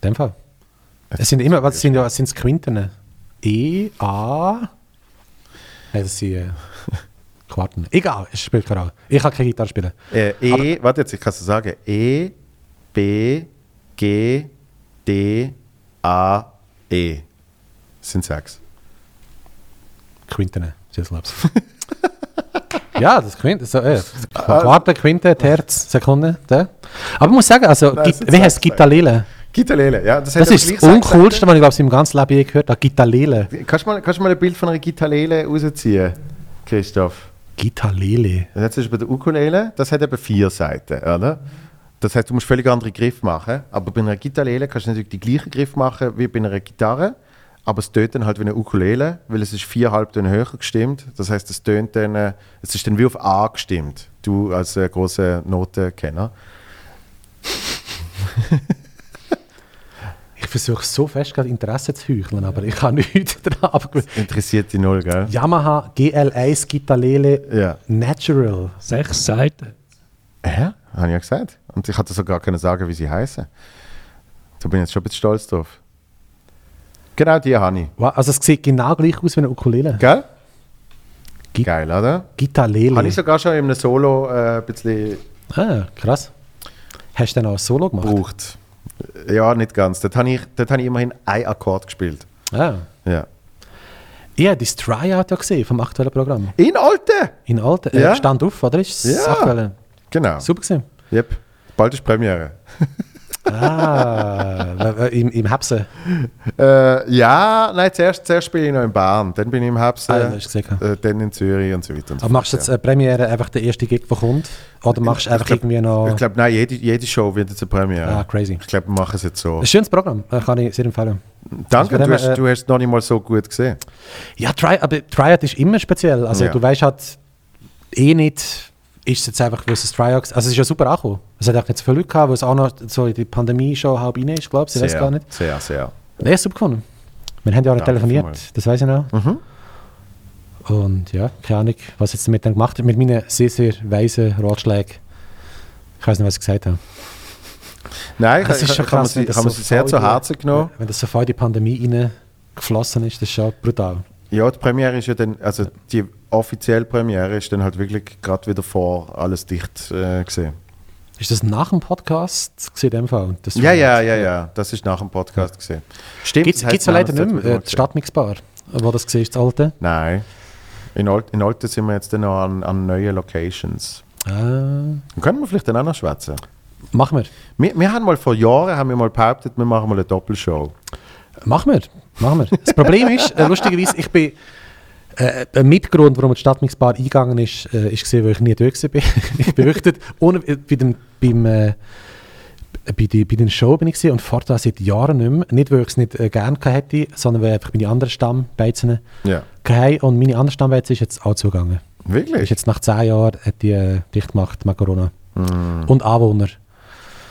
B: In dem Fall.
A: Äh,
B: Es sind immer, was sind ja, was sind es Quinten? E, A. Nein, das sind äh, Quarten. Egal, es spielt keine Rolle. Ich kann keine Gitarre spielen.
A: Äh, e, warte jetzt, ich kann es dir sagen. E, B, G, D, A, E. Das sind sechs.
B: Quinten, sie Labs. ja, das Quinte, so, äh, Quarte, Quinte, Terz, Sekunde, da. Aber ich muss sagen, also,
A: Nein,
B: Git-
A: es sind
B: wie heißt
A: sechs,
B: Gitalele?
A: Gitarrele, ja. Das, hat
B: Das
A: aber
B: ist
A: gleich
B: das
A: sechs
B: Uncoolste, was ich glaube, ich im ganzen Leben je gehört habe. Gitalele.
A: Seiten. Kannst du, mal, kannst du mal ein Bild von einer Gitarrele rausziehen, Christoph?
B: Gitalele.
A: Und jetzt ist bei der Ukulele, das hat eben vier Seiten, oder? Das heißt, du musst völlig andere Griff machen. Aber bei einer Gitarrele kannst du natürlich die gleichen Griff machen wie bei einer Gitarre, aber es tönt dann halt wie eine Ukulele, weil es ist viereinhalb Töne höher gestimmt. Das heißt, es tönt dann, äh, es ist dann wie auf A gestimmt. Du als äh, großer Notenkenner.
B: Ich versuche so fest, gerade Interesse zu heucheln, aber ich habe nichts daran abgewöhnt.
A: Interessiert die null, gell?
B: Yamaha GL1 Gitalele äh,
A: Ja.
B: Natural.
C: Sechs Seiten.
A: Hä? Habe ich ja gesagt. Und ich hatte sogar können sagen, wie sie heißen. Da bin ich jetzt schon ein bisschen stolz drauf. Genau die habe ich.
B: Wow, also, es sieht genau gleich aus wie eine Ukulele.
A: Gell?
B: Gib-
A: Geil, oder? Habe
B: Gitalele.
A: ich sogar schon in einem Solo äh, ein bisschen
B: Ah, krass. Hast du denn auch ein Solo gemacht?
A: gebraucht. Ja, nicht ganz. Dort habe ich, dort habe ich immerhin einen Akkord gespielt.
B: Ah.
A: Ja.
B: Ich habe das Tryout ja gesehen vom aktuellen Programm.
A: In Alte!
B: In Alten. Äh,
A: Ja.
B: Stand auf, oder? Ist das
A: Ja.
B: aktuelle?
A: Genau.
B: Super gesehen.
A: Yep. Bald ist Premiere.
B: Ah, äh, im, im Hebsen.
A: Äh, ja, nein, zuerst, zuerst spiele ich noch in Bern, dann bin ich im Hebsen,
B: Ah, ja, hast du gesehen.
A: äh, dann in Zürich und so weiter. Und so
B: Aber machst du
A: fort,
B: jetzt äh, Premiere einfach den ersten Gig, der kommt? Oder machst du
A: ich
B: einfach
A: glaub-
B: irgendwie
A: ja.
B: noch...
A: Ich glaube, nein, jede, jede Show wird jetzt eine Premiere.
B: ah, crazy.
A: Ich glaube, wir machen es jetzt so.
B: Ein schönes Programm, äh, kann ich sehr empfehlen.
A: Danke,
B: von
A: du
B: dem
A: hast,
B: her, äh,
A: du hast es noch nicht mal so gut gesehen.
B: Ja, Try, aber Tryout ist immer speziell. Also
A: Ja.
B: du weißt halt eh nicht, ist es jetzt einfach, weil es ein Tryout ist. Also es ist ja super angekommen. Es hat auch nicht so viele Leute gehabt, weil es auch noch so in die Pandemie schon halb rein ist, glaube ich. Ich weiß gar nicht.
A: sehr, sehr.
B: Nein, super gefunden. Wir haben ja auch nicht
A: Danke
B: telefoniert,
A: vielmals.
B: das weiß ich noch.
A: Mhm.
B: Und ja, keine Ahnung, was jetzt damit dann gemacht wird. Mit meinen sehr, sehr weisen Ratschlägen. Ich weiß nicht, was ich gesagt habe.
A: Nein,
B: Das
A: ich,
B: ist
A: ich,
B: schon
A: ich habe mir
B: krass,
A: sie,
B: wenn
A: ich
B: das
A: habe mir
B: so
A: sie sehr
B: voll
A: zu
B: durch-
A: Herzen genommen.
B: Wenn das so voll in die Pandemie reingeflossen ist, das ist schon brutal.
A: Ja, die Premiere ist ja dann, also die offiziell Premiere ist dann halt wirklich gerade wieder vor alles dicht äh, gesehen.
B: Ist das nach dem Podcast gewesen in dem Fall? Das
A: Ja, ja, ja, ja. Das ist nach dem Podcast gesehen. Stimmt. das
B: Gibt
A: hat
B: es
A: man
B: leider
A: auch noch
B: nicht mehr, äh,
A: gesehen.
B: die Stadtmixbar, wo das gesehen ist, das alte?
A: Nein. In, Olt, in Olten sind wir jetzt dann noch an, an neuen Locations.
B: Äh,
A: Dann können wir vielleicht dann auch noch schwätzen.
B: machen wir.
A: Wir, wir haben mal vor Jahren haben wir mal behauptet, wir machen mal eine Doppelshow.
B: Machen wir, machen wir. Das Problem ist, äh, lustigerweise, ich bin. Äh, ein Mitgrund, warum die Stadtmixbar eingegangen ist, äh, ist gesehen, weil ich nie durch war. ich bin wirklich dort ohne, äh, bei, dem, beim, äh, bei, die, bei den Show bin ich gewesen und fahre da seit Jahren nicht mehr. Nicht, weil ich es nicht äh, gerne gehabt hätte, sondern weil einfach meine anderen Stammbeizen
A: Ja.
B: hatten. Und meine andere Stammbeize ist jetzt auch zugegangen. Ist
A: Wirklich?
B: jetzt nach 10 Jahren hat die äh, dicht gemacht mit Corona. Und Anwohner.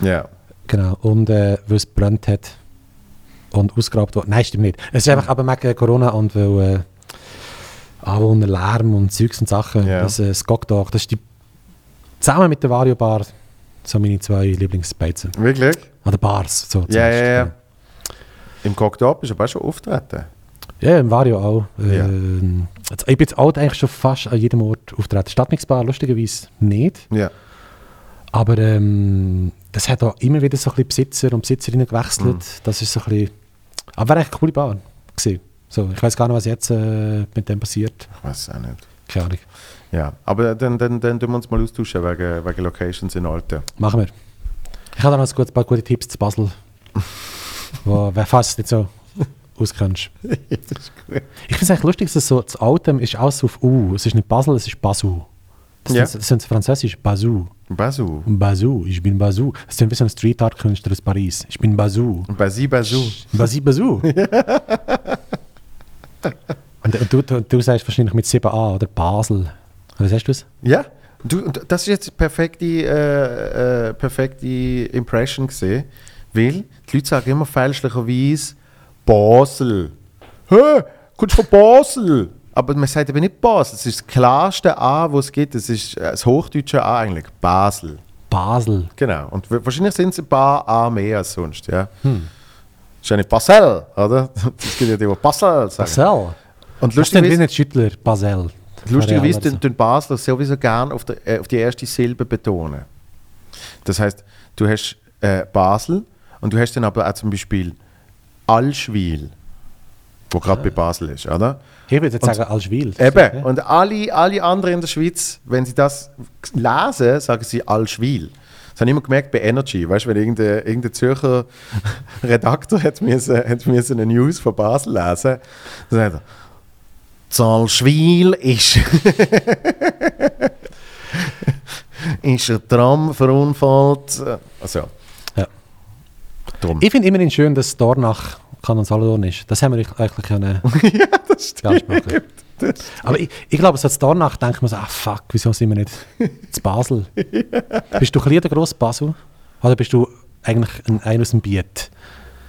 A: Ja.
B: Genau, und äh, weil es gebrannt hat und ausgeraubt wurde. Nein, stimmt nicht. Es ist einfach aber wegen Corona und weil äh, Anwohner Lärm und Zeugs und Sachen,
A: Ja.
B: das, äh, das Gogdog, das ist die, zusammen mit der Vario Bar so meine zwei Lieblingsbeizen.
A: Wirklich?
B: Oder Bars, so
A: Ja,
B: zuerst,
A: ja,
B: genau.
A: ja. Im Cocktail bist du aber auch schon auftreten.
B: Ja, im Vario auch.
A: Ja.
B: Ähm, jetzt- ich bin jetzt auch eigentlich schon fast an jedem Ort auftreten. Stadtmixbar lustigerweise nicht.
A: Ja.
B: Aber ähm, das hat auch immer wieder so ein bisschen Besitzer und Besitzerinnen gewechselt. Das ist so ein bisschen... Aber wäre echt eine coole Bahn gewesen. So, ich weiß gar nicht, was jetzt äh, mit dem passiert.
A: Ich weiß auch nicht.
B: Keine Ahnung.
A: Ja. Aber dann, dann, dann tun wir uns mal austauschen wegen, wegen Locations in Olten.
B: Machen wir. Ich habe da noch ein gut- paar gute Tipps zu Basel, wo wer fast nicht so auskennst.
A: das ist gut.
B: Ich finde es eigentlich lustig, dass es so das Altem ist alles auf U. Es ist nicht Basel, es ist Basel. Das,
A: Ja.
B: sind, das sind Französisch Basel.
A: Basou.
B: Basel, ich bin Basel. Das ist ein bisschen ein Street Art Künstler aus Paris. Ich bin Basel.
A: Basi Basou.
B: Basi Basu. und, und du, du, du sagst wahrscheinlich mit 7a oder Basel. Oder sagst du es?
A: Ja. Du, d- das ist jetzt perfekte, äh, äh, perfekte Impression gesehen, weil die Leute sagen immer fälschlicherweise Basel. Hä? Kommst du von Basel? Aber man sagt eben nicht Basel. Es ist das klarste A, was es gibt. Es ist äh, das hochdeutsche A eigentlich. Basel.
B: Basel.
A: Genau. Und wa- wahrscheinlich sind es ein paar A mehr als sonst. Ja. Ist ja nicht Basel, oder? Es gibt ja die, die Basel sagen.
B: Basel.
A: Und
B: Das ist denn
A: lustigerweise,
B: nicht Schüttler, Basel.
A: Lustigerweise
B: Areal
A: tun, tun Basler sowieso gern auf, der, äh, auf die erste Silbe betonen. Das heißt, du hast äh, Basel und du hast dann aber auch zum Beispiel Allschwil, wo gerade bei Basel ist, oder?
B: Ich würde jetzt sagen, Alschwil.
A: Eben. Und alle, alle anderen in der Schweiz, wenn sie das lesen, sagen sie Allschwil. Das habe ich immer gemerkt bei Energy. Weißt du, wenn irgendein, irgendein Zürcher Redakteur hat müssen, hat müssen eine News von Basel lesen, dann sagt er, Zalschwil ist, ist ein Tram verunfallt. Also,
B: Ja.
A: drum.
B: Ich finde immerhin schön, dass Dornach Kanton Solothurn ist. Das haben wir eigentlich- eigentlich können.
A: ja, das
B: beanspruchen.
A: Das-
B: Aber ich, ich glaube, so als Dornach denkt man so, ah fuck, wieso sind wir nicht zu Basel? Bist du ein bisschen der grosse Basel? Oder bist du eigentlich ein, ein aus dem Biet?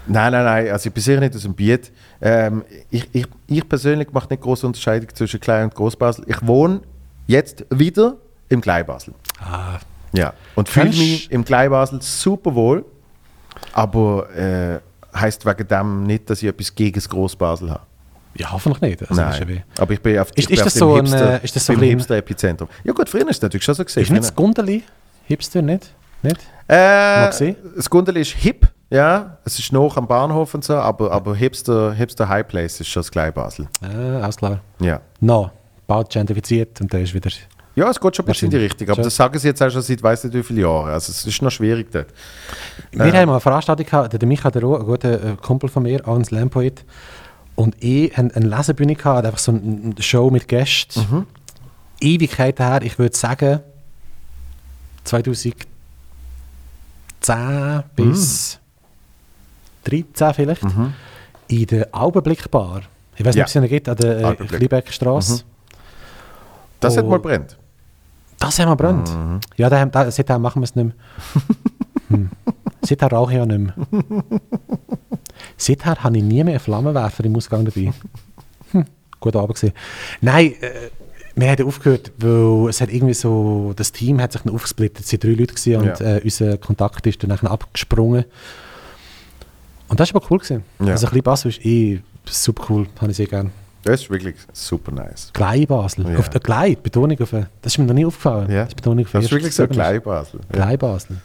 A: Nein, nein, nein, also ich bin sicher nicht aus dem Biet. Ähm, ich, ich, ich persönlich mache nicht große Unterscheidung zwischen Klein- und Großbasel. Ich wohne jetzt wieder im Kleinbasel.
B: Ah,
A: Ja. Und fühle
B: Kannst-
A: mich im Kleinbasel super wohl, aber äh, heißt wegen dem nicht, dass ich etwas gegen das Großbasel habe.
B: ja, hoffentlich nicht. Also, das ist ja weh.
A: Nein. Aber ich bin auf, ich
B: Ist-
A: bin
B: ist
A: auf
B: das
A: dem
B: so ein,
A: Hipster,
B: äh, ist das so
A: beim
B: ein-
A: Hipster-Epizentrum. Ja gut, früher ist es natürlich schon so gesehen. ne?
B: Ist nicht das Gundeli? Hipster nicht? Nicht?
A: Äh,
B: sehen?
A: das Gundel ist hip, ja. Es ist noch am Bahnhof und so, aber, aber Hipster, Hipster High Place ist schon das Kleinbasel.
B: Äh, alles klar.
A: Ja.
B: No, bald gentrifiziert und dann ist wieder.
A: Ja, es geht schon ein bisschen in die
B: Wahrscheinlich.
A: Richtung, aber
B: Schon.
A: das sagen sie jetzt auch schon seit weiss nicht wie vielen Jahren. Also es ist noch schwierig dort.
B: Wir haben mal eine Veranstaltung gehabt, der Micha der Roh, ein guter äh, Kumpel von mir, auch ein Slampoet. Und ich hatte eine Lesebühne gehabt, einfach so eine eine Show mit Gästen. Ewigkeit her, ich würde sagen, 2010 bis 13 vielleicht, in der Augenblickbar. Ich weiß nicht,
A: Ja.
B: ob es sie noch gibt, an der äh,
A: Augenblick.
B: Kleinbergstrasse.
A: Das hat
B: Oh.
A: mal brennt.
B: Das haben wir brennt.
A: Mhm.
B: Ja, da, haben- da, seitdem machen wir es nicht mehr. hm. Seither rauche ich ja nicht mehr. Seither habe ich nie mehr einen Flammenwerfer im Ausgang dabei. Hm. Gut Abend gesehen. Nein, äh, wir haben aufgehört, weil es hat irgendwie so, das Team hat sich dann aufgesplittet. Es waren drei Leute gewesen und
A: Ja.
B: äh, unser Kontakt ist dann nachher abgesprungen. Und das war aber cool. Gewesen.
A: Ja.
B: Also ein bisschen Bass ist eh super cool, habe ich sehr gerne.
A: Das ist wirklich super nice.
B: Glei Basel.
A: Ja.
B: Auf der Glei, Betonung auf äh, Das ist mir noch nie aufgefallen.
A: Ja.
B: Die Betonung auf
A: Das ist
B: erstes
A: wirklich so
B: Zugriff.
A: klein, Basel. Ja.
B: Glei Basel.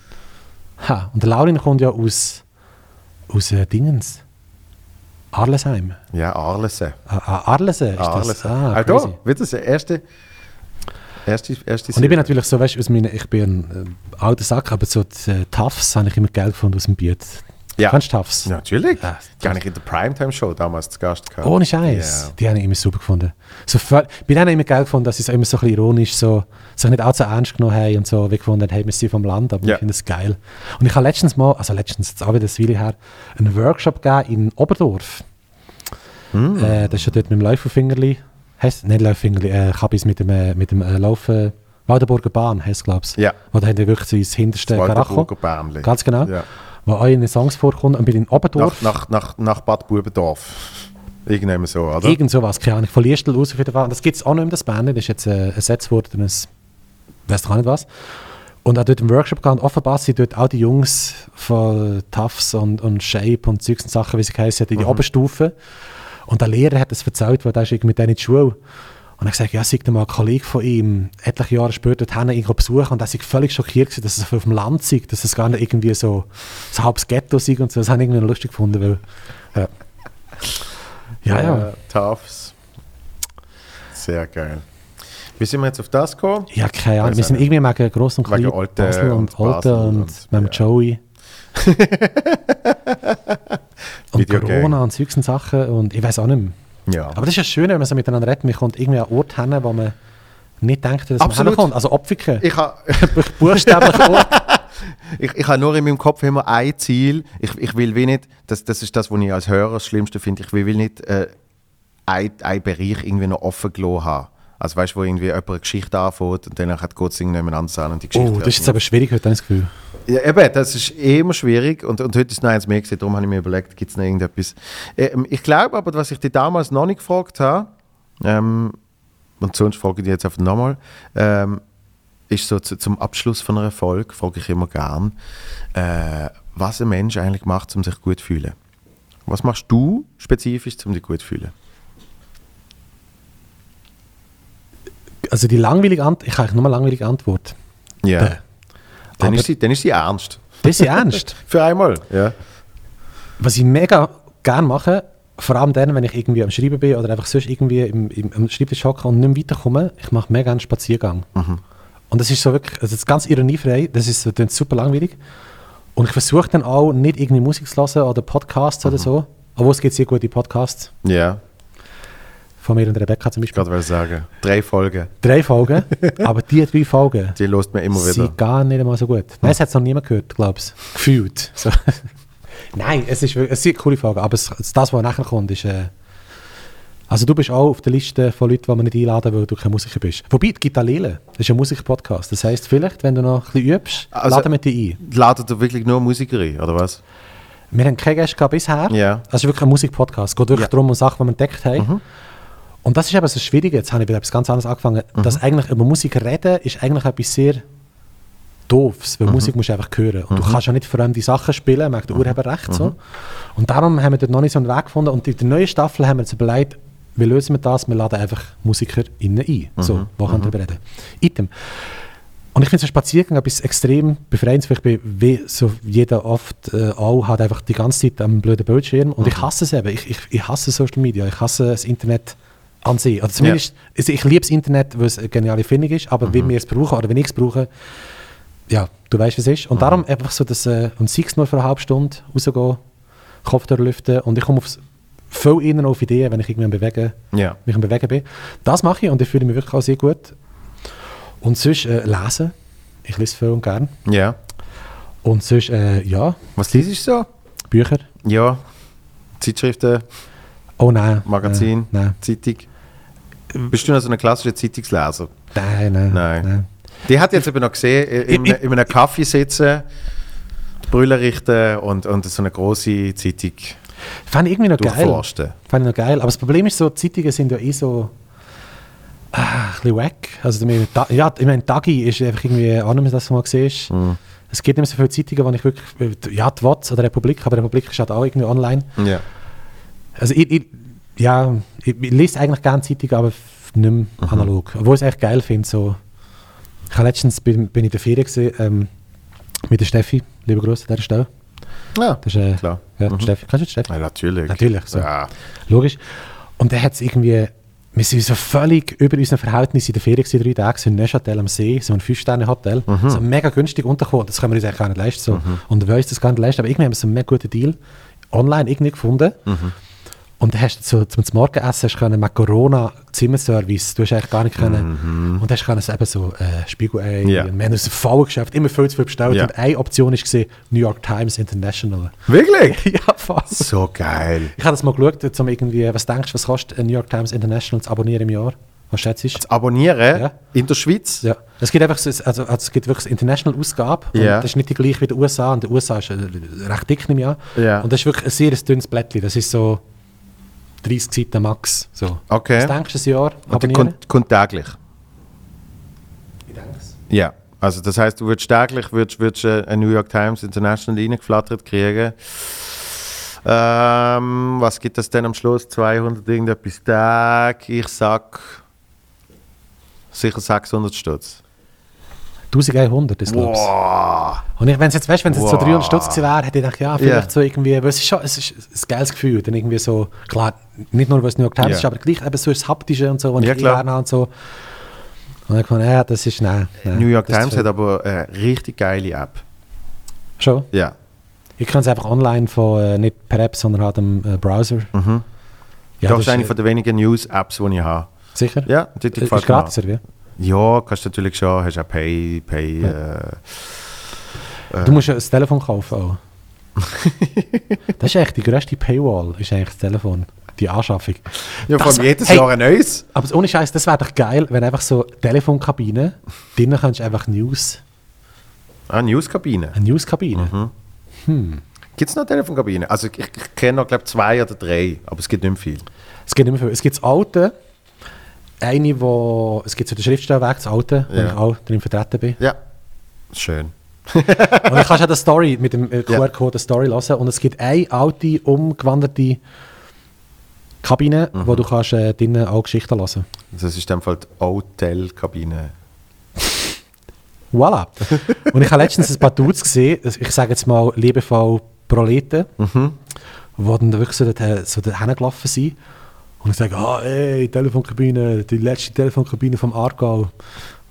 B: Ha. Und der Laurin kommt ja aus, aus äh, Dingens. Arlesheim.
A: Ja, Arlesen.
B: Äh, äh, Arlesen ist das.
A: Arlesen.
B: Ah,
A: Ah,
B: crazy.
A: da, wieder das erste. Erste, erste
B: Und ich
A: Serie.
B: bin natürlich so, weißt du, aus meiner, ich bin ein äh, alter Sack, aber so die äh, Tafs habe ich immer geil gefunden aus dem Biet.
A: Ja.
B: Kennst du Tafs?
A: Ja, Natürlich.
B: Ja,
A: Die habe ich in der Primetime-Show damals zu Gast gehabt.
B: Ah, Ohne Scheiß.
A: Ja.
B: Die habe ich immer super gefunden. So, voll- bei denen habe ich immer geil gefunden, dass sie es immer so ein bisschen ironisch, so, sich nicht allzu ernst genommen haben und so, wie gefunden haben, hey, wir sind vom Land, aber
A: Ja.
B: ich finde es geil. Und ich habe letztens mal, also letztens, jetzt auch wieder das Weile her, einen Workshop gegeben in Oberdorf.
A: Hm.
B: Äh, das ist ja dort mit dem Läuferfingerli. Heißt, nicht Läuferfingerli, äh, Kabis mit dem, äh, mit dem äh, Laufen. Waldenburger Bahn heißt es, glaube ich.
A: Ja.
B: Wo da haben die wirklich so ins hinterste
A: Das
B: Karacho.
A: Waldenburger Bämli.
B: Ganz genau.
A: Ja.
B: Wo auch in den Songs vorkommt. Und bei den Oberdorf.
A: Nach, nach, nach, nach Bad Bubendorf. Irgendwann so, oder?
B: Irgend sowas, keine Ahnung. Von Liestel aus auf jeden Fall. Und das gibt es auch nicht mehr, das Band. Das ist jetzt äh, ersetzt worden durch ein, weiss doch auch nicht was. Und auch dort im Workshop gegangen. Offenbar sind dort auch die Jungs von Tafs und, und Shape und Zeugs und Sachen, wie sie heißen, in die Oberstufe. Und der Lehrer hat das erzählt, weil der ist irgendwie mit denen in die Schule. Und er hat gesagt, ja, sei mal ein Kollege von ihm, etliche Jahre später dorthin ihn besuchen und er sei völlig schockiert gewesen, dass es auf dem Land sei, dass es gar nicht irgendwie so ein halbes Ghetto sei und so. Das habe ich irgendwie noch lustig gefunden, weil, ja. Ja, ja.
A: Äh, Tafs. Sehr geil. Wie sind wir jetzt auf das gekommen?
B: Ja, keine
A: Weiß
B: Ahnung. Wir
A: auch
B: sind
A: nicht.
B: irgendwie wegen gross und klein.
A: Also, Wegen Alten
B: Basel und
A: und Basel
B: Alten und,
A: und-
B: mit dem
A: ja.
B: Joey. und
A: Videogame.
B: Corona und solchen Sachen. Und ich weiß auch nicht mehr.
A: Ja.
B: Aber das ist ja schön, wenn man so miteinander redet. Man kommt irgendwie an einen Ort hin, wo man nicht denkt, dass
A: Absolut.
B: man hinkommt. Also Opfiken.
A: ich habe
B: Buchstäblich Ort.
A: ich, ich hab nur in meinem Kopf immer ein Ziel. Ich, ich will wie nicht, das, das ist das, was ich als Hörer das Schlimmste finde, ich will wie nicht äh, einen Bereich irgendwie noch offen gelassen haben. Also weißt du, wo irgendwie jemand eine Geschichte anfängt und danach hat Gott es irgendjemand anderes an und die Geschichte
B: Oh,
A: hört
B: das ist jetzt
A: nicht.
B: aber schwierig heute, habe ich das Gefühl.
A: Ja, eben, das ist eh immer schwierig und, und heute ist noch eins mehr gewesen, darum habe ich mir überlegt, gibt es noch irgendetwas. Ähm, ich glaube aber, was ich dich damals noch nicht gefragt habe, ähm, und sonst frage ich dich jetzt einfach nochmal, ähm, ist so zu, zum Abschluss von einer Folge, frage ich immer gern, äh, was ein Mensch eigentlich macht, um sich gut zu fühlen. Was machst du spezifisch, um dich gut zu fühlen?
B: Also die langweilige Antwort, ich habe eigentlich nur eine langweilige Antwort.
A: Ja,
B: Äh,
A: dann,
B: aber-
A: ist sie, dann ist sie ernst.
B: Das ist ernst.
A: Für einmal, ja.
B: Was ich mega gerne mache, vor allem dann, wenn ich irgendwie am Schreiben bin oder einfach sonst irgendwie im, im, am Schreibtisch hocke und nicht mehr weiterkomme, ich mache mega gerne einen Spaziergang. Und das ist so wirklich, also das ist ganz ironiefrei, das ist so- klingt super langweilig. Und ich versuche dann auch nicht irgendwie Musik zu hören oder Podcasts oder so. Obwohl es gibt sehr gute Podcasts,
A: Ja,
B: von mir und Rebecca zum Beispiel.
A: gerade wollte ich sagen. Drei Folgen,
B: Drei Folgen, aber die drei Folgen
A: die lost man immer wieder.
B: sind gar nicht einmal so gut. Nein, es hat noch niemand gehört, glaube ich. Gefühlt. So. Nein, es, ist, wirklich- es sind coole Fragen, aber es, es- das, was nachher kommt, ist... Äh, also du bist auch auf der Liste von Leuten, die man nicht einladen will, weil du kein Musiker bist. Wobei, es gibt Allele. Das ist ein Musikpodcast. Das heisst, vielleicht, wenn du noch ein bisschen übst,
A: Also-
B: laden wir dich ein.
A: Ladet ihr wirklich nur Musiker ein, oder was?
B: Wir haben keine Gäste gehabt bisher.
A: Ja.
B: Das ist wirklich ein Musikpodcast. Es geht wirklich
A: Ja. Mhm.
B: darum, um Sachen, die wir entdeckt haben. Und das ist eben so schwierig. Jetzt habe ich wieder etwas ganz anderes angefangen.
A: Mhm.
B: Dass eigentlich über Musik reden ist eigentlich etwas sehr Doofes, weil Musik musst du einfach hören. Und du kannst ja nicht fremde Sachen spielen, merkt der Urheberrecht. So. Und darum haben wir dort noch nicht so einen Weg gefunden. Und in der neuen Staffel haben wir uns überlegt, wie lösen wir das? Wir laden einfach Musiker innen ein. So, wo können wir darüber reden? Item. Und ich finde so ein Spaziergang etwas extrem befreiendes, weil ich bin, wie so jeder oft äh, auch, hat einfach die ganze Zeit am blöden Bildschirm und ich hasse es eben, ich, ich, ich hasse Social Media, ich hasse das Internet an sich. Oder zumindest, also ich liebe das Internet, weil es eine geniale Erfindung ist, aber wie wir es brauchen oder wenn ich es brauche, ja, du weißt, was es
A: Ah.
B: ist. Und darum einfach so, dass, äh, und sei es nur für eine halbe Stunde, rausgehen, Kopf durchlüften und ich komme aufs, viel eher auf Ideen, wenn ich irgendwie am Bewegen,
A: Ja.
B: mich am Bewegen bin. Das mache ich und ich fühle mich wirklich auch sehr gut. Und sonst äh, lesen. Ich lese viel und gern.
A: Ja.
B: Und sonst, äh, ja,
A: Was liest du so?
B: Bücher.
A: Ja. Zeitschriften,
B: Oh nein.
A: Magazin,
B: Äh, nein.
A: Zeitung. Bist du noch so ein klassischer Zeitungsleser?
B: Nein, nein.
A: Nein. Die hat jetzt eben noch gesehen, äh, in,
B: Ich-
A: einem- in einem Kaffee sitzen, die Brille richten und, und so eine große Zeitung
B: Fand ich irgendwie noch geil.
A: durchforsten.
B: Fand ich noch geil. Aber das Problem ist so, die Zeitungen sind ja eh so ah, ein bisschen wack. Also, ich meine, Ta- ja, ich meine, Tagi ist einfach irgendwie auch nicht mehr das, was man siehst.
A: Mhm.
B: Es gibt nicht mehr so viele Zeitungen, die ich wirklich, ja, die Watz oder Republik, aber Republik ist halt auch irgendwie online.
A: Ja.
B: Also ich, ich, ja, ich, ich lese eigentlich gerne Zeitung, aber f- nicht mehr
A: Mhm.
B: analog. Obwohl ich es echt geil finde. So. Ich habe letztens bin, bin in der Ferien gewesen, ähm, mit der Steffi, lieber Grüße an der Stelle.
A: Ja,
B: Das ist, äh,
A: Klar.
B: Ja,
A: Mhm.
B: Steffi. Kannst du die Steffi?
A: ja natürlich.
B: Natürlich, so.
A: Ja.
B: Logisch. Und dann hat es irgendwie, wir sind so völlig über unseren Verhältnis in der Ferien gewesen, drei Tage, sind in Neuchâtel am See, so ein 5-Sterne-Hotel, so mega günstig untergekommen, das können wir uns eigentlich gar nicht leisten. So. Und wir uns das gar nicht leisten, aber irgendwie haben wir so einen mega guten Deal online irgendwie gefunden. Und dann hast du so, zum Morgenessen hast du können Macarona Zimmerservice, du hast eigentlich gar nicht können. Und hast können so eben so äh, Spiegelei,
A: Ja.
B: und wir haben uns ein Fall geschafft, immer viel zu viel bestellt.
A: Ja.
B: Und eine Option war New York Times International.
A: Wirklich?
B: ja, fast.
A: So geil.
B: Ich habe das mal geschaut, um irgendwie, was denkst du, was kostet ein New York Times International zu abonnieren im Jahr? Was schätzt du?
A: Abonnieren
B: Ja.
A: in der Schweiz?
B: Ja. Es gibt einfach so, ein- also, also es gibt wirklich eine International-Ausgabe. und
A: Ja.
B: Das ist nicht die gleiche wie die USA. Und die USA ist äh, recht dick im Jahr.
A: Ja.
B: Und das ist wirklich ein sehr dünnes Blättchen. Das ist so 30 Seiten max. So.
A: Okay.
B: Was denkst du, ein Jahr
A: Und die
B: abonnieren?
A: kommt, kommt täglich.
B: Ich denke es.
A: Ja. Also das heißt, du würdest täglich würdest, würdest äh, eine New York Times International reingeflattert kriegen. Ähm, was gibt das denn am Schluss? 200 irgendetwas Tag. Ich sag sicher 600 Stutz.
B: 1100, das glaubst du.
A: Boah.
B: Und ich, wenn es jetzt, weißt, wenn es jetzt so
A: Wow.
B: 300 Stutz gewesen wäre, hätte ich gedacht, ja, vielleicht
A: Ja.
B: so irgendwie, weil es ist schon, es ist ein geiles Gefühl, dann irgendwie so, klar, nicht nur, weil es New York Times
A: Ja.
B: ist, aber gleich eben so das Haptische und so, was
A: Ja,
B: ich eh
A: klar.
B: gerne habe und so. Und dann habe ich gedacht, ja, das ist, nein. nein
A: New York
B: das ist
A: Times
B: schon-
A: hat aber eine richtig geile App.
B: Schon?
A: Ja.
B: Ihr könnt es einfach online von, äh, nicht per App, sondern halt am äh, Browser.
A: Mhm.
B: Ja,
A: das ist eine
B: äh,
A: von den wenigen News-Apps, die ich habe.
B: Sicher?
A: Ja, die, die
B: Äh, ist
A: gefällt mir.
B: gratis, oder wie?
A: Ja, kannst du natürlich schon. Hast auch Pay, Pay. Äh,
B: Du musst ja ein Telefon kaufen auch. das ist eigentlich die grösste Paywall, ist eigentlich das Telefon, die Anschaffung.
A: ja, vor
B: Das-
A: allem jedes
B: hey.
A: Jahr ein neues.
B: Aber ohne Scheiß, das wäre doch geil, wenn einfach so Telefonkabine, drinnen kannst du einfach News,
A: Ah, Newskabine.
B: eine Newskabine.
A: Mhm. Gibt es noch Telefonkabinen? Also ich, ich kenne noch, glaube zwei oder drei, aber es gibt nicht mehr viel.
B: Es gibt immer viel. Es gibt das Alte, eine, wo, es gibt so den Schriftstellerweg, das Alte, wo
A: Ja.
B: ich auch drin vertreten bin.
A: Ja, schön.
B: Und dann kannst du auch die Story mit dem äh,
A: Ja.
B: QR-Code eine Story hören. Und es gibt eine alte, umgewanderte Kabine, wo
A: Mhm.
B: du kannst äh, drinnen auch Geschichten hören.
A: Das ist dann halt Hotelkabine.
B: Voilà. Und ich habe letztens ein paar Dudes gesehen, ich sage jetzt mal liebevoll Proleten, wo dann wirklich so dorthin so dorthin gelaufen sind. Und ich sage, ah, ey, Telefonkabine, die letzte Telefonkabine vom Aargau. Und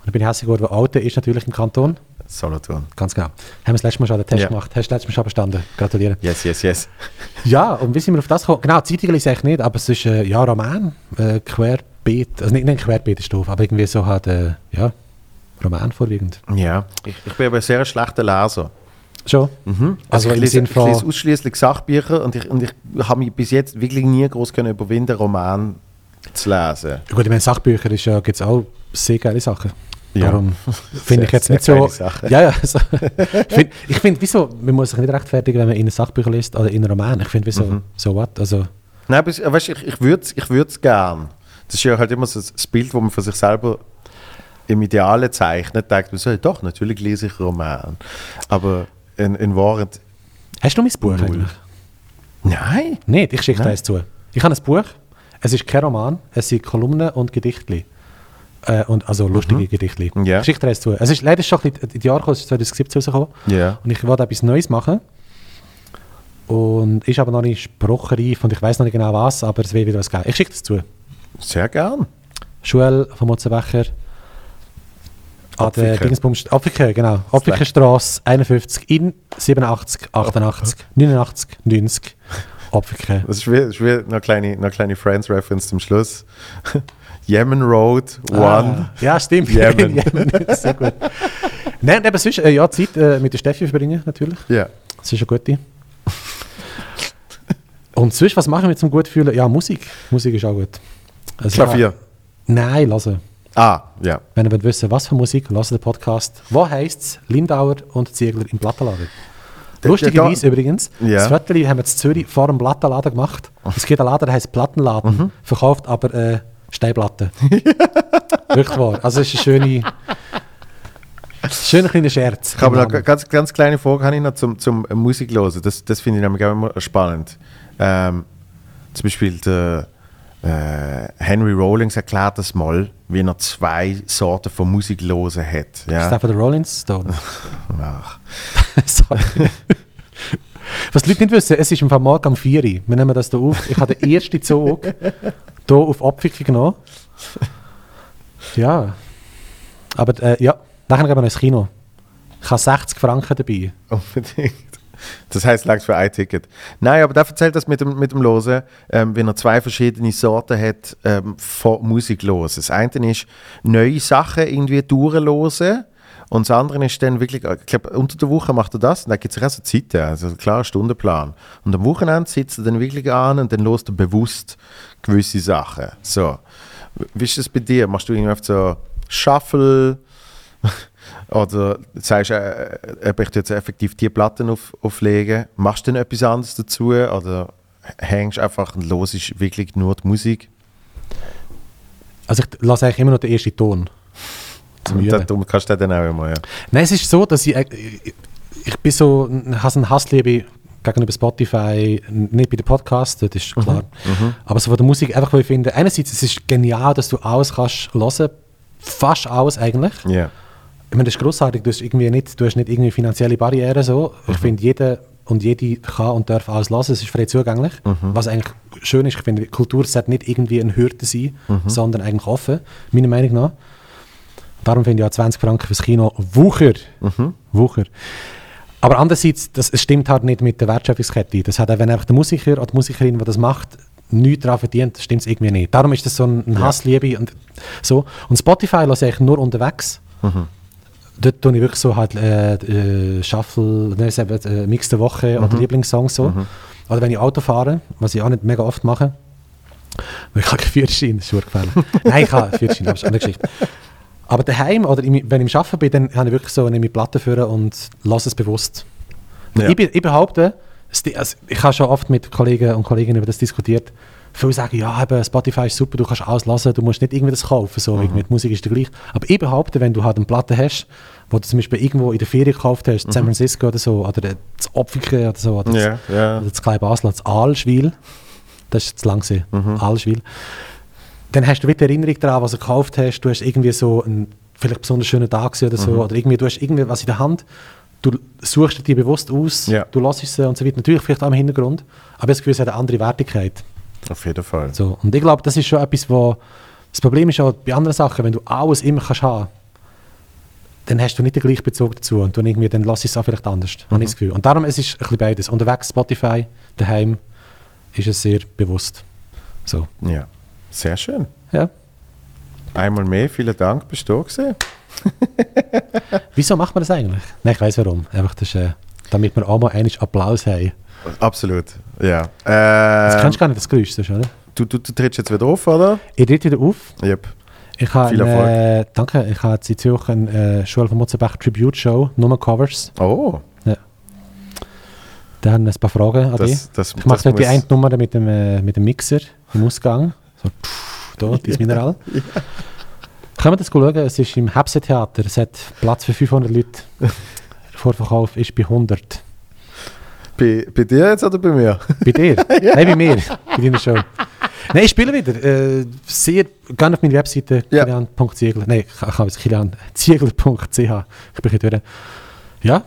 B: dann bin ich hässlich geworden, weil Alte ist natürlich im Kanton.
A: Solothurn.
B: Ganz genau. Haben wir das letzte Mal schon den Test
A: Ja.
B: gemacht. Hast du das letzte Mal schon bestanden? Gratuliere.
A: Yes, yes, yes.
B: Ja, und wie sind wir auf das gekommen? Genau, Zeitungen lese ich nicht, aber es ist, äh, ja, Roman, äh, Querbeet, also nicht, nicht Querbeet ist doof, aber irgendwie so halt, äh, ja, Roman vorwiegend.
A: Ja, ich, ich bin aber ein sehr schlechter Leser.
B: Schon? Also,
A: Mhm. ich
B: im
A: lese,
B: Sinne
A: ich lese
B: von,
A: ausschließlich Sachbücher und ich, und ich habe mich bis jetzt wirklich nie groß können überwinden, Roman zu lesen.
B: gut, ich meine, Sachbücher ist ja, gibt's auch sehr geile Sachen.
A: Ja.
B: Darum finde ich
A: Sehr-
B: jetzt nicht
A: sehr
B: so.
A: geile Sachen.
B: Ja, ja. So. ich finde, ich find, wieso, man muss sich nicht rechtfertigen, wenn man in ein Sachbücher liest oder in einen Roman. Ich finde, wieso,
A: Mhm.
B: so what? Also,
A: Nein, aber es- äh, weißt, du, ich, ich würde es ich würd's gern. Das ist ja halt immer so das Bild, wo man von sich selber im Idealen zeichnet. Denkt man so, ja, doch, natürlich lese ich Roman. Aber in, in Wahrheit,
B: hast du mein Buch eigentlich?
A: nein.
B: Nicht, ich schicke dir
A: Nein.
B: eins zu. Ich habe ein Buch, es ist kein Roman, es sind Kolumnen und Gedichtli. Äh, und, also lustige Gedichtli.
A: Mhm. Ja.
B: Ich schicke dir eins zu. Es ist leider schon ein bisschen in die Jahre gekommen, es ist 2017 rausgekommen.
A: Ja.
B: Und ich wollte etwas Neues machen. Und ist aber noch nicht spruchreif und ich weiß noch nicht genau was, aber es wird wieder was geben. Ich schicke das zu.
A: Sehr gern.
B: Schule von Mutzenbecher an der
A: Opfiken.
B: Dingsbums... Opfiken, genau. Opfikenstrasse 51 in 87, 88, 89, 90. Opfiken.
A: Das ist wie, das ist wie noch eine kleine, noch eine kleine Friends-Reference zum Schluss. Yemen Road, One.
B: Ah, ja, stimmt.
A: Yemen.
B: Yemen. Sehr gut. Nein, aber sonst, äh, ja, Zeit äh, mit der Steffi verbringen, natürlich.
A: Ja.
B: Das ist eine gute. Und sonst, was machen wir zum gut fühlen? Ja, Musik. Musik ist auch gut. Also,
A: Klavier.
B: Ja, nein, lassen.
A: Ah, ja.
B: Wenn ihr wollt wissen was für Musik, lasst den Podcast. Wo heisst es Lindauer und Ziegler im Plattenladen?
A: Da-
B: Lustigerweise
A: da-
B: übrigens,
A: Ja.
B: das Viertel haben wir in Zürich vor dem Plattenladen gemacht. Es gibt einen Laden, der heisst Plattenladen,
A: Mhm.
B: verkauft aber äh, Steinplatten. Wirklich wahr. Also es ist ein schöne, schöner kleiner Scherz.
A: Ich habe
B: im
A: noch
B: Namen.
A: ganz, ganz kleine Frage habe ich noch zum, zum Musiklosen. Das, das finde ich nämlich auch immer spannend. Ähm, zum Beispiel der, äh, Henry Rollins erklärt das mal, wie er zwei Sorten von Musiklosen hat.
B: Ist
A: Ja?
B: das von den Rolling Stones?
A: Ach.
B: Sorry. Was die Leute nicht wissen, es ist im Fall morgen um 4 Uhr. Wir nehmen das hier auf. Ich habe den ersten Zug hier auf Abwicklung genommen. Ja. Aber äh, ja, nachher gehen wir ins Kino. Ich habe 60 Franken dabei.
A: Unbedingt. Das heißt, langs für ein Ticket. Nein, aber da erzählt das mit dem, mit dem Losen, ähm, wenn er zwei verschiedene Sorten hat ähm, von Musiklosen. Das eine ist, neue Sachen irgendwie durchlosen. Und das andere ist dann wirklich, äh, ich glaube, unter der Woche macht er das und dann gibt es auch so Zeiten, also klar, Stundenplan. Und am Wochenende sitzt er dann wirklich an und dann lost er bewusst gewisse Sachen. So. Wie ist das bei dir? Machst du irgendwie oft so Shuffle? Oder sagst Also, du, äh, ob ich jetzt effektiv die Platten auf, auflege? Machst du denn etwas anderes dazu? Oder hängst einfach und los ist wirklich nur die Musik?
B: Also ich lasse eigentlich immer noch den ersten Ton. Zum
A: Und
B: Üben.
A: darum kannst du den auch immer, ja.
B: Nein, es ist so, dass ich, äh, ich, ich bin so, ich habe so eine Hassliebe gegenüber Spotify, nicht bei den Podcasts, das ist klar, aber so von der Musik, einfach weil ich finde, einerseits es ist genial, dass du alles kannst hören, fast alles eigentlich.
A: Ja.
B: Ich meine, das ist grossartig, du hast, irgendwie nicht, du hast nicht irgendwie finanzielle Barrieren so. Ich finde, jeder und jede kann und darf alles hören, es ist frei zugänglich, was eigentlich schön ist. Ich finde, Kultur sollte nicht irgendwie eine Hürde sein, sondern eigentlich offen, meiner Meinung nach. Darum finde ich auch 20 Franken fürs Kino wucher. wucher. Aber andererseits, das, es stimmt halt nicht mit der Wertschöpfungskette. Das hat auch, wenn einfach der Musiker oder die Musikerin, die das macht, nichts daran verdient, stimmt es irgendwie nicht. Darum ist das so ein, ein Hassliebe und so. Und Spotify lasse ich eigentlich nur unterwegs. Dort tue ich wirklich so halt äh, äh, Shuffle, ne, es eben, äh, Mix der Woche oder Lieblingssongs so. Oder wenn ich Auto fahre, was ich auch nicht mega oft mache. Weil ich habe keinen Führerschein, das ist urgefährlich. Nein, ich habe einen Führerschein, aber das ist eine andere Geschichte. Aber daheim oder im, wenn ich im Arbeiten bin, dann habe ich wirklich so eine Platte führen und lasse es bewusst.
A: Ja.
B: Ich, bin- ich behaupte, es di- also ich habe schon oft mit Kollegen und Kolleginnen über das diskutiert. Viele sagen, ja, eben, Spotify ist super, du kannst alles lassen, du musst nicht irgendwie das kaufen, so, irgendwie,
A: Mhm.
B: die Musik ist der gleich. Aber ich behaupte, wenn du halt eine Platte hast, wo du zum Beispiel irgendwo in der Ferien gekauft hast, in San Francisco oder so, oder in Opfiken oder so, oder in-
A: Mhm. Ja, ja.
B: oder Also das kleine Basel, das Aalschwil, das ist zu lang gewesen,
A: Mhm.
B: Aalschwil, dann hast du wieder Erinnerung daran, was du gekauft hast, du hast irgendwie so einen vielleicht besonders schönen Tag gewesen oder so,
A: Mhm.
B: oder irgendwie, du hast irgendwie was in der Hand, du suchst dir die bewusst aus,
A: Ja.
B: du lässt sie und so weiter, natürlich vielleicht auch im Hintergrund, aber das Gefühl, es hat eine andere Wertigkeit.
A: Auf jeden Fall.
B: So. Und ich glaube, das ist schon etwas, wo das Problem ist auch bei anderen Sachen, wenn du alles immer kannst haben, dann hast du nicht den gleichen Bezug dazu und dann, irgendwie, dann lass ich es auch vielleicht anders, habe
A: Mhm.
B: ich das Gefühl. Und darum, es ist ein bisschen beides. Unterwegs Spotify, daheim ist es sehr bewusst. So,
A: Ja. Sehr schön.
B: ja.
A: Einmal mehr, vielen Dank, bist du da gewesen.
B: Wieso macht man das eigentlich? Nein, ich weiß warum. Einfach, das ist, äh, damit wir auch mal einen Applaus haben.
A: Absolut, ja.
B: Das
A: Äh,
B: kannst du gar nicht, das Geräusch, das ist, oder?
A: du, du, du trittst jetzt wieder auf, oder?
B: Ich tritt wieder auf.
A: Yep.
B: Ich habe
A: Viel
B: Eine, danke, ich habe jetzt in Zürich eine äh, Schule von Mutzenbach Tribute Show, nur Covers.
A: Oh,
B: Da haben wir ein paar Fragen an dich.
A: das, das,
B: Ich mache
A: das
B: dort die eine
A: muss-
B: Nummer mit dem, äh, mit dem Mixer im Ausgang. So, pff, da, dieses Mineral. Können wir das schauen? Es ist im Hebse-Theater. Es hat Platz für 500 Leute. Der Vorverkauf ist bei 100.
A: bei, bei dir jetzt oder bei mir?
B: Bei dir? Nein, bei mir. Bei deiner Show. Nein, ich spiele wieder. Äh, sehr, gerne auf meine Webseite
A: Ja.
B: kilian.ziegler. Nein, ich habe es kilianziegler.ch. Ich bin hier durch. Ja.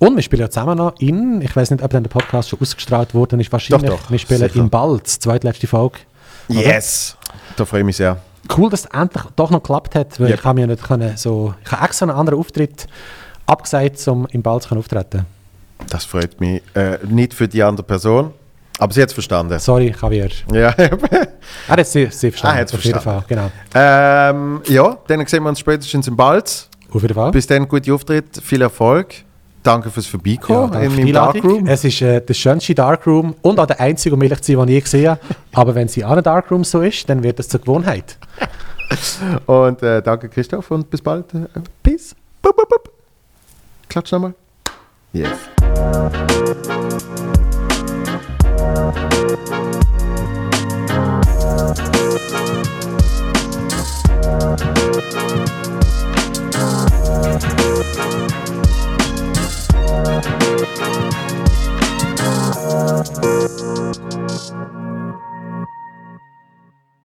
B: Und wir spielen ja zusammen noch in, ich weiß nicht, ob dann der Podcast schon ausgestrahlt worden ist, wahrscheinlich.
A: Doch, doch,
B: wir spielen
A: sicher.
B: in Balz, zweitletzte Folge.
A: Yes! Da freue ich mich sehr.
B: Cool, dass es endlich doch noch geklappt hat, weil
A: Ja.
B: ich habe mir nicht können, so, ich habe extra einen anderen Auftritt abgesagt, um in Balz können auftreten.
A: Das freut mich. Äh, nicht für die andere Person, aber sie hat es verstanden.
B: Sorry, Javier.
A: Ja.
B: Er hat es sehr, sehr verstanden.
A: Ah, er hat's
B: auf jeden Fall,
A: verstanden.
B: genau.
A: ähm, ja, dann sehen wir uns spätestens im Balz.
B: Auf jeden Fall.
A: Bis dann, gute Auftritt, viel Erfolg. Danke fürs
B: Ja,
A: Vorbeikommen
B: danke
A: in
B: für die
A: meinem
B: Einladung.
A: Darkroom.
B: Es ist äh, der schönste Darkroom und auch der einzige, um ehrlich zu sein, den ich je gesehen habe. Aber wenn sie an einem Darkroom so ist, dann wird das zur Gewohnheit.
A: Und äh, danke, Christoph, und bis bald. Äh, Peace. Bup, bup, bup. Klatsch nochmal. Yes.